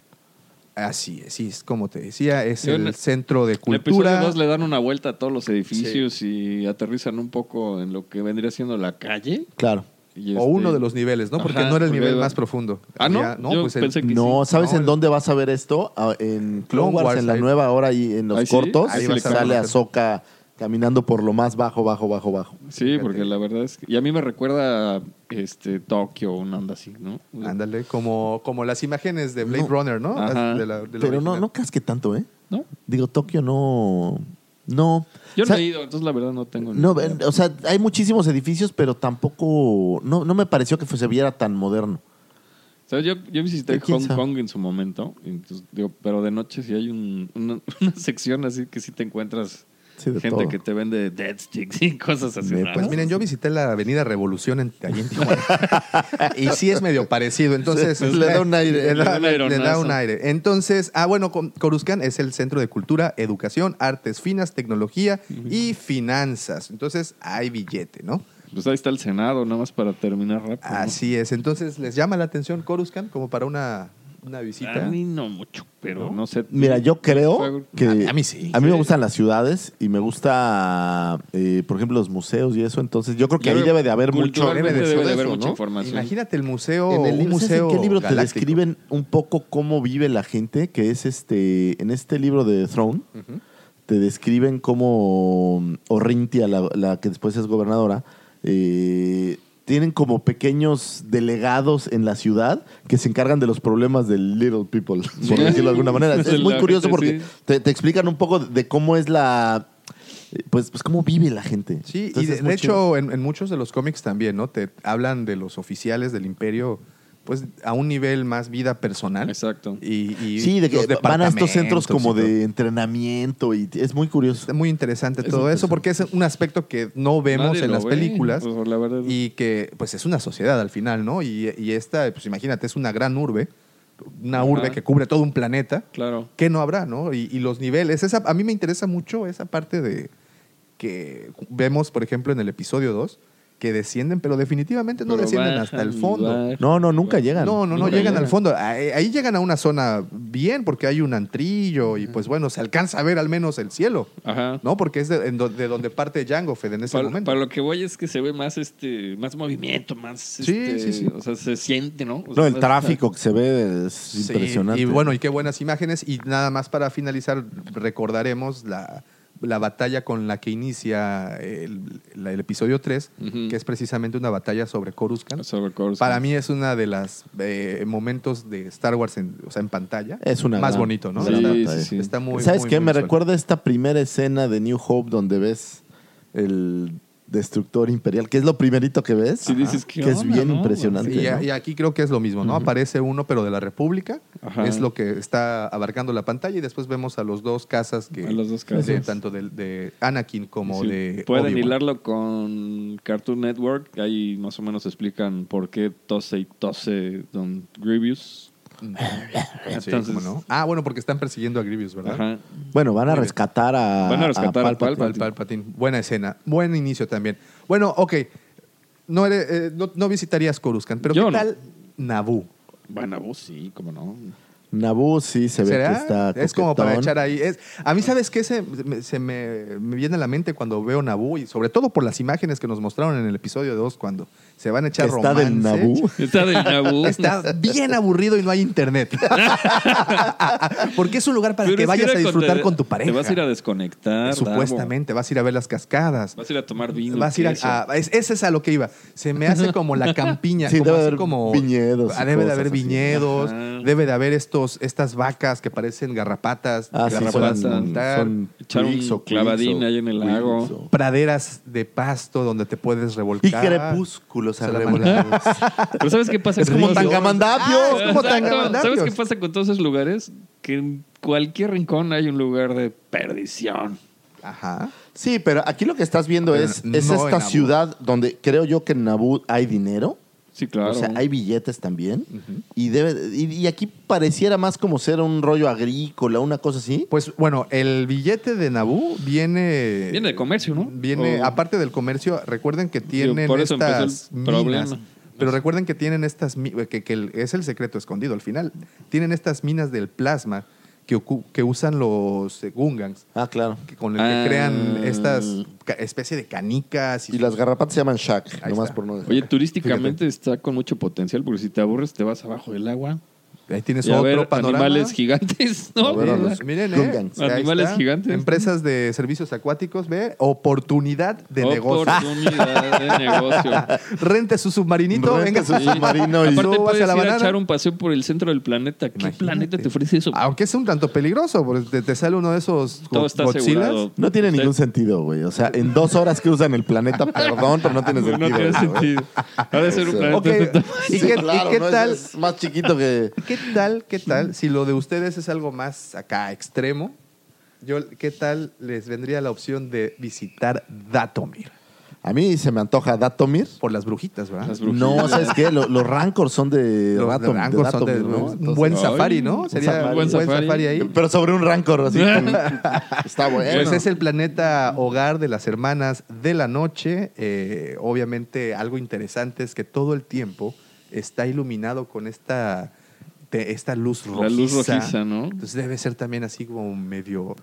B: Así es, sí, es como te decía, es
D: Yo en
B: el
D: el-
B: centro de
D: En
B: cultura.
D: el episodio 2 le dan una vuelta a todos los edificios y aterrizan un poco en lo que vendría siendo la calle.
C: Claro.
D: Y
B: O
D: este-
B: uno de los niveles, ¿no? Porque
D: Ajá,
B: no era el
D: porque
B: nivel
D: iba-
B: más profundo.
D: Ah, ¿no?
B: Había- pues
D: Yo
B: el-
D: pensé que
C: No,
D: sí.
C: ¿sabes
B: No,
C: en
B: el-
C: dónde vas a ver esto? Ah, En Clone Wars,
B: Wars,
C: en la
B: ahí.
C: nueva hora y en los
D: Ahí sí,
C: cortos,
D: ahí
B: sí le
C: sale
B: cambian.
C: a Soca caminando por lo más bajo, bajo, bajo, bajo.
D: Sí, porque la verdad es que. Y a mí me recuerda este, Tokio, una onda así, ¿no?
B: Ándale, como, como las imágenes de Blade
C: No.
B: Runner, ¿no?
D: Ajá.
B: De la- de la
C: Pero no,
B: original.
C: no casque tanto, ¿eh?
D: ¿No?
C: Digo, Tokio no. No.
D: Yo
C: O sea,
D: no he ido, entonces la verdad no tengo. ni
C: no,
D: idea.
C: ven, o sea, hay muchísimos edificios, pero tampoco. No, no me pareció que fue- se viera tan moderno.
D: ¿Sabes? Yo, yo visité
C: ¿Y quién
D: Hong
C: sabe?
D: Kong en su momento, y entonces, digo, pero de noche sí hay un- una, una sección así que sí te encuentras
C: Sí, de
D: gente
C: todo.
D: que te vende dead sticks y cosas así.
C: Neta.
D: raras.
B: Pues miren, yo visité la Avenida Revolución en, ahí en Tijuana. y sí es medio parecido. Entonces,
C: Le da un aire.
B: Le da,
D: Le da un
B: le da un
D: aeronazo.
B: aire. Entonces, ah, bueno, Con- Coruscant es el centro de cultura, educación, artes finas, tecnología y finanzas. Entonces, hay billete, ¿no?
D: Pues ahí está el Senado, nada más para terminar rápido. ¿no?
B: Así es. Entonces, ¿les llama la atención Coruscant como para una, una
D: A
B: visita?
D: mí no mucho, pero no, sé.
C: Mira, yo creo
D: Fuego.
C: que.
B: A- a mí sí.
C: A mí me
D: Sí.
C: gustan las ciudades y me gusta, eh, por ejemplo, los museos y eso. Entonces, yo creo que
D: Yo
C: ahí
D: creo
C: debe de haber mucho.
D: culturalmente
B: debe de ser
D: haber
C: eso,
D: mucha
C: ¿no?
D: información.
B: Imagínate el museo,
C: En el
B: un
C: libro, ¿sabes en
B: museo
C: qué libro te
B: galáctico.
C: describen un poco cómo vive la gente? Que es este, en este libro de Throne, te describen cómo mm, Orrintia, la, la que después es gobernadora, eh, tienen como pequeños delegados en la ciudad que se encargan de los problemas del little people, por decirlo de alguna manera. Es,
D: De
C: es muy
D: la
C: curioso
D: gente,
C: porque
D: sí.
C: te, te explican un poco de cómo es la... eh, Pues, pues cómo vive la gente.
B: Sí,
C: Entonces,
B: y
C: es
B: de,
C: muy
B: de
C: chido.
B: hecho en, en muchos de los cómics también, ¿no? Te hablan de los oficiales del imperio, pues a un nivel más vida personal.
D: Exacto.
B: Y, y
C: Sí, de que
B: los
C: van a estos centros
B: departamentos
C: como
B: y todo.
C: de entrenamiento y es muy curioso.
B: Está muy interesante
D: Es
B: todo eso
D: interesante.
B: porque es un aspecto que no vemos
D: Nadie
B: en
D: lo
B: las
D: ve,
B: películas
D: o sea, la verdad.
B: y que pues es una sociedad al final, ¿no? Y, y esta, pues imagínate, es una gran urbe, una
D: Ajá.
B: urbe que cubre todo un planeta.
D: Claro.
B: ¿Qué no habrá, no? Y, y los niveles. Esa, a mí me interesa mucho esa parte de que vemos, por ejemplo, en el episodio 2, que descienden, pero definitivamente no
D: Pero
B: descienden
D: bajan
B: hasta el
D: y
B: fondo.
D: bajan.
C: No, no, nunca llegan.
B: No, no, no,
D: Nunca
B: llegan
D: llegan.
B: al fondo. Ahí, ahí llegan a una zona bien, porque hay un antrillo y pues bueno, se alcanza a ver al menos el cielo,
D: Ajá.
B: ¿no? Porque es de, en do- de donde parte Django Fed en ese
D: Para,
B: momento.
D: para lo que voy es que se ve más este más movimiento, más
B: Sí,
D: este,
B: sí, sí.
D: o sea, se siente, ¿no? O sea,
C: No, el
D: más-
C: tráfico que se ve es
B: Sí,
C: impresionante.
B: Y bueno, y qué buenas imágenes. Y nada más para finalizar, recordaremos la, la batalla con la que inicia el, la- el episodio 3,
D: Ujú.
B: que es precisamente una batalla sobre Coruscant.
D: Sobre Coruscant.
B: Para mí es una de las eh, momentos de Star Wars en, o sea, en pantalla.
C: es una
B: Más
C: gran-
B: bonito, ¿no?
D: Sí,
C: gran
D: sí,
C: batalla.
D: sí.
B: Está muy
C: ¿Sabes
B: muy,
C: qué?
B: muy
C: Me
B: visual.
C: recuerda esta primera escena de New Hope donde ves el destructor imperial, que es lo primerito que ves,
D: Sí, dices, ¿qué
C: que es
D: onda,
C: bien
D: no?
C: impresionante.
B: Sí, y, a-
C: ¿no?
B: y aquí creo que es lo mismo, ¿no? Aparece uno, pero de la República.
D: Ajá.
B: Es lo que está abarcando la pantalla. Y después vemos a los dos casas que.
D: A los dos
B: de-
D: casas.
B: tanto de, de Anakin como
D: Sí,
B: de.
D: Pueden
B: Obi-Wan.
D: hilarlo con Cartoon Network, ahí más o menos explican por qué tose y tose Don Grievous.
B: Sí,
D: Entonces-
B: ¿cómo no? Ah, bueno, porque están persiguiendo a Grievous, ¿verdad?
D: Ajá.
C: Bueno, van a
B: Muy bien.
C: rescatar a,
D: Van a rescatar a
C: Palpatine.
B: Palpatine. Palpatine. Buena escena. Buen inicio también. Bueno, ok. No, eres- eh, no, no visitarías Coruscant, pero
D: Yo
B: ¿qué
D: no.
B: tal Naboo?
D: Bueno, vos sí, cómo no.
C: Naboo sí se ve que está
B: Es como para
C: coquetón.
B: echar ahí. Es, a mí, ¿sabes qué? Se, me- se me, me viene a la mente cuando veo Naboo y sobre todo por las imágenes que nos mostraron en el episodio 2 cuando se van a echar
C: Está
B: romance.
C: del Naboo.
D: Está del Naboo.
B: Está bien aburrido y no hay internet. Porque es un lugar para
D: Pero es
B: que vayas
D: era
B: a disfrutar
D: contra-
B: con tu pareja.
D: Te vas a ir a desconectar.
B: Supuestamente, vas a ir a ver las cascadas.
D: Davo. Vas a ir a tomar vino.
B: Vas a Ah, ir a,
D: queso.
B: a- es, ese es a lo que iba. Se me hace como la campiña.
C: Sí,
B: como
C: debe
B: así
C: haber
B: como-
C: viñedos y
B: Ah, debe de
C: cosas
B: haber
C: así.
B: viñedos,
D: Ajá.
B: debe de haber estos, estas vacas que parecen garrapatas,
C: Ah, sí,
B: garrapatas
C: son-
B: a montar,
C: son
D: Echar un
C: twigs o clics
D: clavadín
C: o
D: ahí en el
C: twigs
D: lago.
C: o-
B: praderas de pasto donde te puedes
C: Y
B: revolcar.
C: crepúsculos
B: Se la
C: arrebolados.
D: Pero ¿sabes qué pasa?
C: Es
D: con
C: como
D: ellos?
C: Tangamandapio.
B: Ah, es como
D: Exacto.
B: Tangamandapios.
D: ¿Sabes qué pasa con todos esos lugares? Que en cualquier rincón hay un lugar de perdición.
B: Ajá.
C: Sí, pero aquí lo que estás viendo
B: Pero
C: es,
B: no
C: es
B: en
C: esta
B: Naboo.
C: ciudad donde creo yo que en Naboo hay dinero.
D: Sí, claro.
C: O sea, hay billetes también. y, debe, y, y aquí pareciera más como ser un rollo agrícola, una cosa así.
B: Pues bueno, el billete de Naboo viene.
D: Viene de comercio, ¿no?
B: Viene,
D: O-
B: aparte del comercio, recuerden que tienen
D: Oh. por eso empezó el
B: estas minas.
D: problema.
B: Pero recuerden que tienen estas mi- que, que el- es el secreto escondido al final. Tienen estas minas del plasma que, ocu- que usan los eh, Gungans,
C: Ah, claro.
B: que con el que
D: Ah.
B: crean estas ca- especie de canicas. Y,
I: Y las garrapatas se llaman shack,
B: Ahí
I: nomás
B: está.
I: por no decir.
D: Oye, turísticamente está con mucho potencial, porque si te aburres te vas abajo del agua.
B: ahí tienes
D: Y a
B: otro
D: ver,
B: panorama.
D: animales gigantes, ¿no?
I: A ver, a los-
B: Miren, eh,
I: Gungans.
B: ahí
D: Animales
B: está.
D: gigantes.
B: Empresas de servicios acuáticos, ve, oportunidad de negocio.
D: Oportunidad de negocio.
B: Rente su submarinito,
I: Rente
B: venga
I: su
B: su submarino
D: Aparte
B: súbase
D: puedes
B: a la
D: ir a
B: banana.
D: echar un paseo por el centro del planeta. ¿Qué
B: Imagínate. Ah,
D: planeta te ofrece eso?
B: Aunque es un tanto peligroso, porque te, te sale uno de esos go-
D: Todo está
B: Godzillas.
D: asegurado.
C: No tiene
D: Usted-
C: ningún sentido, güey. O sea, en dos horas cruzan el planeta, perdón, pero no tiene
D: No,
C: sentido.
D: no tiene
C: eso, güey.
D: sentido. Ha de ser un
I: Eso.
D: planeta.
B: Ok,
D: de-
B: ¿y
I: Sí,
B: qué, y
I: claro,
B: qué
I: ¿no? Es-
B: tal?
I: Es, más chiquito que.
B: ¿Qué tal, qué tal? Si lo de ustedes es algo más acá extremo, yo, ¿qué tal les vendría la opción de visitar Datomir?
C: A mí se me antoja Datomir.
B: Por las brujitas, ¿verdad?
D: Las brujitas.
C: No, ¿sabes qué? Lo- Los, rancors son de,
B: Los
C: Ratom- de
B: rancors son de-
C: Datomir, ¿no?
B: un buen
D: Ay,
B: safari, ¿no?
D: un
B: Sería
D: safari.
B: un buen safari, ahí.
C: Pero sobre un rancor, así.
I: Está bueno.
B: Pues es el planeta hogar de las hermanas de la noche. Eh, obviamente algo interesante es que todo el tiempo está iluminado con esta, te- esta luz rojiza.
D: La luz rojiza, ¿no?
B: Entonces debe ser también así como medio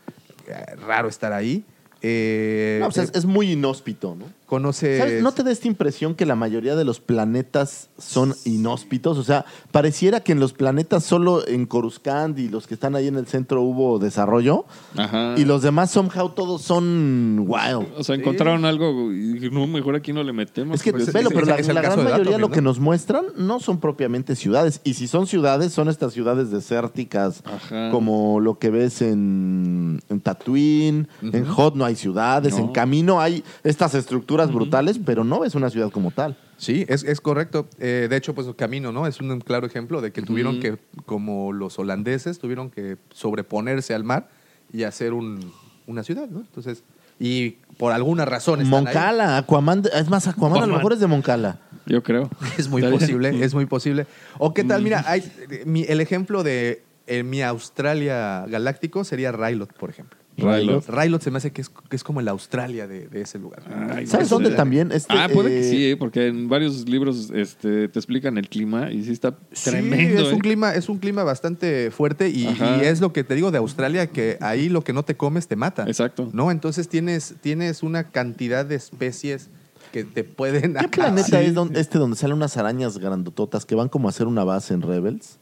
B: eh, raro estar ahí. Eh,
I: No, pues es,
B: eh,
I: es muy inhóspito, ¿no?
B: conoces-
C: ¿Sabes? ¿No te da esta impresión que la mayoría de los planetas son inhóspitos? O sea, pareciera que en los planetas solo en Coruscant y los que están ahí en el centro hubo desarrollo
B: Ah.
D: Ajá.
C: y los demás somehow todos son wild.
D: O sea, encontraron algo y dije, no, mejor aquí no le metemos.
C: Es que,
B: pues,
C: velo,
B: es-
C: pero
B: es-
C: la,
B: es el
C: la
B: caso
C: gran
B: de
C: mayoría de
B: Datomir,
C: lo que
B: ¿no?
C: nos muestran no son propiamente ciudades. Y si son ciudades, son estas ciudades desérticas,
D: Ajá.
C: como lo que ves en, en Tatooine, en Hot no hay ciudades,
D: No.
C: en Camino hay estas estructuras brutales, pero no ves una ciudad como tal.
B: Sí, es, es correcto. Eh, de hecho, pues Camino, ¿no? Es un claro ejemplo de que tuvieron que, como los holandeses, tuvieron que sobreponerse al mar y hacer un- una ciudad, ¿no? Entonces, y por alguna razón están ahí.
C: Moncala, Aquaman, es más, Aquaman, a lo
D: Aquaman.
C: mejor es de Moncala.
D: Yo creo.
B: Es muy
D: Estaría-
B: posible, es muy posible. O qué tal, mira, hay, mi- el ejemplo de eh, mi Australia galáctico sería Rylot, por ejemplo.
D: Rylot.
B: Rylot se me hace que es, que es como el Australia de, de ese lugar.
D: Ay,
C: ¿Sabes
D: no sé.
C: dónde también? Este,
D: ah, puede que
C: eh,
D: sí, ¿eh? porque en varios libros este, te explican el clima y sí está
B: Sí,
D: tremendo.
B: es un
D: ¿eh?
B: clima, es un clima bastante fuerte y,
D: Ajá.
B: y es lo que te digo de Australia, que ahí lo que no te comes te mata.
D: Exacto.
B: ¿No? Entonces tienes, tienes una cantidad de especies que te pueden
C: ¿Qué
B: acabar.
C: planeta es don- este donde salen unas arañas grandototas que van como a hacer una base en Rebels?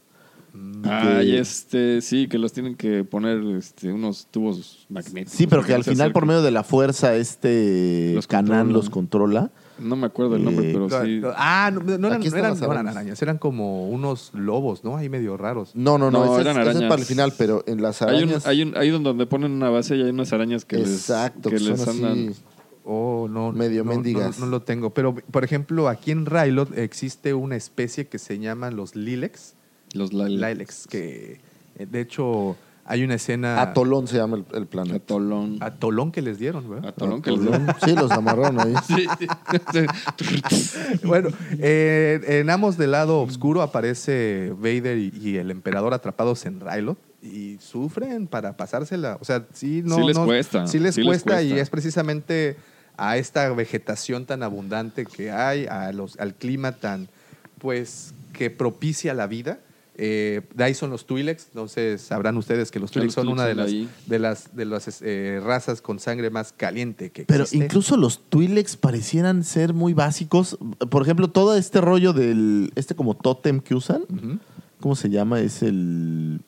D: Ay, este, sí, que los tienen que poner este, unos tubos magnéticos.
C: Sí, pero que al
D: Se
C: final
D: acercan.
C: por medio de la fuerza este
D: Los
C: Canán
D: controla.
C: los controla.
D: No me acuerdo el nombre,
C: Eh,
D: pero sí.
B: Ah, no, no eran,
I: Aquí
B: no
I: están
B: eran-
I: las
B: no eran
I: arañas.
B: arañas, eran como unos lobos, ¿no? Ahí medio raros.
I: No, no, no.
D: No,
I: ese
D: eran
I: es, ese es
D: arañas.
I: para el final, pero en
C: Ah,
I: las
D: Hay, un,
I: arañas.
D: hay, un, hay un donde ponen una base y hay unas arañas que
I: exacto,
D: les,
I: que
D: que les
I: son así.
D: andan.
B: Oh, no.
I: Medio
B: no,
I: mendigas.
B: No, no lo tengo. Pero, por ejemplo, aquí en Rylot existe una especie que se llaman los lilex.
D: Los lali-
B: Lilex, que eh, de hecho hay una escena.
C: Ah.
I: Atolón se llama el, el planeta.
D: Atolón.
B: Atolón que les dieron, güey.
D: Atolón que les
I: Atolón. Sí, los amarraron ahí.
D: Sí,
B: Bueno, eh, en ambos del lado oscuro aparece Vader y, y el emperador atrapados en Rylot y sufren para pasársela. O sea, sí, no.
D: Sí les
B: no-
D: cuesta,
B: Sí les
D: sí les
B: cuesta y
D: cuesta.
B: es precisamente a esta vegetación tan abundante que hay, a los, al clima tan, pues, que propicia la vida. Eh, de ahí son los Twi'leks, entonces sabrán ustedes que los
D: Ya
B: Twi'leks
D: los
B: son una de las,
D: Twi'leks
B: de las, de las eh, razas con sangre más caliente que
C: Pero
I: Este.
B: existe.
C: incluso los Twi'leks parecieran ser muy básicos. Por ejemplo, todo este rollo del. Este como tótem que usan.
B: Ujú.
C: ¿Cómo se llama? Es el.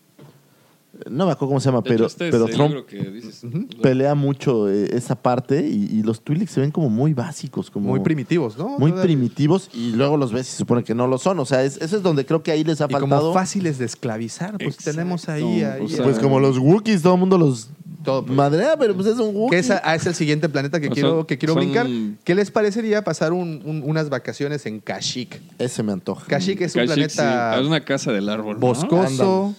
C: No me acuerdo cómo se llama,
D: De
C: pero,
D: hecho, este es
C: pero
D: el
C: Trump
D: libro que dices.
C: pelea mucho eh, esa parte y, y los Twi'leks se ven como muy básicos, como
B: Muy primitivos, ¿no?
C: muy
B: Todavía-
C: primitivos y luego los ves y se supone que no lo son. O sea, es- eso es donde creo que ahí les ha
B: Y como
C: faltado.
B: fáciles de esclavizar, pues
D: Exacto.
B: tenemos ahí. ahí-
D: O sea,
C: Pues como los Wookiees, todo el mundo los
B: Todo, pues.
C: madrea, pero pues es un Wookiee.
B: que es, ah, es el siguiente planeta que
D: O sea,
B: quiero, que quiero
D: son-
B: brincar. ¿Qué les parecería pasar un- un- unas vacaciones en Kashyyyk?
C: Ese me antoja.
B: Kashyyyk es un
D: Kashyyyk,
B: planeta
D: sí. Es una casa del árbol. ¿no?
B: boscoso,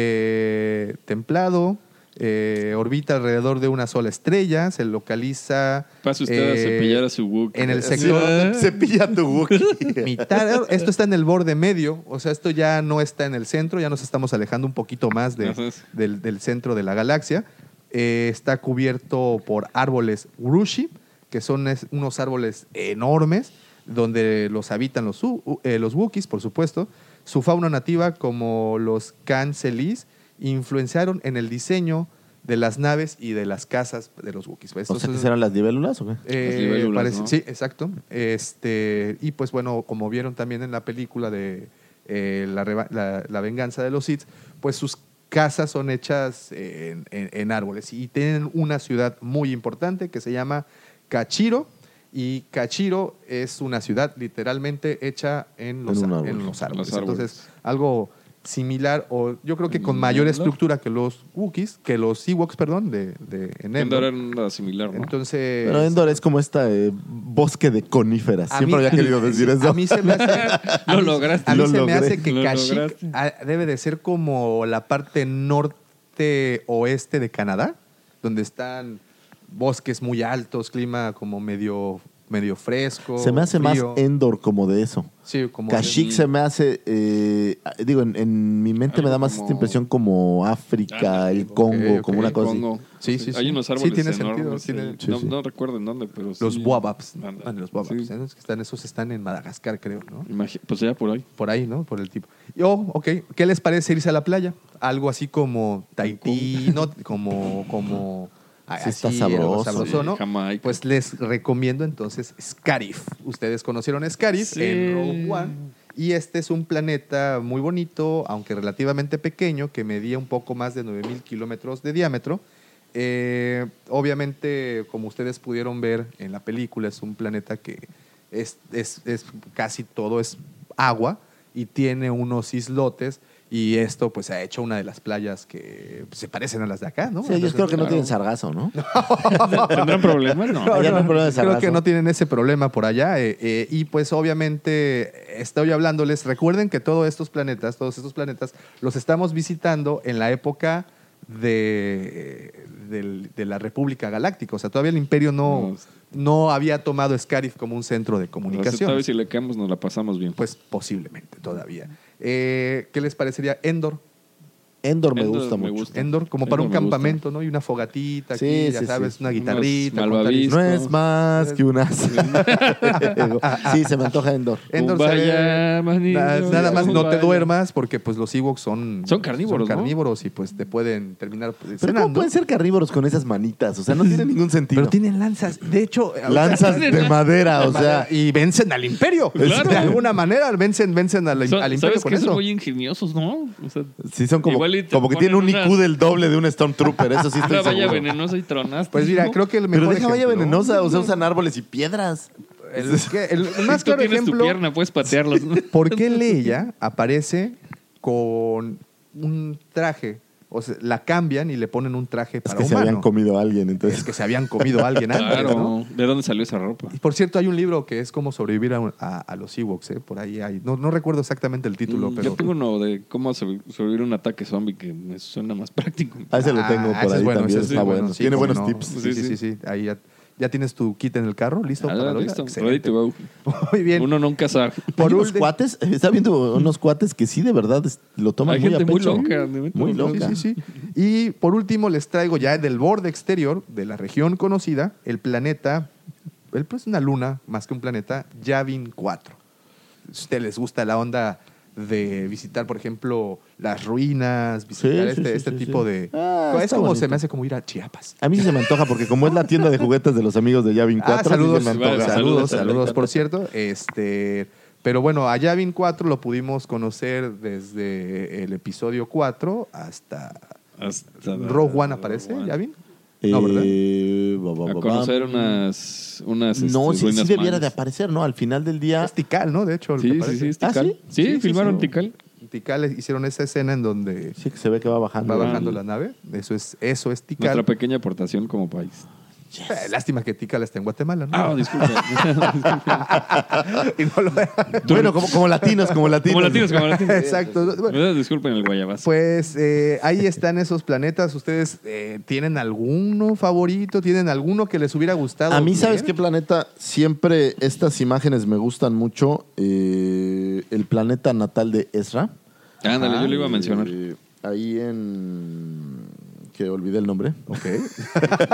B: eh, templado, eh, orbita alrededor de una sola estrella, se localiza...
D: Pase usted a
B: eh,
D: cepillar a su Wookiee.
B: En el
D: Sí,
B: sector...
D: ¿verdad?
C: Cepilla tu Wookiee.
B: mitad. Esto está en el borde medio, o sea, esto ya no está en el centro, ya nos estamos alejando un poquito más de-
D: Así es.
B: del, del centro de la galaxia. Eh, está cubierto por árboles Urushi, que son es- unos árboles enormes, donde los habitan los, u- u- eh, los Wookiees, por supuesto. Su fauna nativa, como los Cancelis influenciaron en el diseño de las naves y de las casas de los Wookiees.
C: ¿O
B: Estos
C: sea, que
B: son-
C: serán las libélulas o qué?
B: eh,
D: Las libélulas,
B: parece-
D: ¿no?
B: Sí, exacto. Este, y pues bueno, como vieron también en la película de eh, la, reva- la- la venganza de los Sith, pues sus casas son hechas en, en- en árboles y tienen una ciudad muy importante que se llama Cachiro. Y Cachiro es una ciudad literalmente hecha en los,
C: un
B: a-
C: árbol.
B: en los árboles.
D: Los árboles.
B: Entonces, algo similar o yo creo que con mayor
D: Endor.
B: estructura que los Wookiees, que los Ewoks, perdón, de, de en Endor.
D: Endor era una similar, ¿no?
B: Entonces,
C: Pero Endor es como esta eh, bosque de coníferas.
B: a
C: Siempre
B: mí-
C: había querido decir eso.
B: A mí se me hace, a
D: Lo
B: mí-
D: lograste.
B: A mí
C: Lo
B: se me
C: logré.
B: hace que
D: Lo
B: Kashyyyk
D: lograste.
B: ah, debe de ser como la parte norte oeste de Canadá, donde están bosques muy altos, clima como medio medio fresco.
C: se me hace
B: frío.
C: más Endor como de eso.
B: sí, como
C: Kashyyyk se me hace, eh, digo, en, en mi mente me
D: Algo
C: da más
D: como-
C: esta impresión como África,
D: Ah,
C: el Congo,
B: ok,
C: como una
B: ok.
C: cosa
D: Congo.
C: así.
B: Sí, sí, sí.
D: Hay unos
B: Sí,
D: árboles
B: tiene sentido,
D: enormes.
B: tiene-
D: ahí.
C: sí,
D: no,
C: sí.
D: no recuerdo en dónde, pero
B: los
D: sí.
B: boabaps,
D: Anda.
B: Ah, los boabaps,
D: Sí.
B: esos que están, esos están en Madagascar, creo, ¿no?
D: Imagi- Pues ya por ahí.
B: Por ahí, ¿no? Por el tipo. Y, oh, ok. ¿Qué les parece irse a la playa? Algo así como Tahití, ¿no? Como, como...
C: Sí, está sabroso.
B: sabroso, ¿no?
D: Sí, Jamaica.
B: Pues les recomiendo entonces Scarif. Ustedes conocieron Scarif
D: Sí.
B: en Rogue One. Y este es un planeta muy bonito, aunque relativamente pequeño, que medía un poco más de 9.000 kilómetros de diámetro. Eh, obviamente, como ustedes pudieron ver en la película, es un planeta que es, es- es casi todo es agua y tiene unos islotes y esto pues ha hecho una de las playas que se parecen a las de acá, ¿no?
C: Sí, ellos
B: Entonces,
C: creo que no
D: claro.
C: tienen sargazo, ¿no?
D: ¿Tendrán problemas? No.
C: Allá no hay problema de
B: Creo que
C: sargazo.
B: no tienen ese problema por allá. eh, eh, y pues obviamente estoy hablándoles. Recuerden que todos estos planetas, todos estos planetas, los estamos visitando en la época de, del- de la República Galáctica. O sea, todavía el imperio no, no había tomado Scarif como un centro de comunicación.
D: Esta Pues, vez si le caemos nos la pasamos bien.
B: Pues posiblemente todavía. Eh, ¿Qué les parecería Endor?
C: Endor me
D: Endor
C: gusta
D: me
C: mucho.
D: gusta.
B: Endor, como para
D: Endor
B: un
D: me gusta.
B: campamento, ¿no? Y una fogatita aquí,
C: Sí,
B: ya
C: sí,
B: sabes,
C: sí.
B: una
D: Unos
B: guitarrita. contar
D: malvaviscos.
B: historias.
C: No es más que un as. sí, se me antoja Endor.
B: Endor
D: Kumbaya,
B: se ve-
D: manito,
B: na- nada más no te
D: kumbaya.
B: duermas porque pues los Ewoks son
D: Son carnívoros,
B: son
D: ¿no?
B: carnívoros y pues te pueden terminar
C: Pero
B: pues,
C: ¿cómo
B: cenando.
C: pueden ser carnívoros con esas manitas? O sea, no tiene ningún sentido.
B: Pero tienen lanzas, de hecho,
C: Lanzas de madera, o
B: o sea,
C: sea.
B: y vencen al Imperio.
D: Claro.
B: De alguna manera vencen vencen al,
D: Son-
B: al Imperio
D: ¿Sabes
B: con
D: que son
B: eso.
D: muy ingeniosos, no? O sea,
C: Sí, son como,
D: Igual y te
C: como que tienen un
D: ponen
C: IQ
D: una-
C: del doble de un Stormtrooper. Eso sí
D: una
C: estoy
D: valla
C: seguro.
D: venenosa y tronaste.
B: Ah, Pues mira,
D: ¿no?
B: creo que el mejor
C: Pero deja valla
B: ejemplo-
C: venenosa, o sea, usan árboles y piedras.
B: el, que- el
D: Si
B: más
D: tú
B: claro
D: tienes tu
B: ejemplo
D: pierna, pues. puedes patearlos. ¿no?
B: ¿Por qué Leia aparece con un traje? O sea, la cambian y le ponen un traje
C: Es
B: para
C: que se
B: humano.
C: habían comido a alguien, entonces.
B: es que se habían comido a alguien antes, ¿no?
D: Claro. ¿De dónde salió esa ropa?
B: Y por cierto, hay un libro que es cómo sobrevivir a, a- a los Ewoks, ¿eh? Por ahí hay. No, no recuerdo exactamente el título,
D: Mm,
B: pero.
D: Yo tengo uno de cómo sobre- sobrevivir a un ataque zombie que me suena más práctico.
C: Ah, ese lo
B: Ah,
C: tengo
B: ese
C: por
B: es
C: ahí
B: bueno,
C: también.
B: ese es
C: Está
B: bueno,
C: bueno.
B: sí,
C: Tiene
B: cómo
C: buenos
B: no.
C: tips.
B: Sí, sí, sí. sí. Ahí ya, ya tienes tu kit en el carro, listo
D: Ah,
B: para la
D: listo.
B: vida?
D: Ready to go.
B: Excelente. Muy bien.
D: Uno nunca sabe.
B: Por
C: Por unos
B: ulti-
C: cuates, está viendo unos cuates que sí, de verdad, es- lo toman
D: Hay
C: muy
D: gente
C: a
D: muy
C: pecho.
D: loca, de neta.
C: Muy
D: Sí,
C: loca.
B: Sí, sí, sí. Y por último les traigo ya del borde exterior de la región conocida, el planeta, el, pues una luna más que un planeta, Yavin 4. Si a ustedes les gusta la onda de visitar, por ejemplo, las ruinas, visitar
C: sí,
B: este,
C: sí,
B: este
C: sí,
B: tipo
C: sí.
B: de...
C: Ah,
B: es
C: está
B: como
C: bonito.
B: se me hace como ir a Chiapas.
C: A mí sí se me antoja porque como es la tienda de juguetes de los amigos de Yavin 4,
B: Ah, saludos,
C: sí se me
B: saludos,
C: antoja.
B: saludos,
D: saludos,
B: por cierto. Este, pero bueno, a Yavin 4 lo pudimos conocer desde el episodio 4 hasta...
D: Hasta la-
B: Rogue One aparece,
D: Rogue One.
B: Yavin. No, ¿verdad?
C: Eh, ba, ba,
D: A
C: ba, ba.
D: conocer unas, unas
C: No,
D: este,
C: sí, sí
D: ruinas
C: debiera
D: mayas.
C: de aparecer, ¿no? Al final del día...
B: Es Tikal, ¿no? De hecho, el que
D: Sí, sí,
B: aparece.
D: sí, es
C: ¿Ah,
D: Tikal.
C: sí?
D: sí?
C: Sí, sí,
D: filmaron
C: sí.
D: Tikal.
B: En Tikal eh, hicieron esa escena en donde
C: Sí, que se ve que va bajando.
B: va
D: Ah.
B: bajando la nave. Eso es, eso es Tikal.
D: Nuestra pequeña aportación como país.
B: Eh, Lástima que Tikal está en Guatemala, ¿no?
D: Ah, disculpa.
B: Y no lo-
C: Bueno, como, como latinos, como latinos.
D: como latinos, como latinos.
B: Exacto. Bueno,
D: Ustedes Disculpen el guayabazo.
B: Pues eh, ahí están esos planetas. ¿Ustedes eh, tienen alguno favorito? ¿Tienen alguno que les hubiera gustado?
C: A mí,
B: ver?
C: ¿sabes
I: ¿Sabes qué planeta? Siempre estas imágenes me gustan mucho. Eh, el planeta natal de Ezra.
D: Ándale, yo lo iba a mencionar.
I: Eh, ahí en... que olvidé el nombre.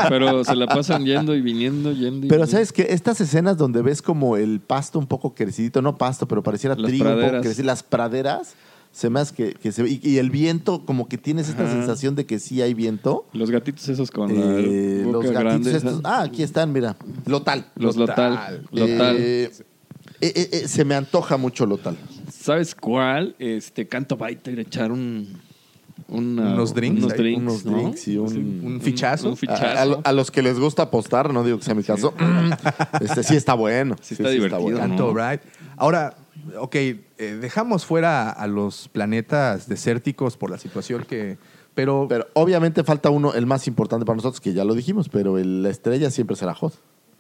D: Pero se la pasan yendo y viniendo, yendo y
C: Pero
D: viniendo.
C: sabes que estas escenas donde ves como el pasto un poco crecidito, no pasto, pero pareciera
D: Las
C: trigo, un poco
D: praderas.
C: crecido, las praderas, se me hace que, que se ve- y, y el viento, como que tienes esta
D: Ajá.
C: sensación de que sí hay viento.
D: Los gatitos esos con
C: Eh,
D: la
C: los
D: boca
C: gatitos
D: grande,
C: estos.
D: ¿sabes?
C: Ah, aquí están, mira. Lotal.
D: Los Lotal, Lotal.
C: Eh, eh, eh, eh, se me antoja mucho Lotal.
D: ¿Sabes cuál? Este canto baita y echar un una-
B: Unos drinks,
D: unos
B: ahí,
D: drinks,
C: Unos
D: ¿no?
C: drinks y un,
B: Un fichazo.
D: un
C: A-
D: fichazo.
C: A, lo- a los que les gusta apostar, no digo que sea mi caso, este sí está bueno.
D: Sí está divertido, ¿no?
B: Tanto, right? Ahora, ok, eh, dejamos fuera a los planetas desérticos por la situación que. Pero,
C: Pero obviamente falta uno, el más importante para nosotros, que ya lo dijimos, pero el- la estrella siempre será Hot.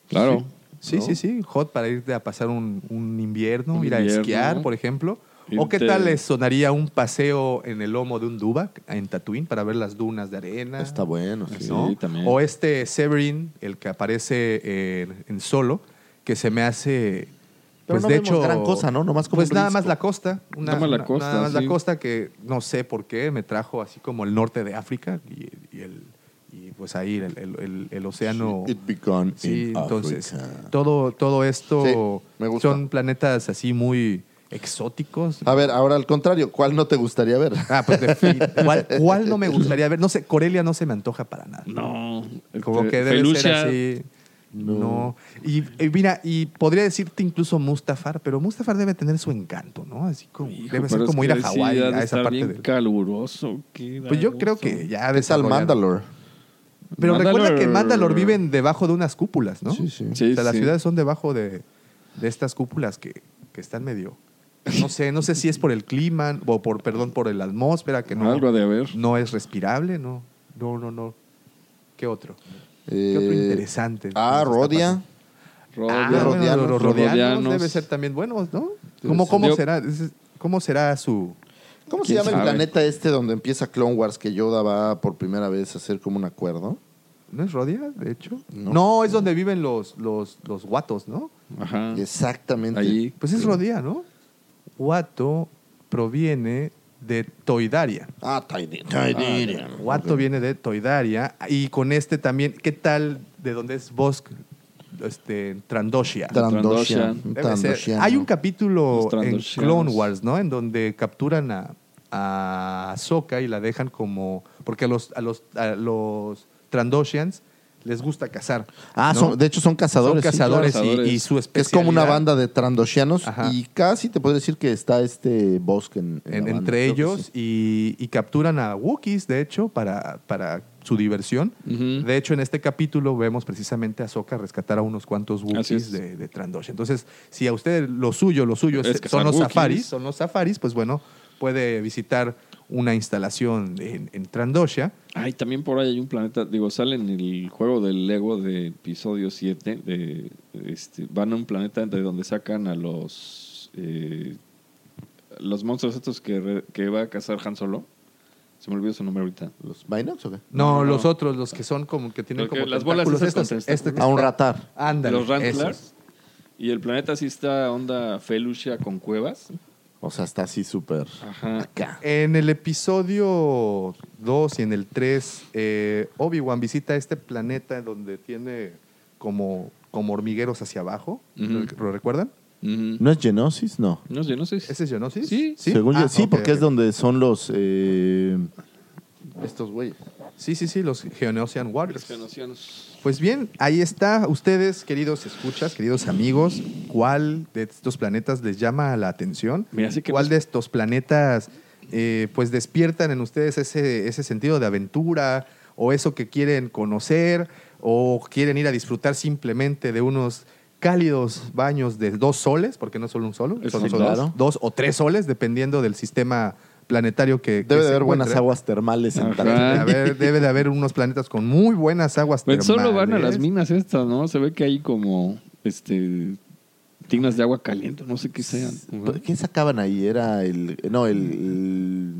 D: Claro.
B: sí, sí, sí, hot para irte a pasar un, un invierno,
D: Un
B: ir
D: invierno.
B: a esquiar, por ejemplo. ¿O
D: Irte-
B: qué tal les sonaría un paseo en el lomo de un Dubac en Tatooine para ver las dunas de arena?
C: Está bueno, sí.
B: Ah, pues ¿no?
D: Sí, también.
B: O este Severin, el que aparece eh, en, en Solo, que se me hace.
C: Pero
B: pues
C: no
B: de
C: vemos
B: hecho.
C: gran cosa, ¿no? Nomás como
B: Pues
C: un
B: nada
C: disco.
B: más la costa. una-
D: Nada más la
B: una-
D: costa,
B: nada más la
D: sí.
B: costa que no sé por qué me trajo así como el norte de África y, y el. Y pues ahí el, el- el- el océano.
C: It began
B: Sí,
C: in
B: entonces.
C: Africa.
B: Todo, todo esto
C: Sí, me gusta.
B: son planetas así muy exóticos.
C: A ver, ahora al contrario, ¿cuál no te gustaría ver?
B: Ah, pues de fin. ¿Cuál, cuál no me gustaría ver? No sé, Corelia no se me antoja para nada.
D: No.
B: Como
D: Este,
B: que debe ser
D: Felucia,
B: así. No. Y, y mira, y podría decirte incluso Mustafar, pero Mustafar debe tener su encanto, ¿no? Así como
D: hijo,
B: debe
D: pero
B: ser
D: es
B: como
D: que
B: ir a
D: sí,
B: Hawái
D: ha de
B: a esa
D: estar
B: parte
D: bien
B: del.
D: caluroso. qué da
B: Pues yo creo
D: gusto.
B: que ya
C: Es al
B: desarrollaron.
C: Mandalore.
B: Pero recuerda que
D: Mandalore.
B: en Mandalore viven debajo de unas cúpulas, ¿no?
C: Sí, sí.
D: Sí,
B: o sea, las
D: sí.
B: ciudades son debajo de, de estas cúpulas que, que están medio. No sé, no sé si es por el clima o por, perdón, por la atmósfera que no,
D: Algo ha de haber.
B: no es respirable, no. No, no, no. ¿Qué otro? ¿Qué otro
C: Eh,
B: interesante?
C: Ah,
B: nos está
C: Rodia.
B: Ah,
D: Rodia-
B: bueno,
C: Rodianos.
B: los rodianos Pues,
D: Rodianos.
B: debe ser también buenos, ¿no? ¿Cómo, cómo
D: Yo-
B: será? Es- ¿Cómo será su
C: ¿Cómo se
D: ¿Quién
C: llama el
D: sabe?
C: planeta este donde empieza Clone Wars que Yoda va por primera vez a hacer como un acuerdo?
B: ¿No es Rodia, de hecho?
C: No.
B: No, es donde viven los, los, los guatos, ¿no? Ah.
D: Ajá.
C: Exactamente.
D: Allí.
B: Pues es Rodia, ¿no? Guato proviene de Toidaria.
C: Ah, Taide- Taiderian.
B: Guato viene de Toidaria. Y con este también, ¿qué tal de donde es Bosk? Este, Trandoshia.
C: Trandoshan.
D: Trandoshan.
B: Debe ser.
C: Trandoshan,
B: Hay
C: ¿no?
B: un capítulo
D: Los
B: en
D: Trandoshanos.
B: Clone Wars, ¿no? En donde capturan a, a Ahsoka y la dejan como. Porque a los, a los, a los Trandoshians les gusta cazar.
C: Ah,
B: ¿no?
C: son- de hecho son cazadores.
B: Son cazadores,
C: sí,
D: claro.
B: y-
D: Cazadores.
B: Y, su
C: claro. Que es como una
B: especialidad
C: banda de trandoshianos
B: Ajá.
C: y casi te podría decir que está este bosque en, en
B: en-
C: la banda,
B: entre
C: creo que
B: ellos
C: sí.
B: y, y capturan a Wookiees, de hecho, para, para su diversión.
D: Ujú.
B: De hecho, en este capítulo vemos precisamente a Ahsoka rescatar a unos cuantos
D: Así
B: Wookiees
D: es.
B: de, de Trandosh. Entonces, si a usted lo suyo, lo suyo es-
D: Es cazar
B: son los
D: Wookiees.
B: safaris, son los safaris, pues bueno, puede visitar una instalación en, en Trandosha.
D: Ay, también por ahí hay un planeta. Digo, sale en el juego del Lego de episodio 7. De, este, van a un planeta de donde sacan a los. eh, los monstruos estos que, re- que va a cazar Han Solo. Se me olvidó su nombre ahorita.
C: ¿Los Binox o qué?
B: No,
D: No, no,
B: los
D: no.
B: otros, los que son como que tienen
D: Porque
B: como
D: las bolas
B: tentáculos
D: esas con
B: estos, este que
C: A un
B: está-
C: ratar.
B: Ándale,
D: los Rantlar.
B: esos.
D: Y el planeta sí está onda Felucia con cuevas.
C: O sea, está así súper
D: Ajá.
C: acá.
B: En el episodio 2 y en el 3, eh, Obi-Wan visita este planeta donde tiene como, como hormigueros hacia abajo.
D: Ujú.
B: ¿Lo recuerdan?
D: Ujú.
C: ¿No es Genosis? No.
D: No sé, no sé. si-
B: ¿Ese es Geonosis?
D: Sí.
C: Según yo,
B: Ah,
C: sí,
B: ok,
C: porque
B: ok.
C: es donde son los... eh, estos güeyes.
B: Sí, sí, sí, los Geonosian
D: Los
B: Warriors.
D: genocianos.
B: Pues bien, ahí está. Ustedes, queridos escuchas, queridos amigos, ¿cuál de estos planetas les llama la atención?
D: Mira, así que pues
B: ¿Cuál
D: nos-
B: de estos planetas eh, pues despiertan en ustedes ese, ese sentido de aventura o eso que quieren conocer o quieren ir a disfrutar simplemente de unos cálidos baños de dos soles, porque no es solo un solo,
D: Es
B: son
D: sí,
B: son
C: claro.
B: dos, dos o tres soles, dependiendo del sistema planetario que... que
C: Debe de
B: se
C: haber buenas
B: encuentre.
C: aguas termales en
D: Ajá.
B: Debe de
C: Tatooine.
B: haber- debe de haber unos planetas con muy buenas aguas
D: Pues
B: termales.
D: solo van a las minas estas, ¿no? Se ve que hay como este tinas de agua caliente, no sé qué sean. ¿no?
C: ¿Qué sacaban ahí? Era el... No, el... el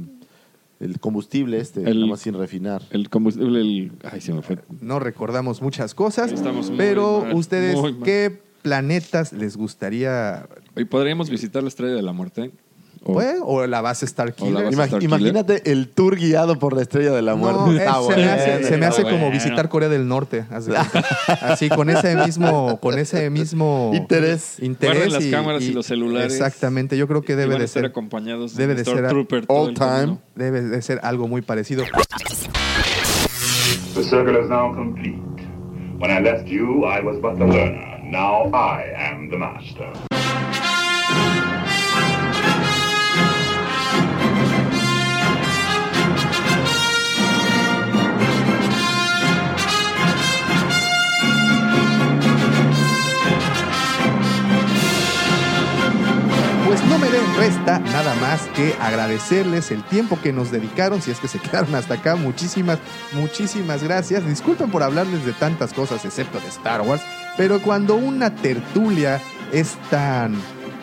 C: el combustible este,
D: El-
C: nada más sin refinar.
D: El combustible, el. Ay, se me fue.
B: No recordamos muchas cosas,
D: Estamos muy
B: pero
D: mal,
B: ustedes,
D: muy mal.
B: ¿qué planetas les gustaría?
D: Y podríamos visitar la estrella de la muerte.
I: Oh.
B: O, o la base Star
I: Ima-
B: Killer.
I: Imagínate el tour guiado por la estrella de Oh, la muerte.
B: No, eh,
C: Ah,
I: Está
B: se me hace,
I: bueno,
B: se me
I: está
B: hace
I: bueno.
B: como visitar Corea del Norte. haz de cuenta. Así, con ese mismo, con ese mismo
I: Interés.
B: interés
D: Guarden las cámaras y los celulares.
B: Exactamente, yo creo que debe
D: van
B: de
D: a estar
B: ser.
D: acompañados de
B: debe
D: un
B: de ser
D: Stormtrooper todo el camino.
B: Debe de ser algo muy parecido.
J: The circle is now complete. When I left you, I was but the learner. Now I am the master.
B: Pues no me den resta nada más que agradecerles el tiempo que nos dedicaron, si es que se quedaron hasta acá. Muchísimas, muchísimas gracias. Disculpen por hablarles de tantas cosas, excepto de Star Wars, pero cuando una tertulia es tan,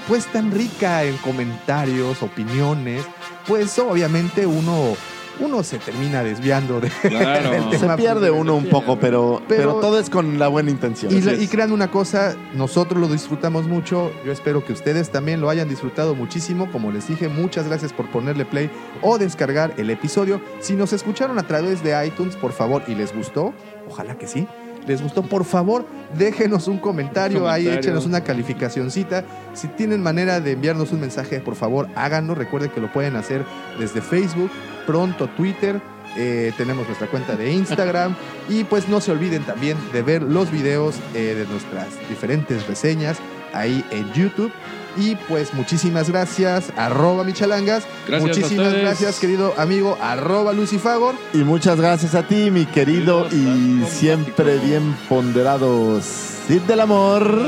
B: pues tan rica en comentarios, opiniones, pues obviamente uno, uno se termina desviando de,
I: Claro.
B: del
I: Se
B: tema
I: pierde uno un poco, pero, pues, pero,
B: Pero-
I: todo es con la buena intención.
B: y, la- y crean una cosa, nosotros lo disfrutamos mucho. Yo espero que ustedes también lo hayan disfrutado muchísimo. Como les dije, muchas gracias por ponerle play o descargar el episodio. Si nos escucharon a través de iTunes, por favor, y les gustó, ojalá que sí. ¿Les gustó? Por favor, déjenos un comentario,
I: Un comentario.
B: ahí, échenos una calificacioncita. Si tienen manera de enviarnos un mensaje, por favor, háganlo. Recuerden que lo pueden hacer desde Facebook, pronto Twitter. eh, tenemos nuestra cuenta de Instagram. y pues no se olviden también de ver los videos eh, de nuestras diferentes reseñas ahí en YouTube. Y pues muchísimas gracias, arroba michalangas.
I: Gracias a
B: muchísimas
I: ustedes.
B: gracias, querido amigo, arroba lucifagor.
I: Y muchas gracias a ti, mi querido y siempre bien ponderado Cid del Amor.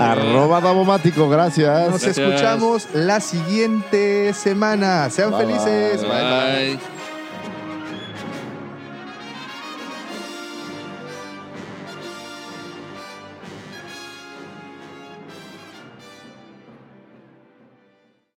I: Arroba Davomático, gracias.
B: Nos escuchamos la siguiente semana. Sean
I: Bye,
B: felices.
I: bye.
B: Bye, bye.
I: Bye.